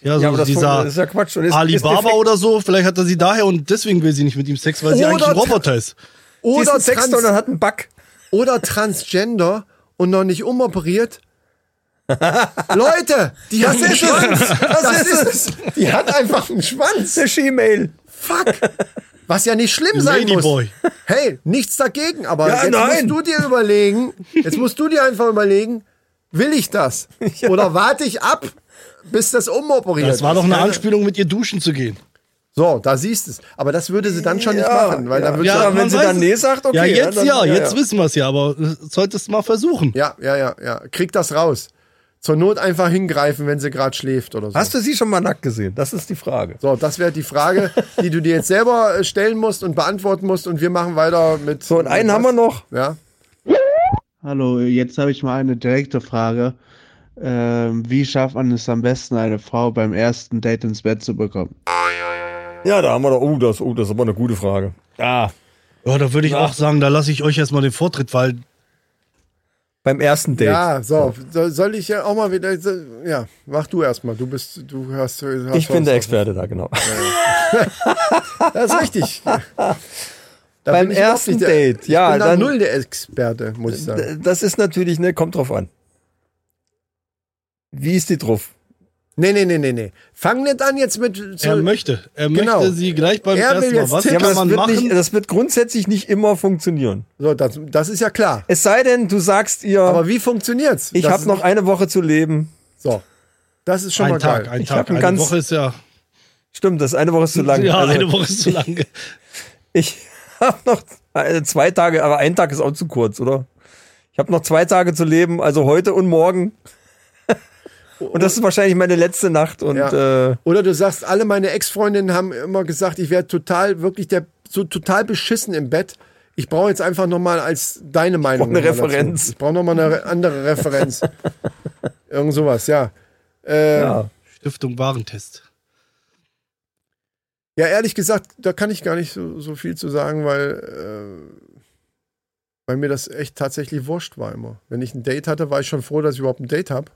[SPEAKER 3] äh, Ja, so
[SPEAKER 1] ja, aber das
[SPEAKER 3] dieser
[SPEAKER 1] ist ja Quatsch. Und ist, ist
[SPEAKER 3] Alibaba
[SPEAKER 1] defekt.
[SPEAKER 3] oder so. Vielleicht hat er sie daher und deswegen will sie nicht mit ihm Sex, weil sie
[SPEAKER 2] Oder
[SPEAKER 3] eigentlich ein Roboter ist.
[SPEAKER 1] Sie ist
[SPEAKER 2] Oder,
[SPEAKER 1] ein Sexton
[SPEAKER 2] trans
[SPEAKER 1] und hat einen Bug.
[SPEAKER 2] oder Transgender und noch nicht umoperiert. Leute, die hat einen
[SPEAKER 1] ist es.
[SPEAKER 2] Schwanz.
[SPEAKER 1] Das ist
[SPEAKER 2] es. Die hat einfach einen Schwanz.
[SPEAKER 1] Der She-Mail.
[SPEAKER 2] Fuck. Was ja nicht schlimm sein
[SPEAKER 3] Ladyboy.
[SPEAKER 2] muss. Hey, nichts dagegen, aber
[SPEAKER 1] Ja,
[SPEAKER 2] jetzt
[SPEAKER 1] nein.
[SPEAKER 2] musst du dir überlegen, jetzt musst du dir einfach überlegen, will ich das? Oder warte ich ab, bis das umoperiert
[SPEAKER 3] Das war doch eine
[SPEAKER 2] ist?
[SPEAKER 3] Anspielung, mit ihr duschen zu gehen.
[SPEAKER 2] So, da siehst es. Aber das würde sie dann schon nicht
[SPEAKER 1] Ja,
[SPEAKER 2] machen, weil
[SPEAKER 1] ja.
[SPEAKER 2] dann würde
[SPEAKER 1] Ja,
[SPEAKER 2] ja,
[SPEAKER 1] wenn
[SPEAKER 3] man
[SPEAKER 1] sie
[SPEAKER 3] weiß
[SPEAKER 1] dann
[SPEAKER 3] es-
[SPEAKER 1] nee sagt, okay,
[SPEAKER 3] Ja, jetzt
[SPEAKER 1] ja,
[SPEAKER 3] ja,
[SPEAKER 1] dann- ja,
[SPEAKER 3] jetzt
[SPEAKER 1] ja.
[SPEAKER 3] wissen wir es ja, aber äh, solltest mal versuchen.
[SPEAKER 2] ja, ja, ja, ja, krieg das raus. Zur Not einfach hingreifen, wenn sie gerade schläft oder so.
[SPEAKER 1] Hast du sie schon mal nackt gesehen? Das ist die Frage.
[SPEAKER 2] So, das wäre die Frage, die du dir jetzt selber äh, stellen musst und beantworten musst und wir machen weiter mit.
[SPEAKER 1] So, und einen haben wir noch.
[SPEAKER 2] Ja.
[SPEAKER 4] Hallo, jetzt habe ich mal eine direkte Frage. Ähm, wie schafft man es am besten, eine Frau beim ersten Date ins Bett zu bekommen?
[SPEAKER 1] Ja, da haben wir doch. Oh, das, oh, das ist aber eine gute Frage. Ja.
[SPEAKER 3] Ja, da würde ich auch sagen, da lasse ich euch erstmal den Vortritt, weil
[SPEAKER 1] Beim ersten Date.
[SPEAKER 2] Ja, so, so, soll ich ja auch mal wieder. so, Ja, mach du erstmal. Du bist, du hast. äh, hast
[SPEAKER 1] ich bin der
[SPEAKER 2] sonst-
[SPEAKER 1] Experte da, genau.
[SPEAKER 2] Das ist richtig. Da
[SPEAKER 1] Beim
[SPEAKER 2] bin ich überhaupt
[SPEAKER 1] ersten
[SPEAKER 2] nicht der-
[SPEAKER 1] Date,
[SPEAKER 2] ich
[SPEAKER 1] ja,
[SPEAKER 2] Bin da
[SPEAKER 1] dann-
[SPEAKER 2] null der Experte, muss ich sagen.
[SPEAKER 1] Das ist natürlich, ne, kommt drauf an. Wie ist die drauf?
[SPEAKER 2] Nee, nee, nee, nee, nee. Fang nicht an jetzt mit. zu-
[SPEAKER 3] er möchte. Er
[SPEAKER 2] Genau.
[SPEAKER 3] möchte sie gleich beim
[SPEAKER 2] Er will
[SPEAKER 3] ersten Mal.
[SPEAKER 2] jetzt
[SPEAKER 3] Was
[SPEAKER 2] Tipps.
[SPEAKER 1] Ja, aber
[SPEAKER 3] kann
[SPEAKER 1] das
[SPEAKER 3] man
[SPEAKER 1] wird,
[SPEAKER 3] machen?
[SPEAKER 1] nicht, das wird grundsätzlich nicht immer funktionieren.
[SPEAKER 2] So, das, das ist ja klar.
[SPEAKER 1] Es sei denn, du sagst ihr,
[SPEAKER 2] Aber wie funktioniert's?
[SPEAKER 1] ich
[SPEAKER 2] Das
[SPEAKER 1] habe
[SPEAKER 2] ist-
[SPEAKER 1] noch eine Woche zu leben.
[SPEAKER 2] So. Das ist schon mal
[SPEAKER 3] ein Tag,
[SPEAKER 2] geil.
[SPEAKER 3] ein
[SPEAKER 1] Ich hab
[SPEAKER 3] Tag.
[SPEAKER 1] einen
[SPEAKER 3] Eine
[SPEAKER 1] ganz-
[SPEAKER 3] Woche ist ja.
[SPEAKER 1] Stimmt, das eine Woche ist zu lang.
[SPEAKER 3] ja,
[SPEAKER 1] Also,
[SPEAKER 3] eine Woche ist zu lang.
[SPEAKER 1] Ich habe noch äh, zwei Tage, aber ein Tag ist auch zu kurz, oder? Ich habe noch zwei Tage zu leben, also heute und morgen. Und das ist wahrscheinlich meine letzte Nacht. Und
[SPEAKER 2] Ja.
[SPEAKER 1] äh,
[SPEAKER 2] Oder du sagst, alle meine Ex-Freundinnen haben immer gesagt, ich wäre total, wirklich der, so total beschissen im Bett. Ich brauche jetzt einfach nochmal als deine Meinung.
[SPEAKER 1] eine
[SPEAKER 2] noch mal dazu.
[SPEAKER 1] Referenz.
[SPEAKER 2] Ich brauche nochmal eine re- andere Referenz. Irgend sowas, ja. Äh, ja.
[SPEAKER 1] ja.
[SPEAKER 3] Stiftung Warentest.
[SPEAKER 2] ehrlich gesagt, da kann ich gar nicht so, so viel zu sagen, weil, äh, weil mir das echt tatsächlich wurscht war immer. Wenn ich ein Date hatte, war ich schon froh, dass ich überhaupt ein Date habe.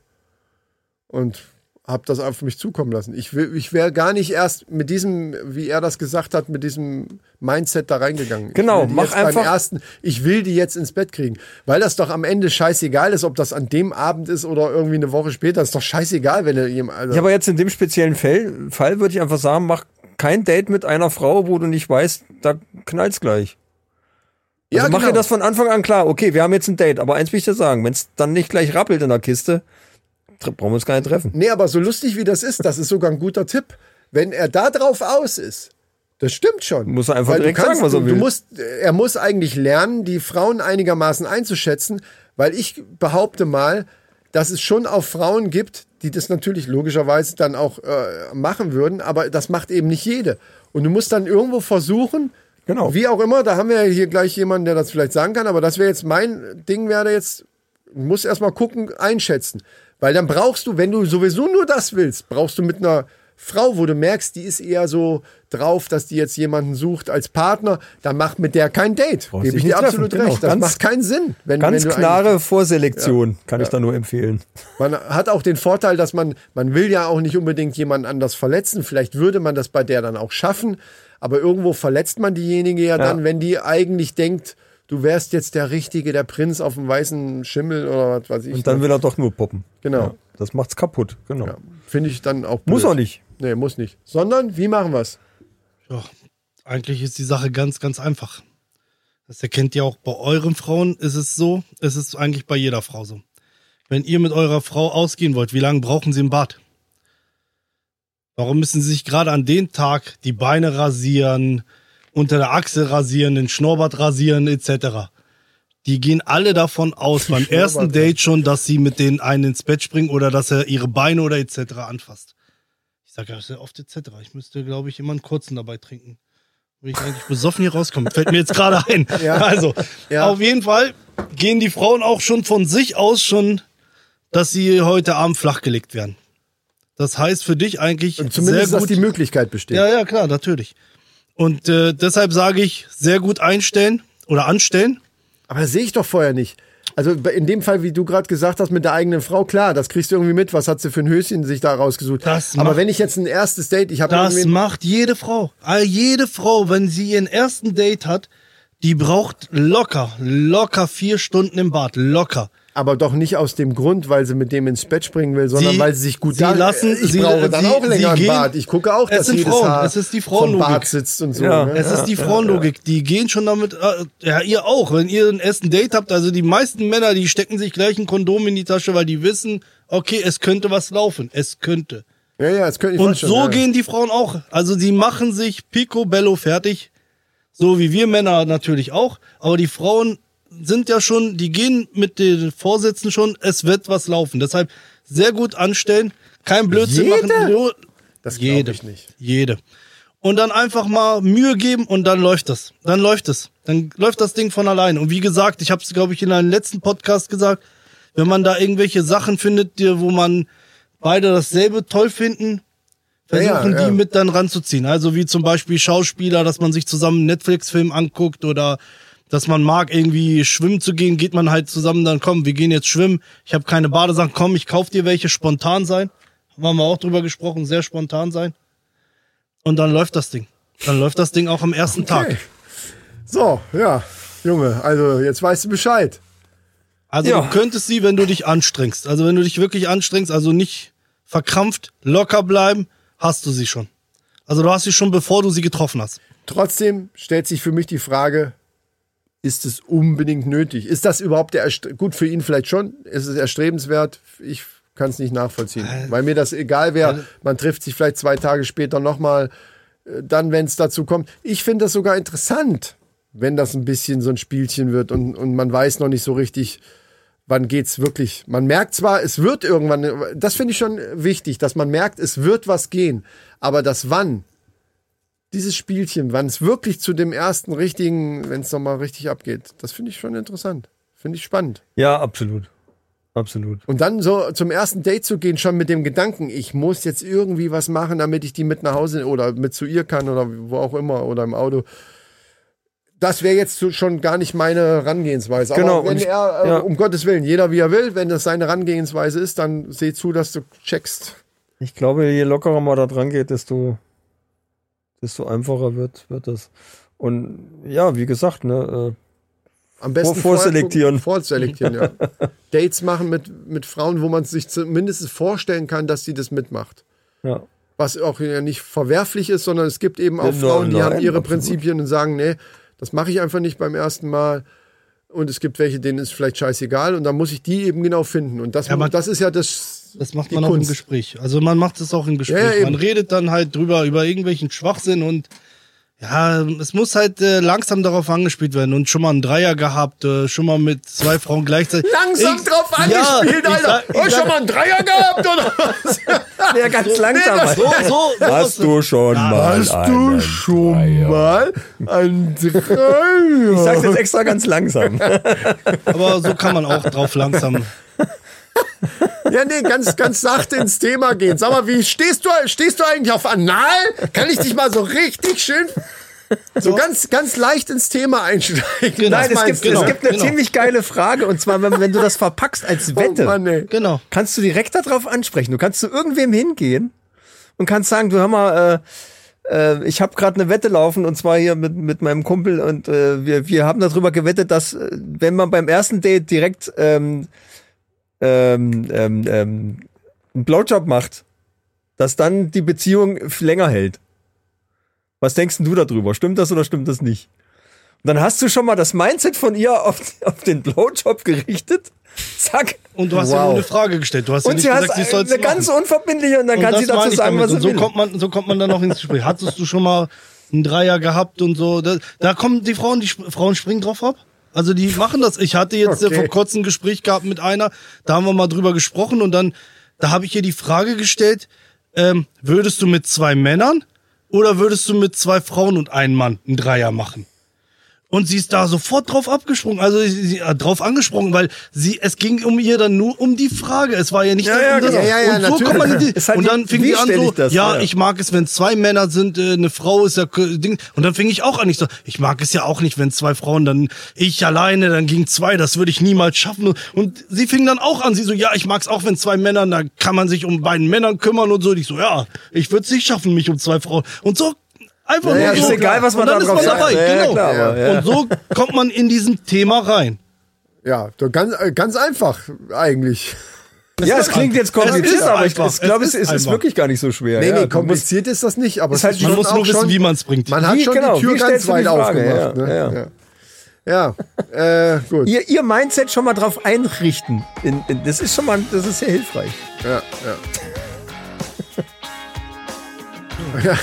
[SPEAKER 2] Und habe das auf mich zukommen lassen. Ich, will- ich wäre gar nicht erst mit diesem, wie er das gesagt hat, mit diesem Mindset da reingegangen.
[SPEAKER 1] Genau,
[SPEAKER 2] ich will die
[SPEAKER 1] mach
[SPEAKER 2] jetzt
[SPEAKER 1] einfach-
[SPEAKER 2] Beim ersten, ich will die jetzt ins Bett kriegen. Weil das doch am Ende scheißegal ist, ob das an dem Abend ist oder irgendwie eine Woche später. Ist doch scheißegal, wenn er jemand. Also,
[SPEAKER 1] Ich habe jetzt in dem speziellen Fall, Fall würde ich einfach sagen, mach kein Date mit einer Frau, wo du nicht weißt, da knallt's gleich. Also mach
[SPEAKER 2] genau.
[SPEAKER 1] dir das von Anfang an klar. Okay, wir haben jetzt ein Date, aber eins will ich dir sagen, wenn es dann nicht gleich rappelt in der Kiste, tre- brauchen wir uns gar nicht treffen.
[SPEAKER 2] Nee, aber so lustig wie das ist, das ist sogar ein guter Tipp. Wenn er da drauf aus ist, das stimmt schon.
[SPEAKER 1] Muss er einfach
[SPEAKER 2] Weil du
[SPEAKER 1] direkt sagen, was er
[SPEAKER 2] du-
[SPEAKER 1] will.
[SPEAKER 2] Du musst, er muss eigentlich lernen, die Frauen einigermaßen einzuschätzen, weil ich behaupte mal, dass es schon auch Frauen gibt, die das natürlich logischerweise dann auch äh, machen würden, aber das macht eben nicht jede. Und du musst dann irgendwo versuchen,
[SPEAKER 1] Genau.
[SPEAKER 2] wie auch immer, da haben wir ja hier gleich jemanden, der das vielleicht sagen kann, aber das wäre jetzt mein Ding, wäre jetzt, muss erstmal gucken, einschätzen. Weil dann brauchst du, wenn du sowieso nur das willst, brauchst du mit einer Frau, wo du merkst, die ist eher so drauf, dass die jetzt jemanden sucht als Partner, dann mach mit der kein Date.
[SPEAKER 1] Brauchst
[SPEAKER 2] Gebe ich
[SPEAKER 1] dich
[SPEAKER 2] dir
[SPEAKER 1] nicht
[SPEAKER 2] absolut
[SPEAKER 1] treffen,
[SPEAKER 2] recht.
[SPEAKER 1] genau.
[SPEAKER 2] Das
[SPEAKER 1] Ganz-
[SPEAKER 2] macht keinen Sinn. Wenn,
[SPEAKER 1] Ganz
[SPEAKER 2] wenn du eigentlich-
[SPEAKER 1] klare Vorselektion kann ich da nur empfehlen.
[SPEAKER 2] Man hat auch den Vorteil, dass man, man will ja auch nicht unbedingt jemand anders verletzen. Vielleicht würde man das bei der dann auch schaffen, aber irgendwo verletzt man diejenige ja, dann, wenn die eigentlich denkt, du wärst jetzt der Richtige, der Prinz auf dem weißen Schimmel oder was weiß ich.
[SPEAKER 1] Und dann will er doch nur poppen.
[SPEAKER 2] genau.
[SPEAKER 1] Ja, das macht's kaputt, genau.
[SPEAKER 2] Ja. Finde ich dann auch.
[SPEAKER 1] Muss
[SPEAKER 2] blöd.
[SPEAKER 1] auch nicht.
[SPEAKER 2] Nee, muss nicht. Sondern, wie machen wir es?
[SPEAKER 3] Ja, eigentlich ist die Sache ganz, ganz einfach. Das erkennt ihr auch bei euren Frauen, ist es so. Es ist eigentlich bei jeder Frau so. Wenn ihr mit eurer Frau ausgehen wollt, wie lange brauchen sie im Bad? Warum müssen sie sich gerade an dem Tag die Beine rasieren, unter der Achsel rasieren, den Schnurrbart rasieren, etc.? Die gehen alle davon aus, beim
[SPEAKER 2] Schnurrbart,
[SPEAKER 3] ersten
[SPEAKER 2] ja.
[SPEAKER 3] Date schon, dass sie mit denen einen ins Bett springen oder dass er ihre Beine oder etc. anfasst. Ich sage ja sehr oft etc. Ich müsste, glaube ich, immer einen kurzen dabei trinken. Wenn ich eigentlich besoffen hier rauskomme, fällt mir jetzt gerade ein.
[SPEAKER 2] Ja.
[SPEAKER 3] Also,
[SPEAKER 2] Ja.
[SPEAKER 3] auf jeden Fall gehen die Frauen auch schon von sich aus schon, dass sie heute Abend flachgelegt werden. Das heißt für dich eigentlich
[SPEAKER 2] Und zumindest,
[SPEAKER 3] sehr
[SPEAKER 2] dass
[SPEAKER 3] gut.
[SPEAKER 2] die Möglichkeit besteht.
[SPEAKER 3] ja, ja, klar, natürlich. Und äh, deshalb sage ich, sehr gut einstellen oder anstellen.
[SPEAKER 2] Aber das sehe ich doch vorher nicht. Also bei- in dem Fall, wie du gerade gesagt hast, mit der eigenen Frau, klar, das kriegst du irgendwie mit, was hat sie für ein Höschen sich da rausgesucht.
[SPEAKER 3] Das
[SPEAKER 2] Aber
[SPEAKER 3] macht-
[SPEAKER 2] wenn ich jetzt ein erstes Date, ich habe
[SPEAKER 3] Das
[SPEAKER 2] irgendwie-
[SPEAKER 3] macht jede Frau. All jede Frau, wenn sie ihren ersten Date hat, die braucht locker, locker vier Stunden im Bad. Locker.
[SPEAKER 2] aber doch nicht aus dem Grund, weil sie mit dem ins Bett springen will, sondern
[SPEAKER 3] Sie-
[SPEAKER 2] weil sie sich gut
[SPEAKER 3] sie
[SPEAKER 2] dar-
[SPEAKER 3] lassen-
[SPEAKER 2] Ich
[SPEAKER 3] sie-
[SPEAKER 2] brauche dann
[SPEAKER 3] sie-
[SPEAKER 2] auch
[SPEAKER 3] sie
[SPEAKER 2] länger im
[SPEAKER 3] gehen-
[SPEAKER 2] Bad. Ich gucke auch,
[SPEAKER 3] Es
[SPEAKER 2] dass
[SPEAKER 3] sind
[SPEAKER 2] jedes
[SPEAKER 3] Frauen.
[SPEAKER 2] Haar
[SPEAKER 3] Es ist die
[SPEAKER 2] vom
[SPEAKER 3] Frauenlogik.
[SPEAKER 2] Bad sitzt und so.
[SPEAKER 1] Ja.
[SPEAKER 2] ne?
[SPEAKER 3] Es ist die Frauenlogik. Die gehen schon damit, äh, ja, ihr auch. Wenn ihr ein ersten Date habt, also die meisten Männer, die stecken sich gleich ein Kondom in die Tasche, weil die wissen, okay, es könnte was laufen. Es könnte.
[SPEAKER 2] Ja, ja, das könnte ich
[SPEAKER 3] Und
[SPEAKER 2] weiß schon,
[SPEAKER 3] so
[SPEAKER 2] ja.
[SPEAKER 3] gehen die Frauen auch. Also die machen sich picobello fertig. So wie wir Männer natürlich auch. Aber die Frauen sind ja schon, die gehen mit den Vorsätzen schon, es wird was laufen. Deshalb sehr gut anstellen, kein Blödsinn machen. Nur
[SPEAKER 2] Das glaub
[SPEAKER 3] jede.
[SPEAKER 2] ich nicht.
[SPEAKER 3] Jede. Und dann einfach mal Mühe geben und dann läuft das. Dann läuft es. Dann läuft das Ding von allein. Und wie gesagt, ich habe es, glaube ich, in einem letzten Podcast gesagt, wenn man da irgendwelche Sachen findet, die- wo man beide dasselbe toll finden,
[SPEAKER 2] Ja, ja,
[SPEAKER 3] versuchen
[SPEAKER 2] ja.
[SPEAKER 3] die mit dann ranzuziehen. Also wie zum Beispiel Schauspieler, dass man sich zusammen einen Netflix-Film anguckt oder dass man mag, irgendwie schwimmen zu gehen, geht man halt zusammen, dann komm, wir gehen jetzt schwimmen, ich habe keine Badesachen, komm, ich kauf dir welche, spontan sein. Haben wir auch drüber gesprochen, sehr spontan sein. Und dann läuft das Ding. Dann läuft das Ding auch am ersten
[SPEAKER 2] Okay.
[SPEAKER 3] Tag.
[SPEAKER 2] So, ja, Junge, also jetzt weißt du Bescheid.
[SPEAKER 3] Also
[SPEAKER 1] Ja.
[SPEAKER 3] du könntest sie, wenn du dich anstrengst. Also wenn du dich wirklich anstrengst, also nicht verkrampft, locker bleiben, hast du sie schon. Also du hast sie schon, bevor du sie getroffen hast.
[SPEAKER 2] Trotzdem stellt sich für mich die Frage, ist es unbedingt nötig? Ist das überhaupt der Erstre gut für ihn vielleicht schon? Ist es erstrebenswert? Ich kann es nicht nachvollziehen, weil mir das egal wäre. Man trifft sich vielleicht zwei Tage später nochmal, äh, dann, wenn es dazu kommt. Ich finde das sogar interessant, wenn das ein bisschen so ein Spielchen wird und, und man weiß noch nicht so richtig, wann geht's wirklich. Man merkt zwar, es wird irgendwann, das finde ich schon wichtig, dass man merkt, es wird was gehen, aber das Wann, dieses Spielchen, wann es wirklich zu dem ersten richtigen, wenn es nochmal richtig abgeht, das finde ich schon interessant. Finde ich spannend.
[SPEAKER 1] Ja, absolut. Absolut.
[SPEAKER 2] Und dann so zum ersten Date zu gehen, schon mit dem Gedanken, ich muss jetzt irgendwie was machen, damit ich die mit nach Hause oder mit zu ihr kann oder wo auch immer oder im Auto. Das wäre jetzt so schon gar nicht meine Herangehensweise.
[SPEAKER 1] Genau,
[SPEAKER 2] Aber wenn
[SPEAKER 1] und ich-
[SPEAKER 2] er, äh,
[SPEAKER 1] ja.
[SPEAKER 2] um Gottes Willen, jeder wie er will, wenn das seine Herangehensweise ist, dann seh zu, dass du checkst.
[SPEAKER 1] Ich glaube, je lockerer man da dran geht, desto, desto einfacher wird, wird das. Und ja, wie gesagt, ne,
[SPEAKER 2] Am besten
[SPEAKER 1] Vor- vorselektieren.
[SPEAKER 2] Vor, vorselektieren, ja. Dates machen mit, mit Frauen, wo man sich zumindest vorstellen kann, dass sie das mitmacht.
[SPEAKER 1] äh, ja.
[SPEAKER 2] Was auch ja nicht verwerflich ist, sondern es gibt eben auch
[SPEAKER 1] Nein,
[SPEAKER 2] Frauen, die
[SPEAKER 1] nein,
[SPEAKER 2] haben ihre
[SPEAKER 1] absolut.
[SPEAKER 2] Prinzipien und sagen, nee, das mache ich einfach nicht beim ersten Mal. Und es gibt welche, denen ist vielleicht scheißegal und dann muss ich die eben genau finden. Und das,
[SPEAKER 3] Ja, aber
[SPEAKER 2] das ist ja das.
[SPEAKER 3] Das macht
[SPEAKER 2] Die
[SPEAKER 3] man auch im
[SPEAKER 2] Kunst.
[SPEAKER 3] Gespräch. Also man macht es auch im Gespräch.
[SPEAKER 2] Ja, ja, eben.
[SPEAKER 3] man redet dann halt drüber, über irgendwelchen Schwachsinn und ja, es muss halt äh, langsam darauf angespielt werden und schon mal einen Dreier gehabt, äh, schon mal mit zwei Frauen gleichzeitig.
[SPEAKER 2] Langsam
[SPEAKER 3] Ich-
[SPEAKER 2] drauf angespielt,
[SPEAKER 3] ja, ich
[SPEAKER 2] Alter!
[SPEAKER 3] sag- ich
[SPEAKER 2] oh,
[SPEAKER 3] sag-
[SPEAKER 2] schon mal einen Dreier gehabt, oder? was?
[SPEAKER 1] Ja, ganz langsam.
[SPEAKER 3] So, so, so
[SPEAKER 1] Hast du schon mal.
[SPEAKER 2] Hast du
[SPEAKER 1] einen
[SPEAKER 2] schon
[SPEAKER 1] Dreier?
[SPEAKER 2] mal einen Dreier?
[SPEAKER 1] Ich sag's jetzt extra ganz langsam.
[SPEAKER 3] Aber so kann man auch drauf langsam.
[SPEAKER 2] Ja, nee, ganz, ganz sachte ins Thema gehen. Sag mal, wie stehst du, stehst du eigentlich auf Anal? Kann ich dich mal so richtig schön, so ganz, ganz leicht ins Thema einsteigen?
[SPEAKER 3] Genau.
[SPEAKER 2] Das
[SPEAKER 1] Nein, es
[SPEAKER 2] meinst
[SPEAKER 1] gibt,
[SPEAKER 2] du?
[SPEAKER 3] genau,
[SPEAKER 1] es gibt eine
[SPEAKER 3] genau.
[SPEAKER 1] ziemlich geile Frage. Und zwar, wenn, wenn du das verpackst als Wette,
[SPEAKER 2] Oh Mann, ey.
[SPEAKER 3] Genau.
[SPEAKER 1] kannst du direkt darauf ansprechen. Du kannst zu irgendwem hingehen und kannst sagen, du hör mal, äh, ich habe gerade eine Wette laufen und zwar hier mit, mit meinem Kumpel und äh, wir, wir haben darüber gewettet, dass äh, wenn man beim ersten Date direkt ähm, ähm, ähm, ähm, einen Blowjob macht, dass dann die Beziehung länger hält. Was denkst denn du darüber? Stimmt das oder stimmt das nicht? Und dann hast du schon mal das Mindset von ihr auf, auf den Blowjob gerichtet. Zack.
[SPEAKER 3] Und du hast ja
[SPEAKER 1] Wow.
[SPEAKER 3] nur eine Frage gestellt. Du hast ja
[SPEAKER 1] Und
[SPEAKER 3] nicht
[SPEAKER 1] sie hat
[SPEAKER 3] gesagt, sie soll's
[SPEAKER 1] eine
[SPEAKER 3] machen.
[SPEAKER 1] ganz unverbindliche und dann
[SPEAKER 3] Und
[SPEAKER 1] kann
[SPEAKER 3] das
[SPEAKER 1] sie dazu
[SPEAKER 3] meine ich
[SPEAKER 1] sagen,
[SPEAKER 3] damit.
[SPEAKER 1] was
[SPEAKER 3] und
[SPEAKER 1] sie
[SPEAKER 3] so
[SPEAKER 1] will.
[SPEAKER 3] Kommt man, so kommt man dann auch ins Gespräch. Hattest du schon mal einen Dreier gehabt und so? Da, da kommen die Frauen, die Sp- Frauen springen drauf ab. Also die machen das. Ich hatte jetzt äh,
[SPEAKER 2] Okay.
[SPEAKER 3] vor kurzem ein Gespräch gehabt mit einer, da haben wir mal drüber gesprochen und dann, da habe ich ihr die Frage gestellt, ähm, würdest du mit zwei Männern oder würdest du mit zwei Frauen und einem Mann einen Dreier machen? Und sie ist da sofort drauf abgesprungen, also sie, sie, äh, drauf angesprungen, weil sie, es ging um ihr dann nur um die Frage. Es war ja nicht
[SPEAKER 1] Ja, ja,
[SPEAKER 3] um das.
[SPEAKER 1] genau.
[SPEAKER 2] Ja, ja,
[SPEAKER 3] und
[SPEAKER 2] ja,
[SPEAKER 3] so kommt man in die,
[SPEAKER 1] Ist halt
[SPEAKER 3] und
[SPEAKER 1] die-
[SPEAKER 3] dann fing
[SPEAKER 1] wie
[SPEAKER 3] die an
[SPEAKER 1] stelle
[SPEAKER 3] so,
[SPEAKER 1] ich das?
[SPEAKER 3] ja,
[SPEAKER 1] Ja.
[SPEAKER 3] ich mag es, wenn zwei Männer sind, äh, eine Frau ist ja äh, Ding. Und dann fing ich auch an, ich so, ich mag es ja auch nicht, wenn zwei Frauen dann ich alleine, dann gegen zwei, das würde ich niemals schaffen. Und sie fing dann auch an, sie so, ja, ich mag es auch, wenn zwei Männer, dann kann man sich um beiden Männern kümmern und so. Und ich so, ja, ich würde es nicht schaffen, mich um zwei Frauen. Und so einfach
[SPEAKER 2] Ja,
[SPEAKER 3] nur
[SPEAKER 2] ja,
[SPEAKER 3] so.
[SPEAKER 2] ist
[SPEAKER 1] egal, was man
[SPEAKER 3] und dann
[SPEAKER 1] da
[SPEAKER 3] ist
[SPEAKER 1] drauf
[SPEAKER 3] man
[SPEAKER 1] sagt.
[SPEAKER 3] dabei,
[SPEAKER 1] Ja, ja,
[SPEAKER 3] genau.
[SPEAKER 1] klar, aber, ja.
[SPEAKER 3] Und so kommt man in diesem Thema rein.
[SPEAKER 2] Ja, so ganz, äh, ganz einfach eigentlich.
[SPEAKER 1] Ja, es klingt jetzt kompliziert,
[SPEAKER 3] Es ist
[SPEAKER 1] aber ich
[SPEAKER 3] einfach.
[SPEAKER 1] glaube, es,
[SPEAKER 3] Es ist
[SPEAKER 1] ist, es ist
[SPEAKER 3] einfach.
[SPEAKER 1] wirklich gar nicht so schwer.
[SPEAKER 2] Nee,
[SPEAKER 1] ja.
[SPEAKER 2] nee,
[SPEAKER 1] Du musst-
[SPEAKER 2] kompliziert ist das nicht, aber
[SPEAKER 1] Ist halt
[SPEAKER 2] es
[SPEAKER 1] schon-
[SPEAKER 3] Man
[SPEAKER 2] schon
[SPEAKER 3] muss
[SPEAKER 2] auch
[SPEAKER 3] nur wissen,
[SPEAKER 2] schon,
[SPEAKER 3] wie man es bringt.
[SPEAKER 2] Man hat
[SPEAKER 1] Wie-
[SPEAKER 2] schon
[SPEAKER 1] genau,
[SPEAKER 2] die Tür
[SPEAKER 1] wie
[SPEAKER 2] ganz
[SPEAKER 1] stellst du die
[SPEAKER 2] weit
[SPEAKER 1] Frage?
[SPEAKER 2] aufgemacht.
[SPEAKER 1] Ja,
[SPEAKER 2] ne? ja. ja. äh, gut.
[SPEAKER 1] Ihr, ihr Mindset schon mal drauf einrichten. In, in, das ist schon mal, das ist sehr hilfreich.
[SPEAKER 2] Ja, ja.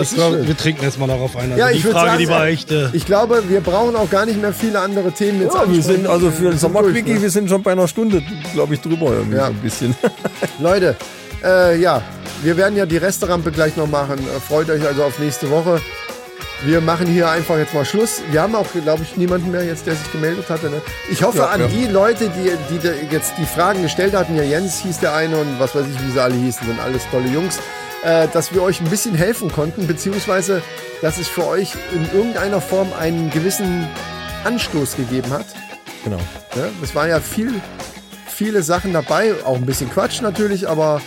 [SPEAKER 3] Ich glaube, wir trinken jetzt mal darauf ein. Also
[SPEAKER 2] Ja,
[SPEAKER 3] die
[SPEAKER 2] ich würd
[SPEAKER 3] Frage,
[SPEAKER 2] sagen,
[SPEAKER 3] die war echt. Äh,
[SPEAKER 2] Ich glaube, wir brauchen auch gar nicht mehr viele andere Themen jetzt.
[SPEAKER 1] Ja, wir
[SPEAKER 2] ansprechen.
[SPEAKER 1] sind also für den
[SPEAKER 2] durch,
[SPEAKER 1] Sommerquickie,
[SPEAKER 2] ne?
[SPEAKER 1] wir sind schon bei einer Stunde, glaube ich, drüber irgendwie
[SPEAKER 2] Ja.
[SPEAKER 1] so ein bisschen.
[SPEAKER 2] Leute, äh, ja, wir werden ja die Resterampe gleich noch machen. Äh, Freut euch also auf nächste Woche. Wir machen hier einfach jetzt mal Schluss. Wir haben auch, glaube ich, niemanden mehr jetzt, der sich gemeldet hatte. Ne? Ich hoffe
[SPEAKER 1] Ja,
[SPEAKER 2] an
[SPEAKER 1] ja.
[SPEAKER 2] die Leute, die, die da jetzt die Fragen gestellt hatten. Ja, Jens hieß der eine und was weiß ich, wie sie alle hießen, sind alles tolle Jungs. Äh, dass wir euch ein bisschen helfen konnten, beziehungsweise, dass es für euch in irgendeiner Form einen gewissen Anstoß gegeben hat.
[SPEAKER 1] Genau.
[SPEAKER 2] Ne? Es waren ja viel, viele Sachen dabei, auch ein bisschen Quatsch natürlich, aber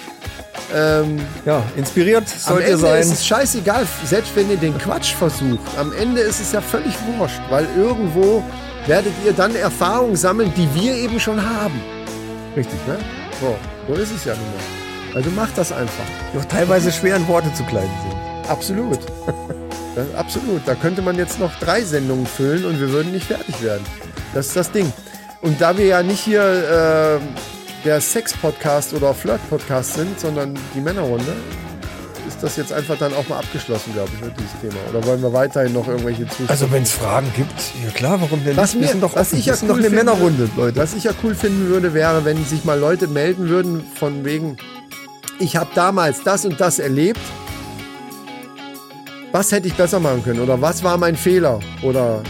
[SPEAKER 2] ähm,
[SPEAKER 1] Ja, inspiriert
[SPEAKER 2] am
[SPEAKER 1] sollt
[SPEAKER 2] Ende
[SPEAKER 1] ihr sein.
[SPEAKER 2] ist es scheißegal, selbst wenn ihr den Quatsch versucht. Am Ende ist es ja völlig wurscht, weil irgendwo werdet ihr dann Erfahrungen sammeln, die wir eben schon haben. Richtig, ne? So, so ist es ja nun mal. Also macht das einfach.
[SPEAKER 1] Die auch teilweise schwer in Worte zu kleiden sind.
[SPEAKER 2] Absolut. Das, absolut. Da könnte man jetzt noch drei Sendungen füllen und wir würden nicht fertig werden. Das ist das Ding. Und da wir ja nicht hier äh, der Sex-Podcast oder Flirt-Podcast sind, sondern die Männerrunde, ist das jetzt einfach dann auch mal abgeschlossen, glaube ich, mit dieses Thema. Oder wollen wir weiterhin noch irgendwelche Zuschauer?
[SPEAKER 1] Also wenn es Fragen gibt, ja klar, warum denn
[SPEAKER 2] Was
[SPEAKER 1] nicht?
[SPEAKER 2] mir-
[SPEAKER 1] wir sind doch
[SPEAKER 2] was
[SPEAKER 1] offen,
[SPEAKER 2] ich ja
[SPEAKER 1] wir sind doch
[SPEAKER 2] cool
[SPEAKER 1] eine
[SPEAKER 2] finde-
[SPEAKER 1] Männerrunde, Leute.
[SPEAKER 2] Was ich ja cool finden würde, wäre, wenn sich mal Leute melden würden von wegen, ich habe damals das und das erlebt. Was hätte ich besser machen können? Oder was war mein Fehler? Oder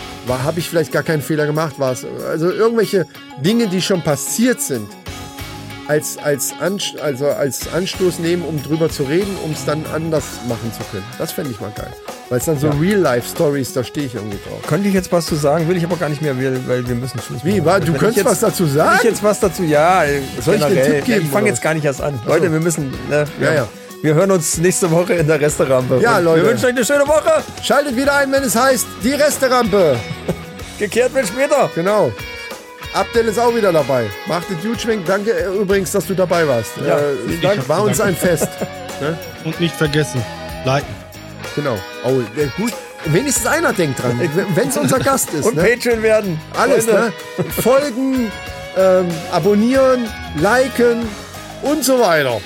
[SPEAKER 2] habe ich vielleicht gar keinen Fehler gemacht? War's? Also irgendwelche Dinge, die schon passiert sind, als, als, Anst also als Anstoß nehmen, um drüber zu reden, um es dann anders machen zu können. Das fände ich mal geil. Weil es dann so Real-Life-Stories, da stehe ich irgendwie drauf.
[SPEAKER 1] Könnte ich jetzt was zu sagen, will ich aber gar nicht mehr, weil weil wir müssen Schluss
[SPEAKER 2] Wie,
[SPEAKER 1] machen. Also
[SPEAKER 2] wa- du
[SPEAKER 1] Wenn
[SPEAKER 2] könntest
[SPEAKER 1] ich jetzt,
[SPEAKER 2] was dazu
[SPEAKER 1] Wenn ich
[SPEAKER 2] sagen?
[SPEAKER 1] jetzt was dazu, ja, äh,
[SPEAKER 2] Soll ich dir einen
[SPEAKER 1] generell.
[SPEAKER 2] Tipp geben,
[SPEAKER 1] Ich fange
[SPEAKER 2] oder
[SPEAKER 1] jetzt gar nicht erst an. Leute, wir müssen, ne, wir,
[SPEAKER 2] Ja, ja.
[SPEAKER 1] wir hören uns nächste Woche in der Restaurant.
[SPEAKER 2] Ja, Leute.
[SPEAKER 1] Wir wünschen euch eine schöne Woche.
[SPEAKER 2] Schaltet wieder ein, wenn es heißt, die Resterampe.
[SPEAKER 1] Gekehrt wird später.
[SPEAKER 2] Genau. Abdel ist auch wieder dabei. Macht den Jutschwenk. Danke äh, übrigens, dass du dabei warst.
[SPEAKER 1] Ja,
[SPEAKER 2] äh,
[SPEAKER 1] vielen
[SPEAKER 2] Dank. War uns ein Fest.
[SPEAKER 3] und nicht vergessen, liken.
[SPEAKER 2] Genau. Oh, äh, gut. Wenigstens einer denkt dran, wenn es unser Gast ist.
[SPEAKER 1] Und
[SPEAKER 2] ne?
[SPEAKER 1] Patreon werden.
[SPEAKER 2] Alles,
[SPEAKER 1] Freunde.
[SPEAKER 2] ne? Folgen, ähm, abonnieren, liken und so weiter.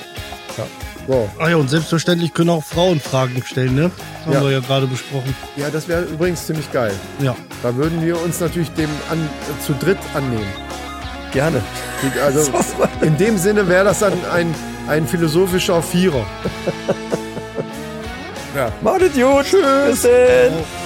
[SPEAKER 2] So.
[SPEAKER 3] Ach Ah ja, und selbstverständlich können auch Frauen Fragen stellen, ne? Haben
[SPEAKER 2] Ja.
[SPEAKER 3] wir ja gerade besprochen.
[SPEAKER 2] Ja, das wäre übrigens ziemlich geil.
[SPEAKER 3] Ja.
[SPEAKER 2] Da würden wir uns natürlich dem an, äh, zu dritt annehmen.
[SPEAKER 1] Gerne.
[SPEAKER 2] Also in dem Sinne wäre das dann ein, ein philosophischer Vierer.
[SPEAKER 1] Macht es gut. Tschüss. Bis dann.